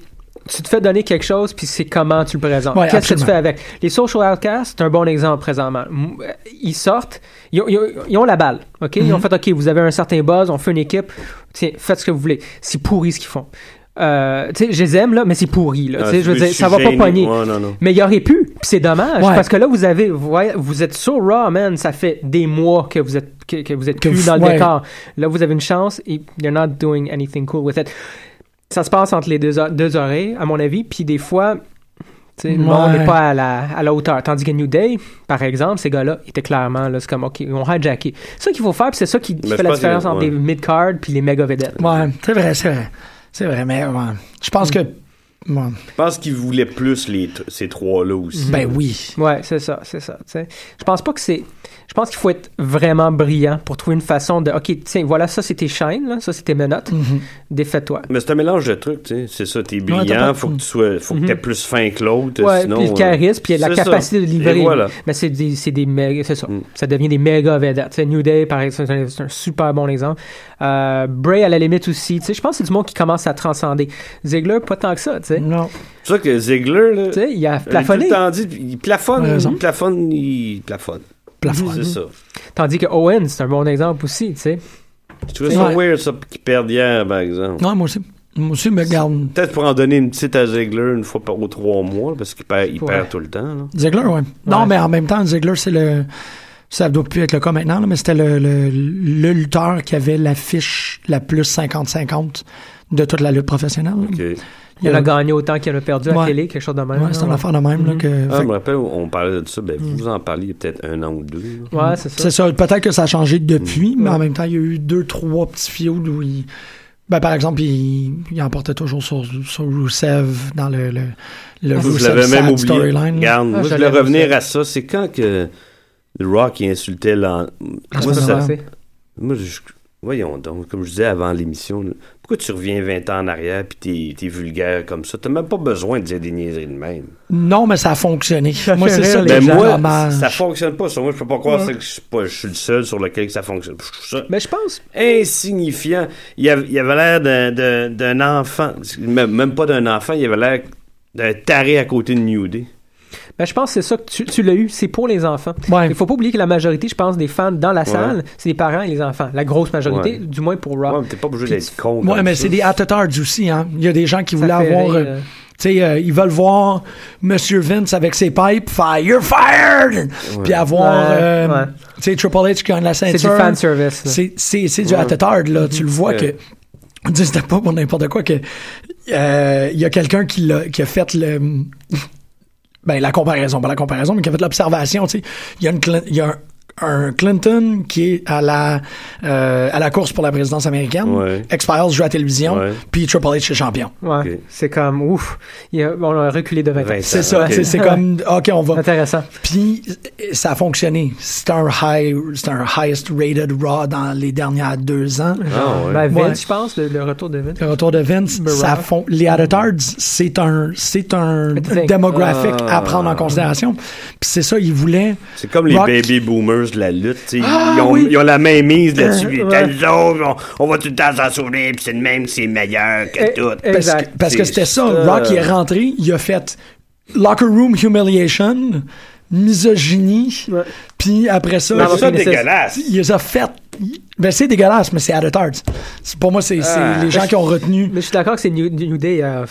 Speaker 6: tu te fais donner quelque chose, puis c'est comment tu le présentes.
Speaker 4: Ouais,
Speaker 6: Qu'est-ce que tu
Speaker 4: absolument.
Speaker 6: fais avec? Les Social Outcasts, c'est un bon exemple présentement. M- euh, Ils sortent, ils ont, ils ont- ils ont la balle, OK? Ils ont
Speaker 4: Mm-hmm.
Speaker 6: fait, OK, vous avez un certain buzz, on fait une équipe, tiens, faites ce que vous voulez. C'est pourri ce qu'ils font. Euh, tu sais, je les aime, là, mais c'est pourri, là.
Speaker 5: Ah,
Speaker 6: Tu sais, je veux
Speaker 5: je
Speaker 6: dire,
Speaker 5: suis
Speaker 6: ça va pas
Speaker 5: gêné.
Speaker 6: pogner.
Speaker 5: Ouais, non, non.
Speaker 6: Mais il y aurait pu, puis c'est dommage,
Speaker 4: Ouais.
Speaker 6: parce que là, vous avez, vous, voyez- vous êtes sur Raw, man, ça fait des mois que vous êtes, que, que vous êtes
Speaker 4: Que
Speaker 6: plus
Speaker 4: vous-
Speaker 6: dans le
Speaker 4: ouais.
Speaker 6: décor. Là, vous avez une chance, et you're not doing anything cool with it. Ça se passe entre les deux, o- deux oreilles, à mon avis, puis des fois, tu sais, le monde
Speaker 4: Ouais.
Speaker 6: n'est pas à la, à la hauteur. Tandis que New Day, par exemple, ces gars-là, ils étaient clairement, là, c'est comme, OK, ils ont hijacké. C'est ça qu'il faut faire, puis c'est ça qui, qui
Speaker 5: Mais
Speaker 6: fait
Speaker 5: je
Speaker 6: la
Speaker 5: pense que-
Speaker 6: différence entre
Speaker 5: ouais.
Speaker 6: les mid-card puis les méga-vedettes.
Speaker 4: Ouais, c'est vrai, c'est vrai. C'est vrai, mais ouais. je pense
Speaker 6: Mm.
Speaker 4: que ouais.
Speaker 5: Je pense qu'ils voulaient plus les, tr- ces trois-là aussi.
Speaker 6: Mm.
Speaker 4: ben oui.
Speaker 6: Ouais, c'est ça, c'est ça. tu sais. Je pense pas que c'est. je pense qu'il faut être vraiment brillant pour trouver une façon de, OK, tiens, voilà, ça c'est tes chaînes, là, ça c'est tes menottes,
Speaker 4: Mm-hmm.
Speaker 6: défais-toi.
Speaker 5: Mais c'est un mélange de trucs, tu sais. C'est ça, t'es brillant,
Speaker 6: pas- Mhm.
Speaker 5: faut que tu sois, faut que t'aies plus fin que l'autre.
Speaker 6: Ouais,
Speaker 5: sinon,
Speaker 6: puis le
Speaker 5: euh,
Speaker 6: charisme, puis la
Speaker 5: c'est ça.
Speaker 6: capacité de livrer.
Speaker 5: Et voilà.
Speaker 6: Mais c'est des, c'est des méga- c'est ça.
Speaker 5: Mm.
Speaker 6: Ça devient des méga vedettes. Tu sais, New Day, par exemple, c'est un- c'est un super bon exemple. Euh, Bray, à la limite aussi. Tu sais, je pense que c'est du monde qui commence à transcender. Ziggler, pas tant que ça, tu sais.
Speaker 4: Non.
Speaker 5: C'est ça que Ziegler, là.
Speaker 6: Tu sais, il a
Speaker 5: il a tout le
Speaker 6: plafonné.
Speaker 5: temps dit, il plafonne,
Speaker 4: Ouais, raison.
Speaker 5: il plafonne, il plafonne.
Speaker 4: Plafonne.
Speaker 5: C'est
Speaker 6: Mhm.
Speaker 5: ça.
Speaker 6: Tandis que Owen, c'est un bon exemple aussi, tu sais.
Speaker 5: Je trouvais ça
Speaker 4: Ouais.
Speaker 5: weird, ça, qu'ils perdent hier, par exemple.
Speaker 4: Non, moi aussi. Moi aussi, me garde.
Speaker 5: Peut-être pour en donner une petite à Ziegler une fois par aux trois mois, là, parce qu'il perd, il
Speaker 6: Ouais.
Speaker 5: perd tout le temps. là.
Speaker 4: Ziegler, ouais. Non,
Speaker 6: Ouais.
Speaker 4: mais en même temps, Ziegler, c'est le. Ça doit plus être le cas maintenant, là, mais c'était le, le, le lutteur qui avait la fiche la plus 50-50 de toute la lutte professionnelle. là.
Speaker 5: Que-
Speaker 6: Il a gagné autant qu'il en a perdu à la
Speaker 4: Euh, Ouais.
Speaker 6: télé, quelque chose de même.
Speaker 4: Ouais, c'est
Speaker 6: là,
Speaker 4: une
Speaker 6: ouais.
Speaker 4: affaire de même. là,
Speaker 6: Mhm.
Speaker 4: que,
Speaker 5: Ah,
Speaker 4: fait Mhm.
Speaker 5: je me rappelle, on parlait de ça, ben, vous en parliez il y a peut-être un an ou deux. là.
Speaker 6: Ouais, c'est
Speaker 4: C'est
Speaker 6: ça.
Speaker 4: ça. Peut-être que ça a changé
Speaker 5: Mm-hmm.
Speaker 4: depuis, mais en même temps, il y a eu deux, trois petits feuds où il. Ben, par exemple, il, il emportait toujours sur, sur Rusev dans le, le, le
Speaker 5: Vous, je
Speaker 4: Rusev
Speaker 5: l'avais même
Speaker 4: sad
Speaker 5: oublié.
Speaker 4: storyline. là.
Speaker 5: Regarde,
Speaker 6: Ah,
Speaker 5: moi, je voulais
Speaker 6: j'allais
Speaker 5: revenir
Speaker 6: vous-
Speaker 5: à ça. C'est quand que The Rock il insultait l'an...
Speaker 4: Ah,
Speaker 6: La
Speaker 5: Moi,
Speaker 6: semaine
Speaker 5: ça-
Speaker 6: passée.
Speaker 5: moi, je- Voyons donc, comme je disais avant l'émission, là, pourquoi tu reviens 20 ans en arrière puis t'es, t'es vulgaire comme ça? T'as même pas besoin de dire des niaiseries de même.
Speaker 4: Non, mais ça a fonctionné. moi, c'est
Speaker 6: fait rire
Speaker 4: ça.
Speaker 6: les
Speaker 5: Mais
Speaker 4: les gens,
Speaker 5: moi,
Speaker 4: l'hommage.
Speaker 5: ça fonctionne pas. Sur moi, je peux pas croire que je suis, pas, je suis le seul sur lequel que ça fonctionne. Je trouve ça
Speaker 6: Mais Ben, je pense.
Speaker 5: insignifiant. Il avait, il avait l'air d'un, d'un- d'un enfant, même, même pas d'un enfant, il avait l'air d'un taré à côté de New Day.
Speaker 6: Ben, je pense que c'est ça que tu, tu l'as eu, c'est pour les enfants.
Speaker 4: Ouais.
Speaker 6: Il faut pas oublier que la majorité, je pense, des fans dans la salle, c'est les parents et les enfants. La grosse majorité,
Speaker 5: Ouais.
Speaker 6: du moins pour Rock.
Speaker 5: Ouais, mais t'es pas obligé
Speaker 6: Puis
Speaker 5: d'être con.
Speaker 4: Ouais,
Speaker 5: comme
Speaker 4: Ah. mais
Speaker 5: hein, ça.
Speaker 4: c'est des attatards aussi, hein. Il y a des gens qui
Speaker 6: Ça
Speaker 4: voulaient
Speaker 6: fait
Speaker 4: avoir.
Speaker 6: rire,
Speaker 4: euh,
Speaker 6: euh.
Speaker 4: tu sais, euh, ils veulent voir Monsieur Vince avec ses pipes, faire You're fired! Puis avoir.
Speaker 6: Ouais,
Speaker 4: euh,
Speaker 6: ouais.
Speaker 4: Tu sais, Triple H qui gagne la
Speaker 6: C'est
Speaker 4: ceinture.
Speaker 6: du fan service. là.
Speaker 4: C'est- C'est c'est du attard, là. Tu le vois que. on dit, C'était pas pour n'importe quoi que. euh, Il y a quelqu'un qui, l'a- qui a fait le. Ben, la comparaison, pas la comparaison, mais qui a fait l'observation, tu sais. Il y a, une Clin- il y a un, un Clinton qui est à la, euh, à la course pour la présidence américaine.
Speaker 5: Ouais.
Speaker 4: X-Files joue à la télévision,
Speaker 5: Ouais.
Speaker 4: puis Triple H est champion.
Speaker 6: Ouais.
Speaker 5: Ok.
Speaker 6: C'est comme, ouf, il y a- on a reculé de 20 ans.
Speaker 5: Vingt
Speaker 4: C'est ça,
Speaker 5: ok.
Speaker 4: tu sais, c'est comme, OK, on va.
Speaker 6: Intéressant.
Speaker 4: Puis euh, ça a fonctionné. C'est un, high, c'est un highest rated Raw dans les dernières deux ans.
Speaker 5: Ah, ouais.
Speaker 6: Ben, Vince,
Speaker 4: Ouais.
Speaker 6: je pense, le, le retour de Vince.
Speaker 4: Le retour de Vince,
Speaker 6: Barack.
Speaker 4: ça fond- les Adotards, c'est un, c'est un
Speaker 6: Thing.
Speaker 4: démographique
Speaker 5: Ah.
Speaker 4: à prendre en considération. Puis c'est ça, ils voulaient.
Speaker 5: C'est comme les
Speaker 4: Rock-
Speaker 5: baby boomers de la lutte. t'sais.
Speaker 4: Ah,
Speaker 5: ils, ont,
Speaker 4: oui.
Speaker 5: ils ont la même mise là-dessus.
Speaker 6: Euh,
Speaker 5: Ils
Speaker 6: ouais.
Speaker 5: étaient nous autres, on, on va tout le temps s'en souvenir, puis c'est le même, c'est meilleur que
Speaker 6: Eh,
Speaker 5: tout.
Speaker 6: eh,
Speaker 4: Parce que,
Speaker 6: Exact.
Speaker 4: parce que
Speaker 5: C'est
Speaker 4: c'était ça.
Speaker 5: ça.
Speaker 4: Rock il est rentré, il a fait locker room humiliation, misogynie,
Speaker 6: Ouais.
Speaker 4: puis après ça,
Speaker 5: C'est
Speaker 6: Non,
Speaker 5: ça
Speaker 6: mais c'est-
Speaker 5: dégueulasse.
Speaker 4: il les a fait. Ben c'est dégueulasse, mais c'est Adotards. C'est- Pour moi, c'est c'est
Speaker 5: Ah.
Speaker 4: les gens qui ont retenu.
Speaker 6: Mais je suis d'accord que c'est New, New Day. euh,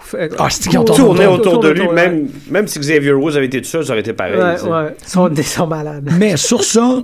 Speaker 6: fait-
Speaker 4: Ah, c'est qui ont
Speaker 6: Tourne
Speaker 5: Tourner
Speaker 4: tourné
Speaker 5: autour de lui,
Speaker 6: ouais.
Speaker 5: même, même si Xavier Rose avait été tout seul, ça aurait été pareil.
Speaker 6: Ouais,
Speaker 5: t'sais.
Speaker 6: ouais. Ils sont, ils sont malades.
Speaker 4: Mais sur ça,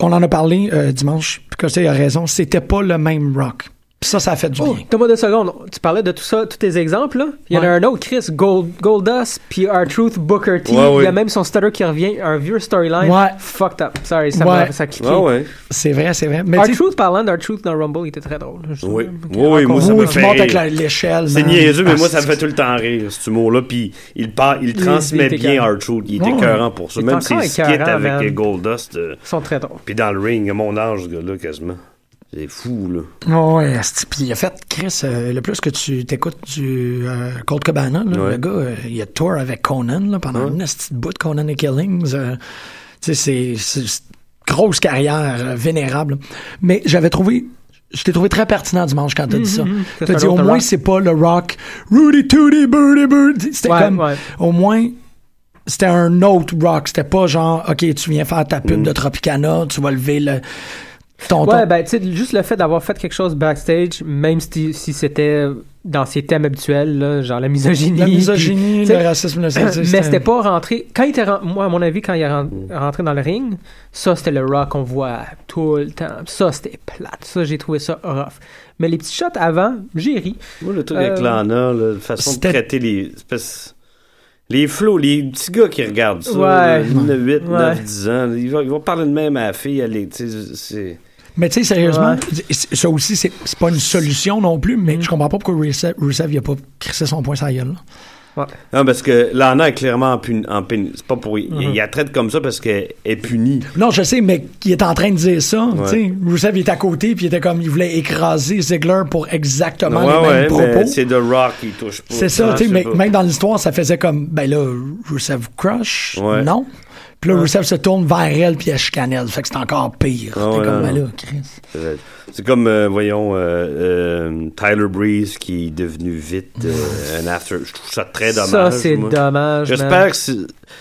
Speaker 4: on en a parlé euh, dimanche, puis Costa a raison, c'était pas le même Rock. Puis ça, ça a fait du
Speaker 6: Oh,
Speaker 4: bien.
Speaker 6: Thomas, deux secondes. Tu parlais de tout ça, tous tes exemples. là. Il y en
Speaker 4: Ouais.
Speaker 6: a un autre, Chris Gold, Goldust, puis R-Truth, Booker T.
Speaker 5: Ouais, ouais.
Speaker 6: Il y a même son stutter qui revient, un vieux storyline.
Speaker 4: Ouais.
Speaker 6: Fucked up. Sorry, ça
Speaker 4: Ouais.
Speaker 6: m'a ça a cliqué.
Speaker 5: Ah ouais.
Speaker 4: C'est vrai, c'est vrai. Mais
Speaker 5: Ah,
Speaker 4: tu sais,
Speaker 6: R-Truth, parlant d'R-Truth dans Rumble, il était très drôle. je trouve.
Speaker 5: Oui. Oui,
Speaker 6: Ok,
Speaker 5: oui,
Speaker 6: encore.
Speaker 5: moi, ça
Speaker 4: oui,
Speaker 5: me
Speaker 4: qui
Speaker 5: fait
Speaker 4: monte avec
Speaker 5: rire.
Speaker 4: la- l'échelle.
Speaker 5: C'est
Speaker 4: man.
Speaker 5: niaiseux, mais
Speaker 4: Ah,
Speaker 5: moi, ça me
Speaker 4: c'est-
Speaker 5: fait tout le temps rire, ce humour-là. Puis il, par- il transmet
Speaker 6: était
Speaker 5: bien
Speaker 6: écœurant.
Speaker 5: R-Truth. Il est
Speaker 4: Ouais.
Speaker 5: écœurant pour ça.
Speaker 6: Il est
Speaker 5: Même
Speaker 6: encore
Speaker 5: ses skits
Speaker 6: écœurant,
Speaker 5: avec
Speaker 6: man.
Speaker 5: euh, Goldust. euh,
Speaker 6: Ils sont très drôles.
Speaker 5: Puis dans le ring, mon âge, ce gars-là, quasiment. C'est fou, là.
Speaker 4: Oh, ouais, asti. Puis il a fait, Chris, euh, le plus que tu t'écoutes du euh, Cold Cabana, là,
Speaker 5: Ouais.
Speaker 4: le gars, euh, il a tour avec Conan là, pendant une petite bout de Conan et Killings. euh, tu sais, c'est- c'est c'est grosse carrière, euh, vénérable. Mais j'avais trouvé. Je t'ai trouvé très pertinent dimanche quand t'as
Speaker 6: Mhm,
Speaker 4: dit ça.
Speaker 6: que
Speaker 4: T'as
Speaker 6: c'est
Speaker 4: dit
Speaker 6: un
Speaker 4: au
Speaker 6: autre
Speaker 4: moins
Speaker 6: rock.
Speaker 4: c'est pas le rock Rudy Tooty Birdie Birdie. C'était
Speaker 6: Ouais,
Speaker 4: comme
Speaker 6: ouais.
Speaker 4: au moins c'était un autre rock. C'était pas genre OK, tu viens faire ta pub de Tropicana, tu vas lever le ton ton-
Speaker 6: Ouais, ben, tu sais, juste le fait d'avoir fait quelque chose backstage, même si, si c'était dans ses thèmes habituels, là, genre la misogynie.
Speaker 4: La misogynie,
Speaker 6: puis, tu sais,
Speaker 4: le racisme, le sexisme.
Speaker 6: mais c'était pas rentré. Quand il était ren- moi, à mon avis, quand il est ren- rentré dans le ring, ça, c'était le rock qu'on voit tout le temps. Ça, c'était plate. Ça, j'ai trouvé ça rough. Mais les petits shots avant, j'ai ri.
Speaker 5: Moi, le truc avec
Speaker 6: Euh,
Speaker 5: Lana, là, la façon de
Speaker 4: c'était-
Speaker 5: traiter les. c'est parce- Les flots, les petits gars qui regardent ça,
Speaker 6: Ouais.
Speaker 5: là, 8,
Speaker 6: Ouais.
Speaker 5: 9, 10 ans, ils vont, ils vont parler de même à la fille. Elle est, tu sais, c'est-
Speaker 4: Mais tu sais, sérieusement, c- ça aussi,
Speaker 6: Mm.
Speaker 4: c'est c'est pas une solution non plus, mais je comprends pas pourquoi Rusev, Rusev il a pas crissé son poing sur la gueule. là.
Speaker 6: Ouais.
Speaker 5: Non, parce que Lana est clairement en puni. En puni- c'est pas pour.
Speaker 4: Mhm.
Speaker 5: Il, il la traite comme ça parce qu'elle est punie.
Speaker 4: Non, je sais, mais qui est en train de dire ça.
Speaker 5: Ouais.
Speaker 4: tu sais, Rousseff il est à côté, puis il était comme, il voulait écraser Ziegler pour exactement les
Speaker 5: ouais,
Speaker 4: mêmes
Speaker 5: ouais, mais
Speaker 4: propos.
Speaker 5: c'est The Rock, il touche pas.
Speaker 4: C'est ça,
Speaker 5: Ah,
Speaker 4: tu sais,
Speaker 5: je
Speaker 4: mais
Speaker 5: pas.
Speaker 4: même dans l'histoire, ça faisait comme, ben là, Rousseff crush,
Speaker 5: Ouais.
Speaker 4: non. Puis là, Rousseff se tourne vers elle, puis elle chicane elle. Fait que c'est encore pire.
Speaker 5: Ah,
Speaker 4: T'es
Speaker 5: ouais,
Speaker 4: comme,
Speaker 5: non,
Speaker 4: ben
Speaker 5: non.
Speaker 4: là, Chris.
Speaker 5: Euh, C'est comme, euh, voyons, euh, euh, Tyler Breeze qui est devenu vite euh, un after. Je trouve ça très dommage.
Speaker 6: Ça, c'est
Speaker 5: moi.
Speaker 6: dommage. man.
Speaker 5: J'espère que c'est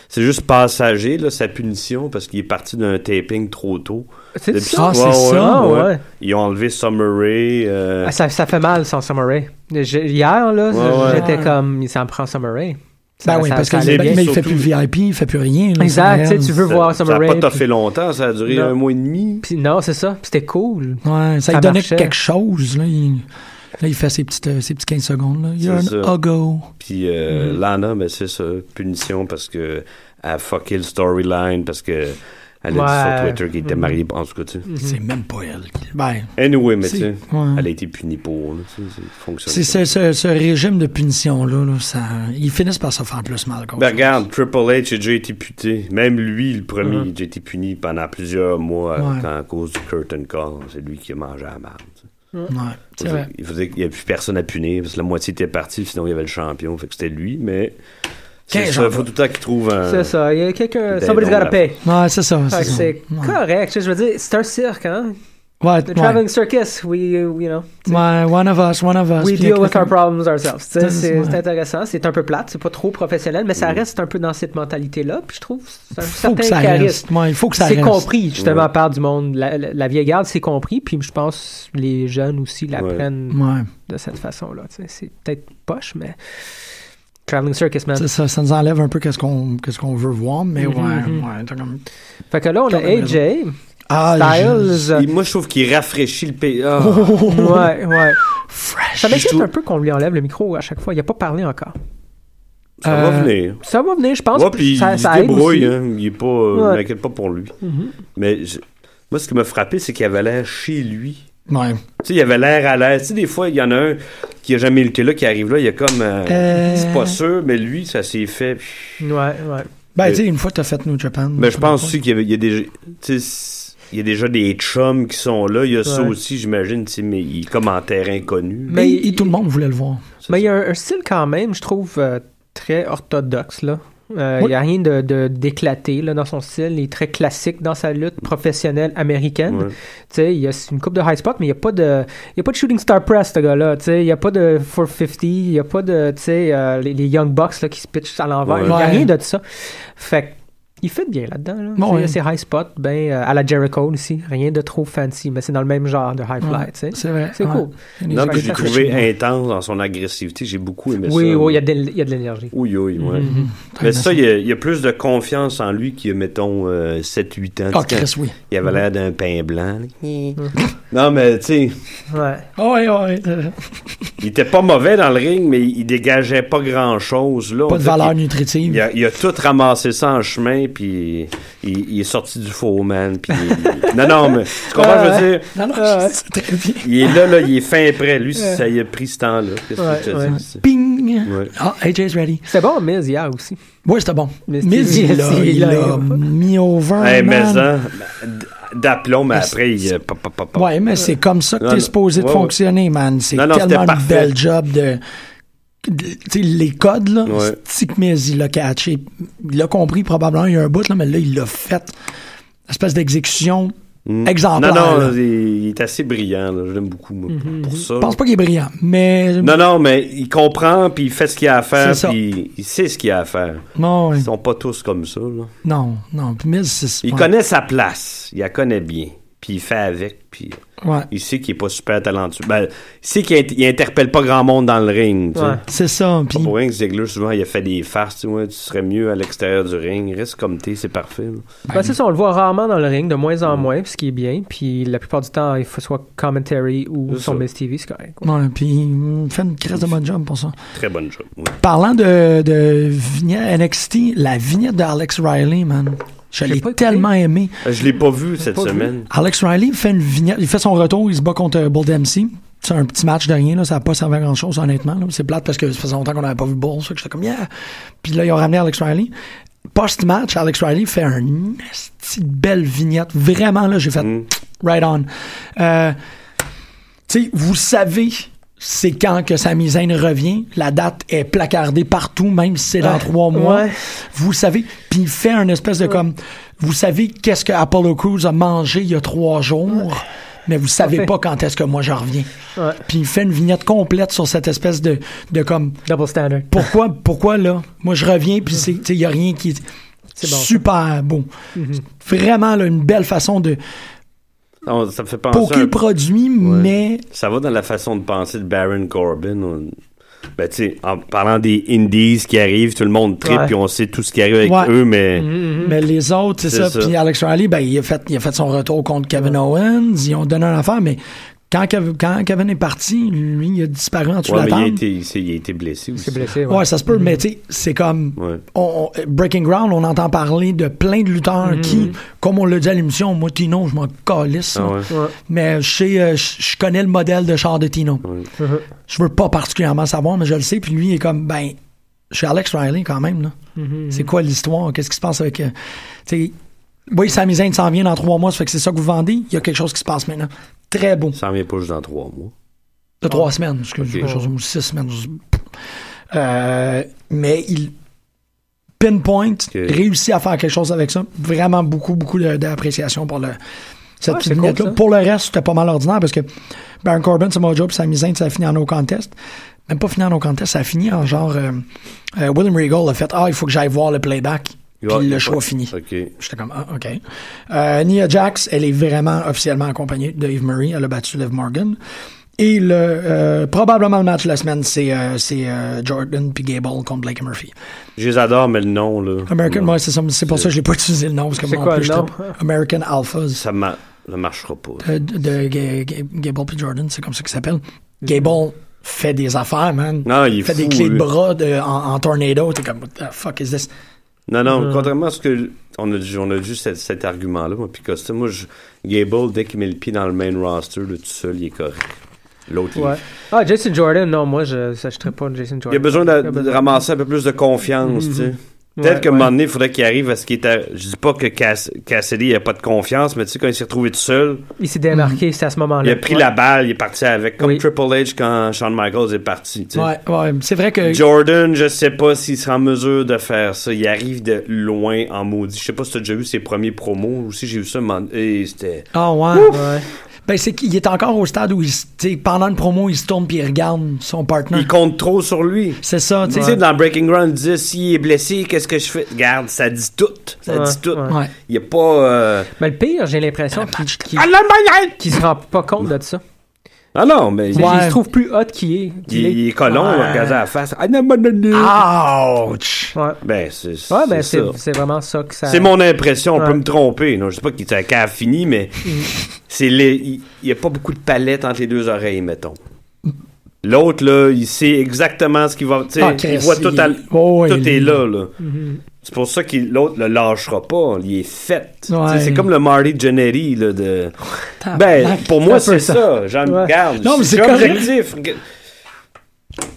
Speaker 5: c'est juste passager, là, sa punition, parce qu'il est parti d'un taping trop tôt.
Speaker 6: C'est
Speaker 5: Depuis-
Speaker 6: ça.
Speaker 4: Ah, c'est ça,
Speaker 6: Ah, ouais.
Speaker 5: Ils ont enlevé Summer Rae, euh,
Speaker 6: Ah, ça, ça fait mal sans Summer Rae. J'ai- Hier, là,
Speaker 5: Ouais, ouais.
Speaker 6: j'étais
Speaker 4: Ouais.
Speaker 6: comme, ça me prend Summer Rae. Ça-
Speaker 4: Ben oui,
Speaker 6: ça-
Speaker 4: parce
Speaker 6: ça
Speaker 4: que
Speaker 6: allait
Speaker 5: bien.
Speaker 4: mais il fait
Speaker 5: Surtout-
Speaker 4: plus VIP, il fait plus rien. là,
Speaker 6: Exact,
Speaker 4: c'est
Speaker 6: tu sais,
Speaker 4: elle.
Speaker 6: tu veux voir
Speaker 5: ça
Speaker 6: Summer
Speaker 5: n'a
Speaker 6: Rae.
Speaker 5: pas toffé longtemps, ça a duré
Speaker 6: Non.
Speaker 5: un mois et demi.
Speaker 6: puis- puis Non, c'est ça. puis C'était cool.
Speaker 4: Ouais, ça,
Speaker 6: Ça
Speaker 4: lui donnait
Speaker 6: marchait.
Speaker 4: quelque chose. Là, il, là, il fait ses, petites, euh, ses petits 15 secondes. Là. You're
Speaker 5: C'est
Speaker 4: an
Speaker 5: ça.
Speaker 4: uggo.
Speaker 5: Puis euh,
Speaker 6: Mm-hmm.
Speaker 5: Lana, ben, c'est ça, punition parce que elle a fucké le storyline, parce que elle a dit sur
Speaker 6: Ouais. Mm-hmm.
Speaker 5: Twitter qu'elle était mariée, en tout cas, tu sais.
Speaker 4: C'est même pas elle. qui- Mm. Ben,
Speaker 5: Anyway, mais
Speaker 4: C'est-
Speaker 5: tu sais,
Speaker 4: ouais.
Speaker 5: elle a été punie pour, là, tu sais, ça fonctionne.
Speaker 4: c'est ce, ce- ce régime de punition-là, là, ça, ils finissent par se faire plus mal. qu'autre
Speaker 5: Ben
Speaker 4: chose.
Speaker 5: regarde, Triple H a déjà été puté. Même lui, le premier, il a déjà été puni pendant plusieurs mois euh,
Speaker 4: Ouais.
Speaker 5: quand, à cause du curtain call. C'est lui qui a mangé la marde. tu sais.
Speaker 4: Ouais, c'est vrai.
Speaker 5: Il faisait qu'il n'y avait plus personne à punir parce que la moitié était partie, sinon il y avait le champion. Fait que c'était lui, mais. C'est
Speaker 4: Quinze
Speaker 5: ça,
Speaker 4: ans.
Speaker 5: il faut tout le temps qu'il trouve un.
Speaker 6: C'est ça. Il y a quelqu'un.
Speaker 5: Ben,
Speaker 6: Somebody's
Speaker 5: donc,
Speaker 6: gotta
Speaker 5: la-
Speaker 6: pay.
Speaker 4: Ouais, c'est ça.
Speaker 6: Fait
Speaker 4: C'est
Speaker 6: que
Speaker 4: ça.
Speaker 6: C'est
Speaker 4: Ouais.
Speaker 6: correct. tu sais, Je veux dire, c'est un cirque, hein?
Speaker 4: Ouais,
Speaker 6: The
Speaker 4: ouais.
Speaker 6: traveling circus, we, uh, you know,
Speaker 4: Ouais, one of us, one of us. Puis
Speaker 6: we deal
Speaker 4: il y a
Speaker 6: with our
Speaker 4: quelqu'un-
Speaker 6: problems ourselves. Tu sais,
Speaker 4: Ouais.
Speaker 6: C'est c'est intéressant, c'est un peu plate, c'est pas trop professionnel, mais ça reste un peu dans cette mentalité-là. Puis je trouve c'est un
Speaker 4: Mm. Faut que
Speaker 6: certain
Speaker 4: ça
Speaker 6: charisme.
Speaker 4: reste. Ouais, il faut que ça
Speaker 6: C'est
Speaker 4: reste.
Speaker 6: compris, justement, par du monde. La, la- la vieille garde, c'est compris. Puis je pense que les jeunes aussi
Speaker 5: Ouais.
Speaker 6: l'apprennent
Speaker 4: Ouais,
Speaker 6: de cette façon-là. tu sais. C'est peut-être poche, mais. Traveling Circus, man.
Speaker 4: c'est ça, ça nous enlève un peu qu'est-ce qu'on qu'est-ce qu'on veut voir, mais ouais,
Speaker 6: Mm-hmm.
Speaker 4: ouais, t'as comme...
Speaker 6: Fait que là, on a
Speaker 4: Quand même
Speaker 6: AJ,
Speaker 4: Ah, je-
Speaker 6: Styles.
Speaker 5: Il- moi, je trouve qu'il rafraîchit le pays. Ah,
Speaker 6: Ouais, ouais.
Speaker 4: Fresh.
Speaker 6: Ça m'inquiète
Speaker 5: trouve-
Speaker 6: un peu qu'on lui enlève le micro à chaque fois. Il a pas parlé encore.
Speaker 5: ça va
Speaker 4: Euh,
Speaker 5: venir.
Speaker 6: Ça va venir, je pense.
Speaker 5: Ouais, puis
Speaker 6: ça,
Speaker 5: il se
Speaker 6: ça aide
Speaker 5: débrouille.
Speaker 6: aussi.
Speaker 5: Hein. Il est pas. euh,
Speaker 6: Ouais. Mm-hmm.
Speaker 5: je m'inquiète pas pour lui. Mais je- moi, ce qui m'a frappé, c'est qu'il avait l'air chez lui.
Speaker 4: Ouais.
Speaker 5: Tu sais, il avait l'air à l'aise. Tu sais, des fois, il y en a un qui a jamais été là, qui arrive là, il a comme. euh,
Speaker 4: Euh.
Speaker 5: C'est pas sûr, mais lui, ça s'est fait.
Speaker 6: Ouais, ouais.
Speaker 4: Ben, tu sais, une fois que t'as fait New Japan...
Speaker 5: Mais Ben, je pense aussi qu'il y, avait- il y a déjà. tu sais, Il y a déjà des chums qui sont là. Il y a ça
Speaker 6: Ouais.
Speaker 5: aussi, j'imagine, tu sais, mais il est comme en terrain connu.
Speaker 6: Mais
Speaker 4: Mais il-
Speaker 6: il-
Speaker 4: tout le monde voulait le voir.
Speaker 5: C'est
Speaker 6: Mais il y a un, un style quand même, je trouve, euh, très orthodoxe, là. Euh, Il
Speaker 4: Oui.
Speaker 6: n'y a rien de- de- d'éclaté là, dans son style. Il est très classique dans sa lutte professionnelle américaine.
Speaker 5: Ouais.
Speaker 6: Tu sais, Il y a une coupe de high spot, mais il n'y a, pas de- il y a pas de shooting star press, ce gars-là. Tu sais, Il n'y a pas de 450, il n'y a pas de tu sais, euh, les, les Young Bucks là, qui se pitchent à l'envers.
Speaker 5: Ouais.
Speaker 6: Il n'y a
Speaker 4: Ouais.
Speaker 6: rien de ça. Fait que, il fait bien là-dedans. Là.
Speaker 4: Bon,
Speaker 6: Tu sais, Il y a
Speaker 4: ouais.
Speaker 6: ses high spots, ben, euh, à la Jericho aussi. Rien de trop fancy, mais c'est dans le même genre de high fly. tu sais.
Speaker 4: C'est vrai.
Speaker 6: C'est
Speaker 4: ouais.
Speaker 6: cool.
Speaker 5: Non, puis je l'ai
Speaker 6: j'ai
Speaker 5: trouvé intense dans son agressivité. J'ai beaucoup aimé
Speaker 6: Oui,
Speaker 5: ça.
Speaker 6: oui, il y a Mm-hmm. de, il y a de l'énergie.
Speaker 5: Oui, oui, ouais. Mais ça, il y, a, il y a plus de confiance en lui qu'il y a, mettons, euh, 7-8 ans.
Speaker 4: Ah,
Speaker 5: Tu sais,
Speaker 4: Chris, Mm. oui.
Speaker 5: Il avait l'air d'un pain blanc. là.
Speaker 6: Mm.
Speaker 5: non, mais tu sais,
Speaker 6: Ouais.
Speaker 4: Ah ouais, ouais. euh,
Speaker 5: il était pas mauvais dans le ring, mais il, il dégageait pas grand-chose. là. On
Speaker 4: Pas de
Speaker 5: dirait
Speaker 4: valeur
Speaker 5: qu'il-
Speaker 4: nutritive.
Speaker 5: Il a, il a tout ramassé ça en chemin, puis il, il est sorti du faux, man. Puis il- non, non, mais tu comprends, je veux dire,
Speaker 4: Non, non,
Speaker 6: Ah,
Speaker 4: je- c'est très bien.
Speaker 5: il est là, là, il est fin et prêt. Lui, ça y a pris ce temps-là. Qu'est-ce
Speaker 6: Ouais,
Speaker 5: que je te
Speaker 6: ouais.
Speaker 5: dis?
Speaker 4: Ping!
Speaker 5: Ouais.
Speaker 4: Ah, AJ's ready.
Speaker 6: C'était bon, Miz, hier aussi.
Speaker 4: Ouais, c'était bon.
Speaker 6: Mais
Speaker 4: Mais
Speaker 6: c'est-
Speaker 4: il l'a
Speaker 6: c'est-
Speaker 4: il
Speaker 6: il a-
Speaker 4: l'a mis over.
Speaker 5: Hey, mais
Speaker 4: Oh, man.
Speaker 5: hein. ça, d'aplomb, mais après, il. pop, pop, pop, pop.
Speaker 4: Ouais, mais c'est comme ça que
Speaker 5: Non,
Speaker 4: t'es
Speaker 5: non.
Speaker 4: supposé de
Speaker 5: Ouais, ouais.
Speaker 4: fonctionner, man. C'est
Speaker 5: Non, non, c'était
Speaker 4: tellement un
Speaker 5: parfait.
Speaker 4: bel job de. de- Tu sais, les codes, là,
Speaker 5: Ouais.
Speaker 4: c'est que Miz, il l'a catché. Il l'a compris probablement, il y a un bout, là, mais là, il l'a fait. Espèce d'exécution exemplaire.
Speaker 5: Non, Mm. non,
Speaker 4: là.
Speaker 5: il, il est assez brillant. là. Je l'aime beaucoup, moi, pour- pour ça.
Speaker 4: Je pense pas qu'il est brillant, mais.
Speaker 5: Non, non, mais il comprend, puis il fait ce qu'il a à faire,
Speaker 4: C'est ça.
Speaker 5: puis il sait ce qu'il a à faire.
Speaker 4: Non, ouais.
Speaker 5: Ils sont pas tous comme ça. là.
Speaker 4: non, non. Puis Miz, c'est.
Speaker 5: Il
Speaker 4: ouais.
Speaker 5: connaît sa place. Il la connaît bien. Puis il fait avec, puis
Speaker 4: Ouais.
Speaker 5: il sait qu'il est pas super talentueux. Ben, il sait qu'il int- il interpelle pas grand monde dans le ring. tu sais.
Speaker 6: Ouais.
Speaker 4: C'est ça. Puis
Speaker 5: Pas pour rien que Ziegler, souvent, il a fait des farces. Tu, sais, ouais, tu serais mieux à l'extérieur du ring. Reste comme t'es, c'est parfait. là.
Speaker 6: Ben, c'est ça, on le voit rarement dans le ring, de moins en moins, ce qui est bien. Puis la plupart du temps, il faut soit commentary ou
Speaker 5: C'est
Speaker 6: son
Speaker 5: ça.
Speaker 6: Miz TV, c'est correct. quoi.
Speaker 4: Ouais, puis il fait une crise de bonne job pour ça.
Speaker 5: Très bonne job. ouais.
Speaker 4: Parlant de, de vignette NXT, la vignette d'Alex Riley, man. Je
Speaker 6: J'ai
Speaker 4: l'ai
Speaker 6: pas écouté.
Speaker 4: tellement aimé.
Speaker 5: Euh, Je l'ai pas vu cette
Speaker 6: pas vu.
Speaker 5: semaine.
Speaker 4: euh, Alex Riley fait une vignette, il fait son retour, il se bat contre Bull Dempsey. c'est un petit match de rien, là, ça n'a pas servi à grand chose, honnêtement. là. C'est plate parce que ça faisait longtemps qu'on n'avait pas vu Bull, ça, que j'étais comme, yeah. Puis là, ils ont ramené Alex Riley. Post-match, Alex Riley fait une esti de belle vignette. Vraiment, là, j'ai fait right on. Euh, tu sais, vous savez, c'est quand que Sami Zayn revient. La date est placardée partout, même si c'est dans
Speaker 6: Ouais.
Speaker 4: trois mois.
Speaker 6: Ouais.
Speaker 4: Vous savez, puis il fait un espèce de comme, vous savez qu'est-ce que Apollo Crews a mangé il y a trois jours, mais vous savez
Speaker 6: Parfait.
Speaker 4: pas quand est-ce que moi je reviens.
Speaker 6: Ouais.
Speaker 4: Puis il fait une vignette complète sur cette espèce de, de comme,
Speaker 6: Double standard.
Speaker 4: pourquoi, pourquoi là? Moi je reviens, puis c'est- tu sais, il y a rien qui est,
Speaker 6: C'est bon, ça. Mhm.
Speaker 4: super beau. Vraiment là, une belle façon de
Speaker 5: Non, ça me fait penser.
Speaker 4: poker
Speaker 5: un-
Speaker 4: le produit, mais
Speaker 5: Ça va dans la façon de penser de Baron Corbin. On- Ben, tu sais, en parlant des indies qui arrivent, tout le monde tripe,
Speaker 6: Ouais.
Speaker 5: puis on sait tout ce qui arrive avec
Speaker 4: Ouais. Mm-hmm.
Speaker 5: eux, mais.
Speaker 4: Mais les autres, c'est
Speaker 5: C'est
Speaker 4: ça.
Speaker 5: ça.
Speaker 4: Puis Alex Riley, ben, il, a fait, il a fait son retour contre Kevin Owens. Ils ont donné un affaire, mais quand, Kev- quand Kevin est parti, lui, il a disparu en dessous
Speaker 5: Ouais,
Speaker 4: de
Speaker 5: mais
Speaker 4: la
Speaker 5: il a,
Speaker 4: table.
Speaker 5: été, il s'est- il a été blessé aussi.
Speaker 6: C'est blessé.
Speaker 4: Ouais,
Speaker 6: Ouais.
Speaker 4: ça se peut, mais tu sais, c'est comme.
Speaker 5: Ouais.
Speaker 4: on- on- Breaking Ground, on entend parler de plein de lutteurs qui, comme on l'a dit à l'émission, moi, Tino, je m'en calisse.
Speaker 5: Ah
Speaker 4: là.
Speaker 5: ouais.
Speaker 6: Ouais.
Speaker 4: Mais je sais, euh, je je connais le modèle de char de Tino. Je veux pas particulièrement savoir, mais je le sais. Puis lui, il est comme, ben, je suis Alex Riley quand même. là. C'est quoi l'histoire? Qu'est-ce qui se passe avec. euh, tu sais, oui, Sami Zayn s'en vient dans trois mois, ça fait que c'est ça que vous vendez. Il y a quelque chose qui se passe maintenant. Très beau.
Speaker 5: Ça revient pas juste dans trois mois.
Speaker 4: De trois
Speaker 6: Ah.
Speaker 4: semaines, excuse
Speaker 5: Ok.
Speaker 4: quelque chose, ou six semaines. je- Euh, mais il pinpoint, réussit à faire quelque chose avec ça. Vraiment beaucoup, beaucoup de- d'appréciation pour le, cette
Speaker 6: Ouais,
Speaker 4: petite
Speaker 6: c'est cool,
Speaker 4: vignette-là.
Speaker 6: ça.
Speaker 4: pour le reste, c'était pas mal ordinaire parce que Baron Corbin, Samoa Joe puis Sami Zayn, ça a fini en no contest. Même pas fini en no contest, ça a fini en genre... euh, euh, William Regal a fait « Ah, il faut que j'aille voir le playback. » Puis le choix fini.
Speaker 5: OK.
Speaker 4: J'étais comme, ah, OK. Euh, Nia Jax, elle est vraiment officiellement accompagnée de Eve Murray. Elle a battu Liv Morgan. Et le, euh, probablement le match de la semaine, c'est euh, c'est, euh, Jordan puis Gable contre Blake et Murphy.
Speaker 5: Je les adore, mais le nom, là.
Speaker 4: American,
Speaker 5: non.
Speaker 4: moi, c'est ça, c'est pour ça que je l'ai pas utilisé le nom. Parce que
Speaker 6: C'est
Speaker 4: moi, en
Speaker 6: quoi
Speaker 4: plus,
Speaker 6: le nom?
Speaker 4: j'étais- American Alphas
Speaker 5: Ça, ma- ça marchera pas.
Speaker 4: euh, de, de Ga- Ga- Gable puis Jordan, c'est comme ça qu'il s'appelle. Gable fait des affaires, man.
Speaker 5: Non, il est
Speaker 4: fait des
Speaker 5: fou,
Speaker 4: clés de
Speaker 5: lui.
Speaker 4: bras de- en, en tornado. T'es comme, what the fuck is this?
Speaker 5: Non, non,
Speaker 4: Mm.
Speaker 5: contrairement à ce que. On a, on a juste cet, cet argument-là, moi, puis Costa. Moi, je, Gable, dès qu'il met le pied dans le main roster, là, tout seul, il est correct. L'autre, il-
Speaker 6: Ouais. Ah, Jason Jordan, non, moi, je ne s'achèterais pas de Jason Jordan.
Speaker 5: il a besoin de,
Speaker 6: Il a
Speaker 5: de ramasser un peu plus de confiance, tu sais. Peut-être
Speaker 6: Mhm. Ouais,
Speaker 5: qu'à un
Speaker 6: ouais.
Speaker 5: moment donné, il faudrait qu'il arrive à ce qu'il est. à- Je dis pas que Cass- Cassidy n'a pas de confiance, mais tu sais, quand il s'est retrouvé tout seul,
Speaker 6: Il s'est démarqué, c'est à ce moment-là.
Speaker 5: il a pris
Speaker 6: Ouais.
Speaker 5: la balle, il est parti avec. Comme
Speaker 6: Oui.
Speaker 5: Triple H quand Shawn Michaels est parti, tu sais.
Speaker 4: Ouais, ouais. C'est vrai que.
Speaker 5: Jordan, je sais pas s'il sera en mesure de faire ça. Il arrive de loin en maudit. Je sais pas si t'as déjà vu ses premiers promos ou si j'ai vu ça. man- Et c'était.
Speaker 4: Ah, ouais.
Speaker 6: Ouais.
Speaker 4: Ben, c'est qu'il est encore au stade où il, se- tu sais, pendant une promo, il se tourne puis il regarde son partenaire.
Speaker 5: Il compte trop sur lui.
Speaker 4: C'est ça, tu
Speaker 5: Tu
Speaker 4: sais.
Speaker 5: sais, dans Breaking Ground, il disait s'il est blessé, qu'est-ce que je fais Regarde, ça dit tout. Ça
Speaker 6: Ouais,
Speaker 5: dit tout.
Speaker 6: ouais.
Speaker 4: Ouais.
Speaker 5: Il y a pas. euh,
Speaker 6: Mais le pire, j'ai l'impression
Speaker 4: Ah,
Speaker 6: qu'il qu'il- qu'il se rend pas compte de ça.
Speaker 5: Ah non, mais
Speaker 6: Il-
Speaker 4: Ouais.
Speaker 6: Il se trouve plus hot qu'il est.
Speaker 5: il,
Speaker 6: qu'il est.
Speaker 5: il est colon,
Speaker 6: Ouais.
Speaker 5: il regarde à la face. Ah, non, non, non, non.
Speaker 4: Ouch!
Speaker 6: Ouais.
Speaker 5: Ben, c'est c'est
Speaker 6: Ouais, ben c'est
Speaker 5: ça.
Speaker 6: c'est vraiment ça que ça.
Speaker 5: C'est mon impression, on peut
Speaker 6: Ouais.
Speaker 5: me tromper. là. Je sais pas qui t'a qu'à fini, mais c'est les- il n'y a pas beaucoup de palette entre les deux oreilles, mettons. L'autre, là, il sait exactement ce qu'il va. tu sais,
Speaker 4: Ah,
Speaker 5: il
Speaker 4: Chris,
Speaker 5: voit tout, à l-
Speaker 4: il- oh, oui,
Speaker 5: tout
Speaker 4: lui.
Speaker 5: est là. là. C'est pour ça que l'autre le lâchera pas. Il est fait. Tu sais,
Speaker 4: Ouais.
Speaker 5: C'est comme le Marty Jannetty. Là, de... Ben, pour moi,
Speaker 6: C'est un peu
Speaker 5: c'est ça. J'en
Speaker 6: Ouais.
Speaker 5: garde.
Speaker 4: Non, mais c'est
Speaker 5: objectif.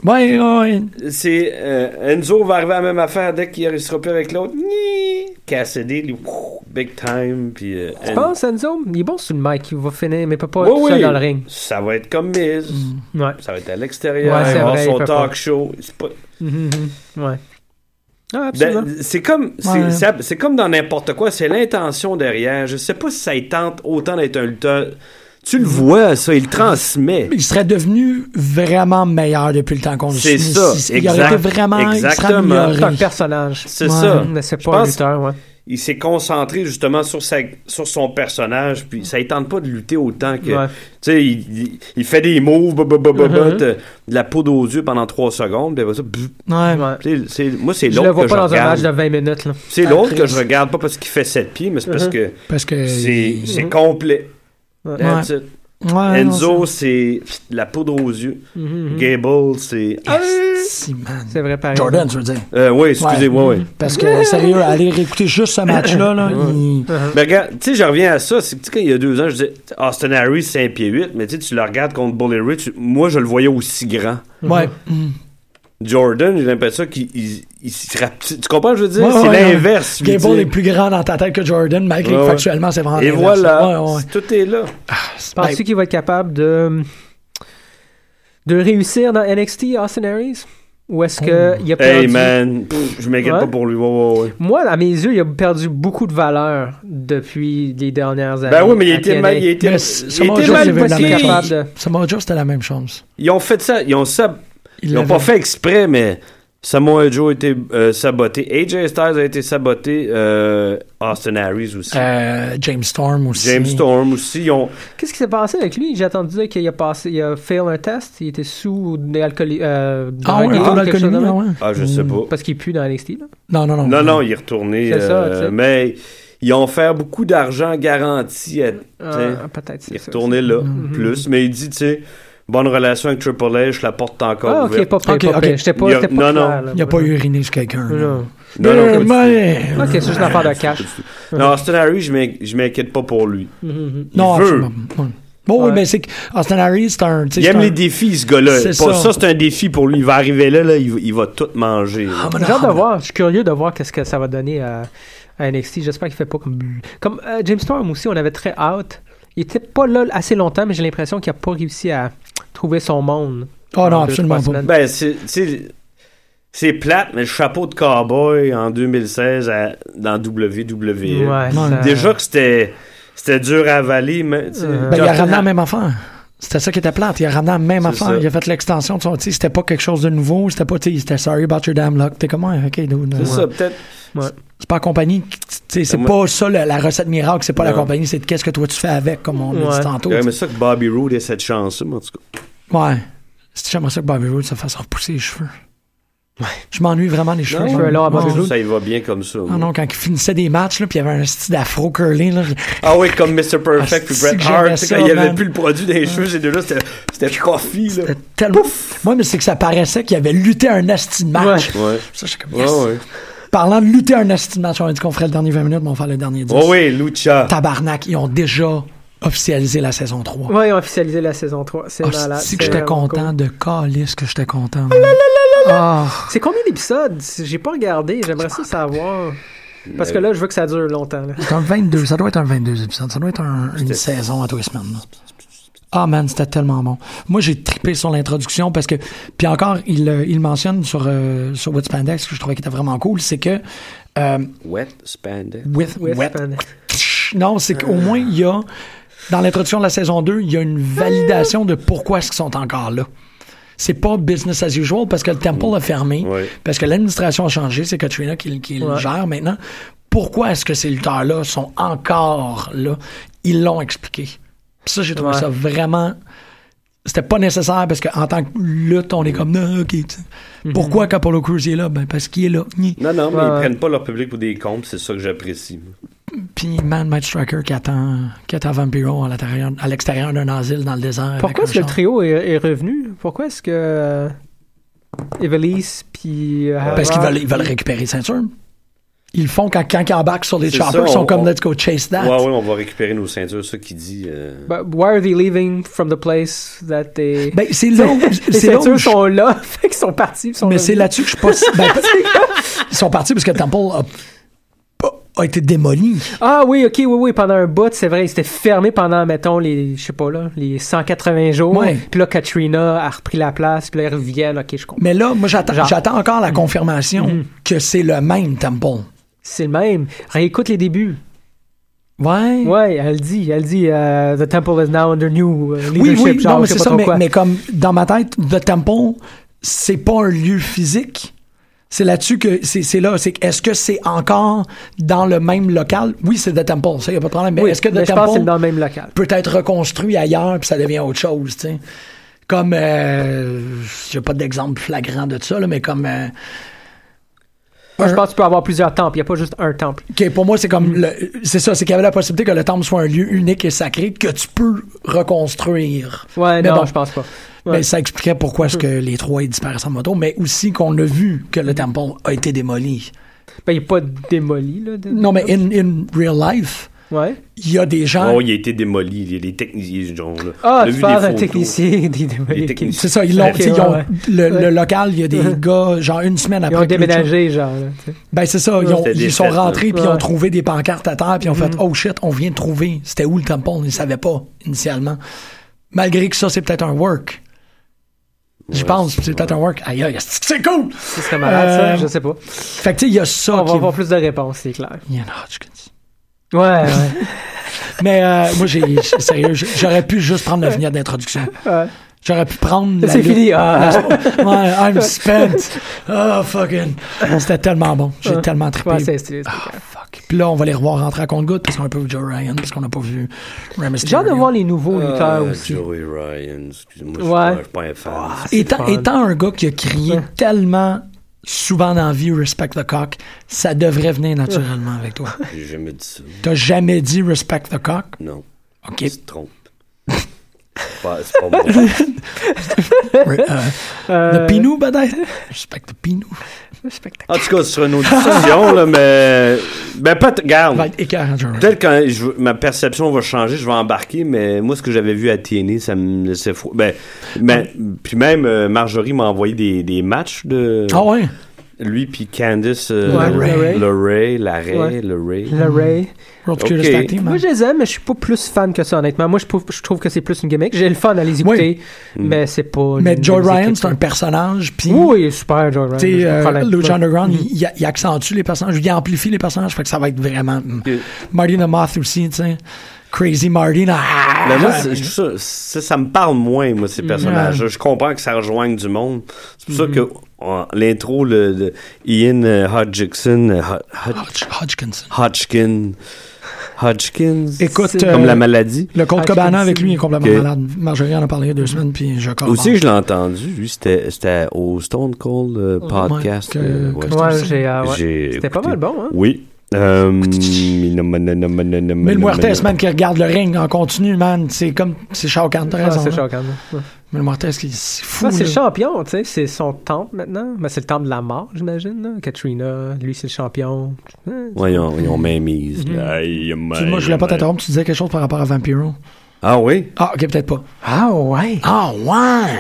Speaker 4: Ouais, ouais.
Speaker 5: C'est, euh, Enzo va arriver à la même affaire dès qu'il ne sera plus avec l'autre. Ni Cassidy, lui, ouf, big time. Puis, euh,
Speaker 6: Tu
Speaker 5: En-
Speaker 6: penses, Enzo Il est bon sur le mic, il va finir, mais peut pas
Speaker 5: Oui,
Speaker 6: tout seul
Speaker 5: oui.
Speaker 6: dans le ring.
Speaker 5: Ça va être comme Miz.
Speaker 6: Ouais.
Speaker 5: Ça va être à l'extérieur.
Speaker 6: Ouais,
Speaker 5: il
Speaker 6: c'est
Speaker 5: va avoir
Speaker 6: vrai, il
Speaker 5: son
Speaker 6: peut
Speaker 5: talk
Speaker 6: pas.
Speaker 5: show. C'est pas-
Speaker 6: Mhm, mhm. Ouais. Ah, absolument.
Speaker 5: Ben, C'est comme, c'est-
Speaker 4: Ouais.
Speaker 5: ça- c'est comme dans n'importe quoi. C'est l'intention derrière. Je sais pas si ça y tente autant d'être un lutteur. Tu le
Speaker 6: Mm.
Speaker 5: vois, ça, il le transmet.
Speaker 4: Il serait devenu vraiment meilleur depuis le temps qu'on le
Speaker 5: C'est
Speaker 4: suit.
Speaker 5: ça,
Speaker 4: Si- Il aurait
Speaker 5: exact-
Speaker 4: été vraiment il serait
Speaker 5: exactement.
Speaker 6: C'est un
Speaker 4: amélioré.
Speaker 6: personnage.
Speaker 5: C'est ça.
Speaker 6: Mais c'est
Speaker 5: Je
Speaker 6: pas un
Speaker 5: pense-
Speaker 6: lutteur, ouais.
Speaker 5: Il s'est concentré justement sur, sa, sur son personnage. Puis ça y tente pas de lutter autant que.
Speaker 6: Ouais.
Speaker 5: Tu sais, il, il- il fait des moves, bah, bah, bah, bah, bah,
Speaker 6: Mhm.
Speaker 5: de, de la poudre aux yeux pendant trois secondes. Puis après ça, bzz.
Speaker 4: Ouais.
Speaker 6: Ouais.
Speaker 5: Tu sais, c'est- moi, c'est
Speaker 6: Je le
Speaker 5: l'autre
Speaker 6: vois
Speaker 5: que je
Speaker 6: pas dans un match de
Speaker 5: regarde.
Speaker 6: 20 minutes, là.
Speaker 5: C'est l'autre que
Speaker 4: Chris.
Speaker 5: je regarde, pas parce qu'il fait sept pieds, mais c'est parce que.
Speaker 4: Parce que.
Speaker 5: C'est c'est
Speaker 6: Mhm.
Speaker 5: complet.
Speaker 6: Uh-huh. Ouais.
Speaker 5: That's it.
Speaker 4: Ouais, non,
Speaker 5: Enzo, c'est la poudre aux yeux.
Speaker 6: Mhm, mhm.
Speaker 5: Gable, c'est.
Speaker 6: Ah
Speaker 4: c'est- man.
Speaker 6: C'est vrai, pareil.
Speaker 4: Jordan, je veux dire.
Speaker 5: Euh, oui, excusez-moi,
Speaker 6: Mm-hmm.
Speaker 5: oui.
Speaker 4: Parce que, sérieux, aller réécouter juste ce match-là, là, il-
Speaker 5: Mais Ben, regarde, tu sais, je reviens à ça. C'est que tu sais, quand il y a deux ans, je disais Austin Harris, c'est un pied 8, mais tu sais, tu le regardes contre Bully Rich. Moi, je le voyais aussi grand.
Speaker 4: Ouais.
Speaker 5: Jordan, j'ai l'impression qu'il il, il se rapetit. Tu comprends, ce que je veux dire?
Speaker 4: Ouais,
Speaker 5: c'est
Speaker 4: ouais, ouais.
Speaker 5: l'inverse. je veux
Speaker 4: Game Ball est
Speaker 5: dire.
Speaker 4: plus grand dans ta tête que Jordan, malgré
Speaker 5: Ouais,
Speaker 4: que
Speaker 5: ouais.
Speaker 4: factuellement, c'est vraiment
Speaker 5: Et
Speaker 4: l'inverse.
Speaker 5: voilà,
Speaker 4: Ouais, Ben, ouais.
Speaker 5: tout est là.
Speaker 6: Penses-tu qu'il va être capable de, de réussir dans NXT, Austin Aries? Ou est-ce
Speaker 5: Oh.
Speaker 6: qu'il a perdu...
Speaker 5: Hey man, pff, je m'inquiète
Speaker 6: Ouais.
Speaker 5: pas pour lui. Ouais, ouais, ouais.
Speaker 6: Moi, à mes yeux, il a perdu beaucoup de valeur depuis les dernières années.
Speaker 5: Ben oui, mais il
Speaker 6: à
Speaker 5: était
Speaker 6: TNA.
Speaker 5: mal, il était,
Speaker 4: Mais
Speaker 5: il
Speaker 4: Samoa
Speaker 5: était
Speaker 4: Joe,
Speaker 5: mal
Speaker 4: c'est
Speaker 6: Parce
Speaker 4: la
Speaker 6: qu'il est
Speaker 4: même
Speaker 5: booké.
Speaker 6: capable de-
Speaker 4: Samoa Joe, c'était la même chose.
Speaker 5: Ils ont fait ça, ils ont ça.
Speaker 4: Il
Speaker 5: Ils l'ont
Speaker 4: l'avait-
Speaker 5: pas fait exprès, mais Samoa Joe a été euh, saboté. AJ Styles a été saboté. euh, Austin Harris aussi.
Speaker 4: Euh, James Storm aussi.
Speaker 5: James Storm aussi. Ils ont,
Speaker 6: Qu'est-ce qui s'est passé avec lui? J'ai entendu dire qu'il a passé, il a fail un test, il était sous de l'alcooli- euh,
Speaker 4: Ah ouais,
Speaker 6: drogué ou
Speaker 4: pour
Speaker 6: quelque chose de
Speaker 4: l'alcoolémie,
Speaker 6: même.
Speaker 4: ah ouais.
Speaker 5: ah, je sais pas.
Speaker 6: Parce qu'il pue dans NXT. Là.
Speaker 4: Non, non, non.
Speaker 5: Non, non, il est retourné.
Speaker 6: C'est ça,
Speaker 5: euh,
Speaker 6: tu sais.
Speaker 5: mais ils ont fait beaucoup d'argent garanti. À, tu sais,
Speaker 6: Ah, peut-être c'est
Speaker 5: il est
Speaker 6: ça. Mm-hmm.
Speaker 5: retourné là, plus. Mais il dit, tu sais, bonne relation avec Triple H, je la porte encore
Speaker 6: Ah, ok,
Speaker 5: ouverte.
Speaker 6: pas pire,
Speaker 4: Ok,
Speaker 6: pas
Speaker 4: ok.
Speaker 6: pire. J'étais pas,
Speaker 5: Il a-
Speaker 6: j'étais
Speaker 5: non,
Speaker 6: pas
Speaker 5: non.
Speaker 6: clair, là.
Speaker 4: Il n'a pas uriné sur quelqu'un. là.
Speaker 6: Non.
Speaker 5: Non, non,
Speaker 4: Yeah,
Speaker 5: comme tu
Speaker 4: man.
Speaker 6: Ok, Eh, c'est juste une affaire de cash.
Speaker 5: Non, Austin Harry, je m'in- je m'inquiète pas pour lui.
Speaker 6: Mm-hmm.
Speaker 5: Il
Speaker 4: Non,
Speaker 5: veut.
Speaker 4: absolument. Ouais. Bon, oui,
Speaker 6: Ouais.
Speaker 4: mais c'est que Austin Harris, c'est un. tu sais,
Speaker 5: Il
Speaker 4: c'est
Speaker 5: aime
Speaker 4: un-
Speaker 5: les défis, ce gars-là.
Speaker 4: C'est
Speaker 5: Pour
Speaker 4: ça.
Speaker 5: ça, c'est un défi pour lui. Il va arriver là, là il, va- il va tout manger. là.
Speaker 4: Hamana,
Speaker 6: J'ai hâte de
Speaker 4: hamana.
Speaker 6: voir. Je suis curieux de voir qu'est-ce que ça va donner à, à NXT. J'espère qu'il fait pas comme. Comme euh, James Storm aussi, on avait très hâte. Il était pas là assez longtemps, mais j'ai l'impression qu'il a pas réussi à trouver son monde.
Speaker 4: Oh non,
Speaker 6: en deux,
Speaker 4: absolument
Speaker 6: trois
Speaker 4: pas.
Speaker 6: semaines.
Speaker 5: Ben, c'est- c'est c'est plate, mais le chapeau de cowboy en 2016 à- dans WWE.
Speaker 6: Ouais,
Speaker 4: Non,
Speaker 6: ça-
Speaker 5: Déjà que c'était c'était dur à avaler, mais tu sais,
Speaker 6: Euh,
Speaker 4: Ben, il a
Speaker 5: Jordan-
Speaker 4: ramené la même affaire. C'était ça qui était plate. Il a ramené la même
Speaker 5: C'est
Speaker 4: affaire.
Speaker 5: ça.
Speaker 4: Il a fait l'extension de son. tu sais, C'était pas quelque chose de nouveau. C'était pas. tu sais, C'était sorry about your damn luck. T'es comment? Ok, dude.
Speaker 5: c'est
Speaker 4: euh,
Speaker 5: ça, peut-être.
Speaker 4: C'est pas la compagnie. qui- tu sais, C'est
Speaker 5: Ben, moi-
Speaker 4: pas ça la, la recette miracle. C'est pas la
Speaker 5: Non.
Speaker 4: compagnie. C'est de qu'est-ce que toi tu fais avec, comme on l'a
Speaker 6: Ouais.
Speaker 4: dit tantôt.
Speaker 5: J'aurais aimé ça que Bobby Roode ait cette chance, en tout cas.
Speaker 4: Ouais. Si J'aimerais ça que Bobby Roode se fasse repousser les cheveux. Je m'ennuie vraiment des cheveux.
Speaker 6: les
Speaker 4: moi.
Speaker 6: cheveux longs à Bobby
Speaker 4: Ouais.
Speaker 6: Roode.
Speaker 5: Ça y va bien comme ça.
Speaker 4: Ah non, quand il finissait des matchs, là, puis il y avait un style d'afro curly, là. je-
Speaker 5: Ah oui, comme Mr. Perfect
Speaker 4: Ah,
Speaker 5: puis
Speaker 4: c'est
Speaker 5: Bret
Speaker 4: que
Speaker 5: Hart.
Speaker 4: j'aimais
Speaker 5: tu sais,
Speaker 4: ça,
Speaker 5: quand il n'y avait
Speaker 4: man. Ah.
Speaker 5: plus le produit des cheveux, ces deux-là, c'était- c'était coffee, là.
Speaker 4: C'était tellement. Moi, mais c'est que ça paraissait qu'il avait lutté un asti de match.
Speaker 5: Ouais.
Speaker 4: Ça, j'étais comme,
Speaker 5: Ouais,
Speaker 4: yes.
Speaker 5: ouais.
Speaker 4: Parlant de lutter un asti de match, on a dit qu'on ferait le dernier 20 minutes, mais on va faire le dernier 10.
Speaker 5: Oh oui, Lucha.
Speaker 4: Tabarnak, ils ont déjà officialisé la saison 3.
Speaker 6: Ouais, ils ont officialisé la saison 3. C'est
Speaker 4: Ah,
Speaker 6: malade.
Speaker 4: c'est que
Speaker 6: Oh C'est
Speaker 4: j'étais
Speaker 6: vraiment
Speaker 4: content
Speaker 6: cool.
Speaker 4: de calice que j'étais content. Ah.
Speaker 6: C'est combien d'épisodes J'ai pas regardé. J'aimerais ça savoir. Parce que là, je veux que ça dure longtemps. là.
Speaker 4: C'est un 22, ça doit être un 22 épisodes, ça doit être un- une saison à tous les semaines. là. Ah man, c'était tellement bon. Moi, j'ai trippé sur l'introduction parce que, puis encore, il, euh, il mentionne sur, euh, sur Wet Spandex, que je trouvais qu'il était vraiment cool, c'est que euh,
Speaker 5: Wet Spandex.
Speaker 4: with,
Speaker 6: Ouais,
Speaker 4: wet-
Speaker 6: c'est pas-
Speaker 4: non, c'est qu'au moins, il y a, dans l'introduction de la saison 2, il y a une validation de pourquoi est-ce qu'ils sont encore là. C'est pas business as usual parce que le temple a fermé,
Speaker 5: Ouais.
Speaker 4: parce que l'administration a changé, c'est Katrina qui, qui le
Speaker 6: Ouais.
Speaker 4: gère maintenant. Pourquoi est-ce que ces lutteurs-là sont encore là? Ils l'ont expliqué. Puis ça, j'ai trouvé
Speaker 6: Ouais.
Speaker 4: ça vraiment. C'était pas nécessaire parce qu'en tant que lutte, on est
Speaker 5: Mm.
Speaker 4: comme, non, ok. tu sais.
Speaker 6: Mm-hmm.
Speaker 4: Pourquoi qu'Apollo Crews est là? Ben, parce qu'il est là. Ni.
Speaker 5: Non, non, mais
Speaker 6: Ouais,
Speaker 5: ils
Speaker 6: ouais.
Speaker 5: prennent pas leur public pour des comptes, c'est ça que j'apprécie. moi.
Speaker 4: Puis Man Might Striker qui attend, qui attend Vampiro à l'intérieur- à l'extérieur d'un asile dans le désert.
Speaker 6: Pourquoi
Speaker 4: avec
Speaker 6: est-ce
Speaker 4: un
Speaker 6: que le
Speaker 4: char.
Speaker 6: trio est, est revenu Pourquoi est-ce que euh, Evelise puis euh,
Speaker 4: Parce qu'ils
Speaker 6: Havoc-
Speaker 4: veulent, ils veulent récupérer les ceintures. Ils le font quand, quand ils embarquent sur les
Speaker 5: C'est
Speaker 4: choppers,
Speaker 5: ça,
Speaker 4: ils sont
Speaker 5: on-
Speaker 4: comme
Speaker 5: on-
Speaker 4: let's go chase that.
Speaker 5: Ouais, ouais, on va récupérer nos ceintures, ça qui dit. euh,
Speaker 6: But Bah, why are they leaving from the place that they
Speaker 4: Ben, c'est là où-
Speaker 6: les
Speaker 4: c'est là où
Speaker 6: ceintures
Speaker 4: je-
Speaker 6: sont là, fait qu'ils sont partis, ils sont
Speaker 4: Mais c'est
Speaker 6: revenus.
Speaker 4: là-dessus que je suis pas. si- ben, ils sont partis parce que Temple a, pas- a été démoli.
Speaker 6: Ah oui, ok, oui, oui, pendant un bout, c'est vrai, ils étaient fermés pendant, mettons, les, je sais pas là, les 180 jours.
Speaker 4: Ouais.
Speaker 6: Puis là, Katrina a repris la place, puis là, ils reviennent, ok, je comprends.
Speaker 4: Mais là, moi, j'attends
Speaker 6: Genre- Mm-hmm.
Speaker 4: j'attends encore la confirmation que c'est le même Temple.
Speaker 6: C'est le même. Réécoute les débuts.
Speaker 4: Ouais.
Speaker 6: Ouais, elle dit, elle dit, euh, The Temple is now under new euh,
Speaker 4: Oui,
Speaker 6: leadership.
Speaker 4: oui,
Speaker 6: genre,
Speaker 4: non, mais
Speaker 6: je
Speaker 4: c'est
Speaker 6: sais pas
Speaker 4: ça,
Speaker 6: trop
Speaker 4: mais,
Speaker 6: quoi.
Speaker 4: mais comme dans ma tête, The Temple, c'est pas un lieu physique. C'est là-dessus que c'est c'est là. C'est que est-ce que c'est encore dans le même local? Oui, c'est The Temple, ça, y a pas de problème. Mais
Speaker 6: Oui,
Speaker 4: est-ce que The
Speaker 6: mais je pense que c'est
Speaker 4: Temple
Speaker 6: dans le même local.
Speaker 4: peut être reconstruit ailleurs puis ça devient autre chose, tu sais? Comme, euh, j'ai pas d'exemple flagrant de ça, là, mais comme. euh,
Speaker 6: Moi, je
Speaker 4: un-
Speaker 6: pense que tu peux avoir plusieurs temples. Il n'y a pas juste un temple.
Speaker 4: que pour moi, c'est comme. le- C'est ça, c'est qu'il y avait la possibilité que le temple soit un lieu unique et sacré que tu peux reconstruire.
Speaker 6: Ouais,
Speaker 4: Mais
Speaker 6: non,
Speaker 4: bon.
Speaker 6: je pense pas.
Speaker 4: Ben, ça expliquait pourquoi est-ce que les trois ils disparaissent en moto, mais aussi qu'on a vu que le temple a été démoli.
Speaker 6: Ben, il n'est pas démoli, là. de-
Speaker 4: Non, mais in, in real life,
Speaker 6: Ouais.
Speaker 4: il y a des gens.
Speaker 5: Oh, il a été démoli. Les, les techniciens, on l'a- on
Speaker 6: Ah,
Speaker 5: a
Speaker 6: tu
Speaker 5: vu
Speaker 6: parles
Speaker 5: des
Speaker 6: d'un
Speaker 5: photos.
Speaker 6: technicien. des- des-
Speaker 5: Les
Speaker 6: qui-
Speaker 5: techniciens.
Speaker 4: C'est ça, ils l'ont.
Speaker 6: Ok,
Speaker 4: tu sais, ils
Speaker 6: ouais,
Speaker 4: ont-
Speaker 6: ouais.
Speaker 4: Le, le
Speaker 6: Ouais.
Speaker 4: local, il y a des gars, genre une semaine
Speaker 6: Ils
Speaker 4: après.
Speaker 6: ont
Speaker 4: que le
Speaker 6: déménagé, genre. là, tu sais.
Speaker 4: show- Ben, c'est ça, ils, ont-
Speaker 5: C'était
Speaker 4: ils
Speaker 5: des
Speaker 4: sont
Speaker 5: fêtes, là.
Speaker 4: rentrés, puis ils ont
Speaker 6: Ouais. Mm-hmm.
Speaker 4: trouvé des pancartes à terre, puis ils ont fait Oh shit, on vient de trouver. C'était où le temple Ils ne savaient pas, initialement. Malgré que ça, c'est peut-être un work. Je pense, c'est peut-être un work. Aïe, aïe, c'est c'est cool!
Speaker 6: Ce serait malade, ça.
Speaker 4: Euh,
Speaker 6: Je sais pas.
Speaker 4: Fait que, tu sais, il y a ça
Speaker 6: On va
Speaker 4: qui. ah,
Speaker 6: avoir plus de réponses, c'est clair.
Speaker 4: Ian Hodgkins.
Speaker 6: Ouais, ouais.
Speaker 4: Mais euh, moi, j'ai, j'ai- sérieux, j'- j'aurais pu juste prendre la vignette d'introduction.
Speaker 6: Ouais.
Speaker 4: J'aurais pu prendre. la
Speaker 6: C'est
Speaker 4: lutte-
Speaker 6: fini. Ah.
Speaker 4: Ouais, I'm spent. Oh, fucking. C'était tellement bon. J'ai
Speaker 6: Ouais.
Speaker 4: tellement trippé.
Speaker 6: Ouais, c'est stylé. c'est
Speaker 4: Ah,
Speaker 6: clair.
Speaker 4: fuck. Puis là, on va les revoir rentrer à compte-goutte parce qu'on a pas vu Joe Ryan, parce qu'on n'a pas vu Rey
Speaker 6: J'ai hâte de
Speaker 4: Mysterio.
Speaker 6: voir les nouveaux
Speaker 4: Euh,
Speaker 6: lutteurs
Speaker 5: Ah,
Speaker 6: aussi.
Speaker 5: Joey Ryan, excuse-moi, je suis
Speaker 6: Ouais. Ah.
Speaker 5: pas- je suis pas un fan.
Speaker 4: Étant,
Speaker 6: fun.
Speaker 4: étant un gars qui a crié
Speaker 6: Ouais.
Speaker 4: tellement souvent dans la vie Respect the cock, ça devrait venir naturellement avec toi.
Speaker 5: J'ai jamais dit ça.
Speaker 4: T'as jamais dit Respect the cock?
Speaker 5: Non,
Speaker 4: OK.
Speaker 5: il se trompe. C'est pas, c'est pas moi.
Speaker 4: Re- euh, le pinou, peut-être? Respect the pinou.
Speaker 5: En tout cas, ce sera une autre discussion, là, mais. Ben, pas. t-
Speaker 4: Ça va
Speaker 5: Garde.
Speaker 4: être écœurant, Joe Ryan.
Speaker 5: Peut-être quand je- ma perception va changer, je vais embarquer, mais moi, ce que j'avais vu à TNA, ça me laissait froid. Ben, ben, puis même, euh, Marjorie m'a envoyé des, des matchs de.
Speaker 4: Ah ouais?
Speaker 5: Lui, puis Candice.
Speaker 6: Ouais,
Speaker 5: le
Speaker 6: Ray.
Speaker 5: Ray. Le Ray, la Ray,
Speaker 6: Ouais.
Speaker 5: le Ray.
Speaker 6: Le Ray.
Speaker 4: World
Speaker 5: Ok.
Speaker 4: Cutest Tag Team, hein?
Speaker 6: Moi, je les aime, mais je suis pas plus fan que ça, honnêtement. Moi, je trouve, je trouve que c'est plus une gimmick. J'ai le fun à les écouter, mais c'est pas.
Speaker 4: Hmm. Mais
Speaker 6: une
Speaker 4: Joe
Speaker 6: musique
Speaker 4: Ryan,
Speaker 6: que-
Speaker 4: c'est un personnage, puis
Speaker 6: Oui, super, Joe Ryan.
Speaker 4: tu sais,
Speaker 6: j'ai pas de
Speaker 4: euh,
Speaker 6: problème.
Speaker 4: Lucha
Speaker 6: Ouais.
Speaker 4: Underground,
Speaker 5: Mm-hmm.
Speaker 4: il- il, il accentue les personnages, il amplifie les personnages, fait que ça va être vraiment... mm. Marty the Moth aussi, tu sais. Crazy Marty, là, ah!
Speaker 5: Mais Ben, moi, c'est- je trouve ça, ça, ça me parle moins, moi, ces personnages. Je comprends que ça rejoigne du monde. C'est pour ça que en- l'intro le- de Ian euh, Hodgkinson, euh, Hod- Hod-
Speaker 4: Hodg- Hodgkinson.
Speaker 5: Hodgkin, Hodgkins,
Speaker 4: Écoute,
Speaker 5: comme
Speaker 4: euh,
Speaker 5: la maladie.
Speaker 4: Le Colt
Speaker 6: Hodgkinson.
Speaker 4: Cabana avec lui est complètement
Speaker 5: Ok. Mm-hmm.
Speaker 4: malade. Marjorie en a parlé il y a deux semaines, puis je corrobore.
Speaker 5: Aussi, je l'ai entendu, lui, c'était c'était au Stone Cold euh, podcast.
Speaker 4: que-
Speaker 5: euh, ouais.
Speaker 4: que-
Speaker 6: Ouais, j'ai. euh, ouais.
Speaker 5: J'ai
Speaker 6: C'était pas
Speaker 5: écouté.
Speaker 6: mal bon, hein.
Speaker 5: Oui. Euh,
Speaker 4: Mais le
Speaker 5: Mil
Speaker 4: Muertes, man, qui regarde le ring en continu, man, c'est comme... C'est Shao Kahn, t'as
Speaker 6: Ah,
Speaker 4: raison.
Speaker 6: c'est
Speaker 4: là.
Speaker 6: choquant. là. Ouais.
Speaker 4: Mais le Muertes, qui- c'est fou,
Speaker 6: Ah, c'est
Speaker 4: là.
Speaker 6: le champion, tu sais. C'est son temple maintenant. Mais c'est le temple de la mort, j'imagine. là. Katrina, lui, c'est le champion. Hein,
Speaker 5: Voyons, ils ont même mise.
Speaker 6: Mhm.
Speaker 5: là. Aïe,
Speaker 4: Tu- Moi, je voulais pas t'interrompre, tu disais quelque chose par rapport à Vampiro.
Speaker 5: Ah oui?
Speaker 4: Ah, OK, peut-être pas.
Speaker 6: Ah ouais.
Speaker 4: Ah, ouais!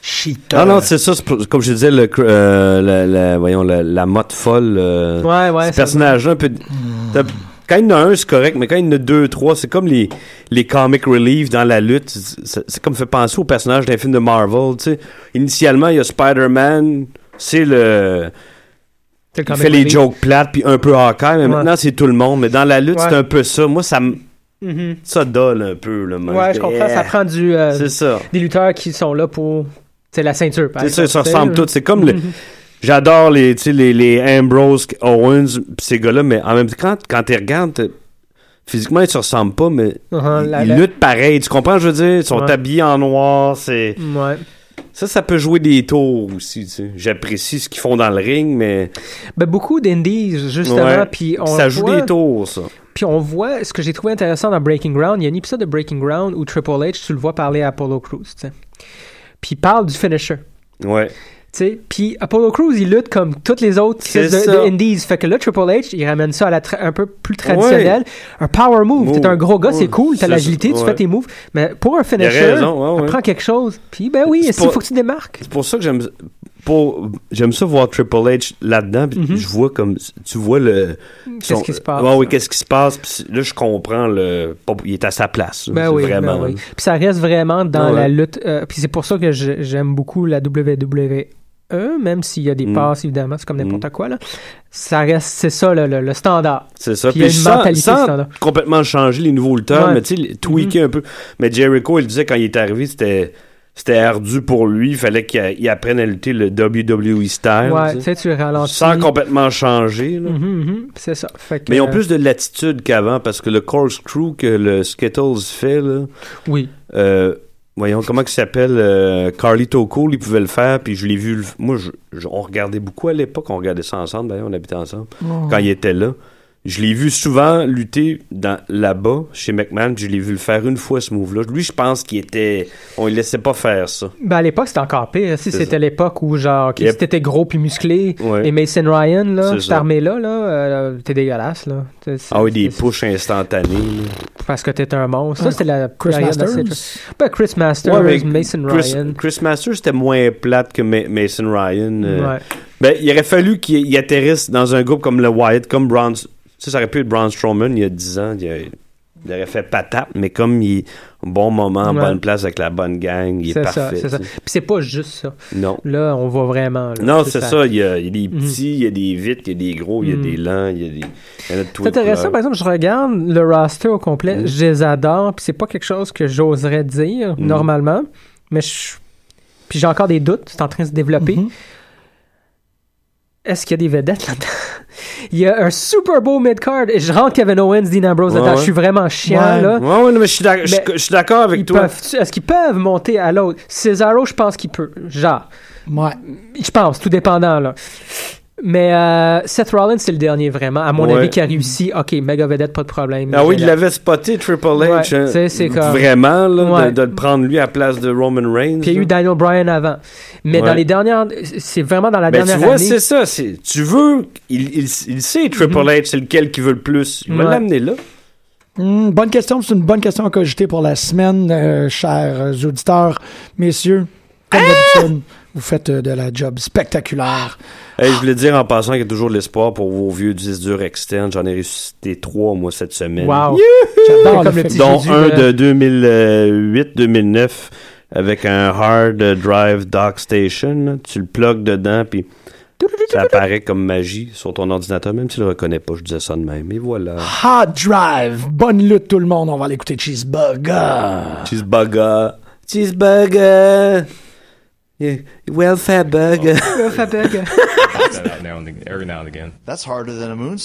Speaker 4: Cheetah.
Speaker 5: Ah
Speaker 6: Euh.
Speaker 5: non, c'est ça, c'est pour- comme je disais, le, cr- euh, la, la- voyons, la, la motte folle. euh,
Speaker 6: Ouais, Mm. ouais.
Speaker 5: ce
Speaker 6: ça-
Speaker 5: personnage-là, un peu. t'as- Quand il y en a un, c'est correct, mais quand il y en a deux, trois, c'est comme les, les comic relief dans la lutte. C'est c'est comme fait penser au personnage d'un film de Marvel, tu sais. Initialement, il y a Spider-Man, c'est le.
Speaker 6: c'est le
Speaker 5: Il
Speaker 6: comic
Speaker 5: fait les
Speaker 6: relief.
Speaker 5: jokes plates, puis un peu Hawkeye, mais
Speaker 6: Ouais.
Speaker 5: maintenant, c'est tout le monde. Mais dans la lutte,
Speaker 6: Ouais.
Speaker 5: c'est un peu ça. Moi, ça me.
Speaker 6: Mhm.
Speaker 5: Ça dole un peu, là. man.
Speaker 6: Ouais, je comprends. Ça
Speaker 5: Yeah.
Speaker 6: prend du. euh,
Speaker 5: C'est ça.
Speaker 6: des lutteurs qui sont là pour tu sais, la ceinture. par
Speaker 5: C'est ça, ils
Speaker 6: exemple,
Speaker 5: se
Speaker 6: tu sais,
Speaker 5: ressemblent
Speaker 6: là.
Speaker 5: tous. C'est comme le- J'adore les, tu sais, les, les Ambrose, Owens, pis ces gars-là, mais en même temps, quand, quand tu regardes, t'es- physiquement, ils se ressemblent pas, mais
Speaker 6: Uh-huh,
Speaker 5: ils,
Speaker 6: la-
Speaker 5: ils
Speaker 6: la-
Speaker 5: luttent pareil. Tu comprends, je veux dire? Ils sont
Speaker 6: Ouais. Mm.
Speaker 5: habillés en noir. c'est
Speaker 6: Ouais.
Speaker 5: Ça, ça peut jouer des tours aussi, tu sais. J'apprécie ce qu'ils font dans le ring, mais
Speaker 6: Ben, beaucoup d'indies, justement,
Speaker 5: Ouais.
Speaker 6: puis on
Speaker 5: ça joue
Speaker 6: voit,
Speaker 5: des tours, ça.
Speaker 6: Puis on voit ce que j'ai trouvé intéressant dans Breaking Ground. Il y a un épisode de Breaking Ground où Triple H, tu le vois parler à Apollo Crews, tu sais. Puis il parle du finisher.
Speaker 5: Ouais.
Speaker 6: tu sais. Puis Apollo Crews, il lutte comme toutes les autres
Speaker 5: C'est
Speaker 6: espèces de,
Speaker 5: ça.
Speaker 6: de indies. Fait que là, Triple H, il ramène ça à la tra- un peu plus traditionnel. Un power move.
Speaker 5: Move.
Speaker 6: T'es un gros gars, c'est
Speaker 5: Ouais.
Speaker 6: cool. T'as
Speaker 5: C'est
Speaker 6: l'agilité,
Speaker 5: ça,
Speaker 6: tu
Speaker 5: ouais.
Speaker 6: fais tes moves. Mais pour un finisher,
Speaker 5: raison, ouais, ouais.
Speaker 6: apprends quelque chose. Puis ben oui,
Speaker 5: C'est
Speaker 6: il
Speaker 5: pas-
Speaker 6: faut que tu démarques.
Speaker 5: C'est pour ça que j'aime pour j'aime ça voir Triple H là-dedans puis je vois comme tu vois le son-
Speaker 6: Mm-hmm. qui se passe,
Speaker 5: ouais, oui,
Speaker 6: là.
Speaker 5: qu'est-ce qui se passe puis là je comprends le pas- il est à sa place là,
Speaker 6: Ben
Speaker 5: c'est
Speaker 6: oui, ben
Speaker 5: vraiment
Speaker 6: oui. Puis ça reste vraiment dans
Speaker 5: Ouais.
Speaker 6: la lutte. euh, puis c'est pour ça que je- j'aime beaucoup la WWE, même s'il y a des
Speaker 5: Mm.
Speaker 6: passes, évidemment, c'est comme n'importe
Speaker 5: Mm.
Speaker 6: quoi. Là. Ça reste, c'est ça le, le- le standard.
Speaker 5: c'est ça
Speaker 6: Puis il y a une
Speaker 5: sans,
Speaker 6: mentalité
Speaker 5: sans
Speaker 6: standard.
Speaker 5: complètement changer les nouveaux lutteurs
Speaker 6: Ouais. Mm-hmm.
Speaker 5: mais tu sais les- tweaker un peu mais Jericho il disait quand il est arrivé c'était c'était ardu pour lui il fallait qu'il a- il apprenne à lutter le WWE style
Speaker 6: ouais,
Speaker 5: tu
Speaker 6: tu
Speaker 5: sais.
Speaker 6: sais, tu ralentis.
Speaker 5: sans complètement changer là.
Speaker 6: Mhm, mhm, c'est ça. Fait que,
Speaker 5: mais ils ont
Speaker 6: euh,
Speaker 5: plus de latitude qu'avant parce que le corkscrew que le Skittles fait là
Speaker 6: Oui.
Speaker 5: Euh, voyons comment il s'appelle euh, Carly Toko, il pouvait le faire puis je l'ai vu le- moi je- je- on regardait beaucoup à l'époque on regardait ça ensemble d'ailleurs on habitait ensemble quand il était là Je l'ai vu souvent lutter dans- là-bas, chez McMahon. Je l'ai vu le faire une fois, ce move-là. Lui, je pense qu'il était... On ne laissait pas faire ça.
Speaker 6: Ben à l'époque, c'était encore pire. Si
Speaker 5: C'est
Speaker 6: c'était
Speaker 5: ça.
Speaker 6: l'époque où, genre, que
Speaker 5: Yep.
Speaker 6: si t'étais gros puis musclé,
Speaker 5: Ouais.
Speaker 6: et Mason Ryan, là,
Speaker 5: C'est
Speaker 6: cette
Speaker 5: ça.
Speaker 6: armée-là, là, euh, t'es dégueulasse, là. T'es- c'est-
Speaker 5: Ah oui, des
Speaker 6: c'est-
Speaker 5: pushs instantanés. là.
Speaker 6: Parce que t'es un monstre. Ça,
Speaker 4: Ouais.
Speaker 6: c'était la
Speaker 4: Chris
Speaker 6: période assez-
Speaker 4: Masters.
Speaker 6: Ben, Chris Masters,
Speaker 5: Ouais, mais
Speaker 6: Mason
Speaker 5: Chris,
Speaker 6: Ryan.
Speaker 5: Chris Masters, c'était moins plate que Ma- Mason Ryan. euh.
Speaker 6: Ouais.
Speaker 5: Ben, il aurait fallu qu'il il atterrisse dans un groupe comme le Wyatt, comme Braun... Tu sais, ça aurait pu être Braun Strowman il y a 10 ans. Il, a- il aurait fait patate, mais comme il est au bon moment, en
Speaker 6: Ouais.
Speaker 5: bonne place avec la bonne gang, il est,
Speaker 6: C'est ça,
Speaker 5: parfait.
Speaker 6: c'est ça.
Speaker 5: tu
Speaker 6: Puis
Speaker 5: sais.
Speaker 6: c'est pas juste ça.
Speaker 5: Non.
Speaker 6: Là, on voit vraiment. là,
Speaker 5: Non, c'est ça. Il y, a, il y a des
Speaker 6: Mhm.
Speaker 5: petits, il y a des vite, il y a des gros, il y a
Speaker 6: Mm.
Speaker 5: des lents, il y a des. il y en a de tous
Speaker 6: C'est
Speaker 5: les
Speaker 6: intéressant,
Speaker 5: couleurs.
Speaker 6: par exemple, je regarde le roster au complet,
Speaker 5: Mm.
Speaker 6: je les adore, puis c'est pas quelque chose que j'oserais dire
Speaker 5: Mm.
Speaker 6: normalement, mais je... puis j'ai encore des doutes, c'est en train de se développer.
Speaker 5: Mm-hmm.
Speaker 4: Mhm.
Speaker 6: Est-ce qu'il y a des vedettes là-dedans? Il y a un super beau mid-card, et je rentre Kevin Owens, Dean Ambrose
Speaker 5: Ouais,
Speaker 6: là-dedans,
Speaker 5: ouais.
Speaker 6: je suis vraiment chiant,
Speaker 4: Ouais.
Speaker 6: là.
Speaker 5: Ouais, ouais, non, mais je suis d'ac- je suis
Speaker 6: Mais
Speaker 5: je suis d'accord avec
Speaker 6: Ils
Speaker 5: toi.
Speaker 6: peuvent- Est-ce qu'ils peuvent monter à l'autre? Cesaro, je pense qu'il peut, genre.
Speaker 4: Ouais.
Speaker 6: Je pense, tout dépendant, là. Mais euh, Seth Rollins, c'est le dernier, vraiment, à mon
Speaker 5: Ouais.
Speaker 6: avis, qui a réussi. OK, méga vedette, pas de problème.
Speaker 5: Ah oui, il
Speaker 6: Génial.
Speaker 5: l'avait spoté, Triple H.
Speaker 6: Ouais,
Speaker 5: hein.
Speaker 6: c'est- c'est comme-
Speaker 5: Vraiment, là, de-
Speaker 6: Ouais.
Speaker 5: de, le prendre lui à la place de Roman Reigns.
Speaker 6: Puis il y a
Speaker 5: là.
Speaker 6: eu Daniel Bryan avant. Mais
Speaker 5: Ouais.
Speaker 6: dans les dernières. C'est vraiment dans la
Speaker 5: Ben, tu
Speaker 6: dernière
Speaker 5: vois,
Speaker 6: année.
Speaker 5: c'est ça. c'est- Tu veux. Il, il, il sait, Triple H, c'est lequel qui veut le plus. Il va
Speaker 6: Mhm. Ouais.
Speaker 5: l'amener là.
Speaker 4: Hmm, bonne question, c'est une bonne question à cogiter pour la semaine, euh, chers auditeurs, messieurs. Comme d'habitude, vous faites euh, de la job spectaculaire.
Speaker 5: Hey, je voulais dire en passant qu'il y a toujours de l'espoir pour vos vieux 10 durs externes. J'en ai ressuscité trois, moi, cette semaine.
Speaker 6: Wow.
Speaker 4: J'adore le
Speaker 6: Comme le
Speaker 4: fait-
Speaker 6: petit-
Speaker 5: dont
Speaker 6: Jésus,
Speaker 5: un de
Speaker 6: euh,
Speaker 5: 2008-2009 avec un hard drive dock station. là. Tu le plugues dedans, puis ça apparaît comme magie sur ton ordinateur, même s'il le reconnaît pas. Je disais ça de même. Et voilà.
Speaker 6: Ah.
Speaker 4: Hard Drive. Bonne lutte, tout le monde. On va l'écouter Cheeseburger.
Speaker 5: Cheeseburger. Cheeseburger. Yeah. Welfare burger.
Speaker 6: Fabeg.
Speaker 7: That's harder than a moonsault.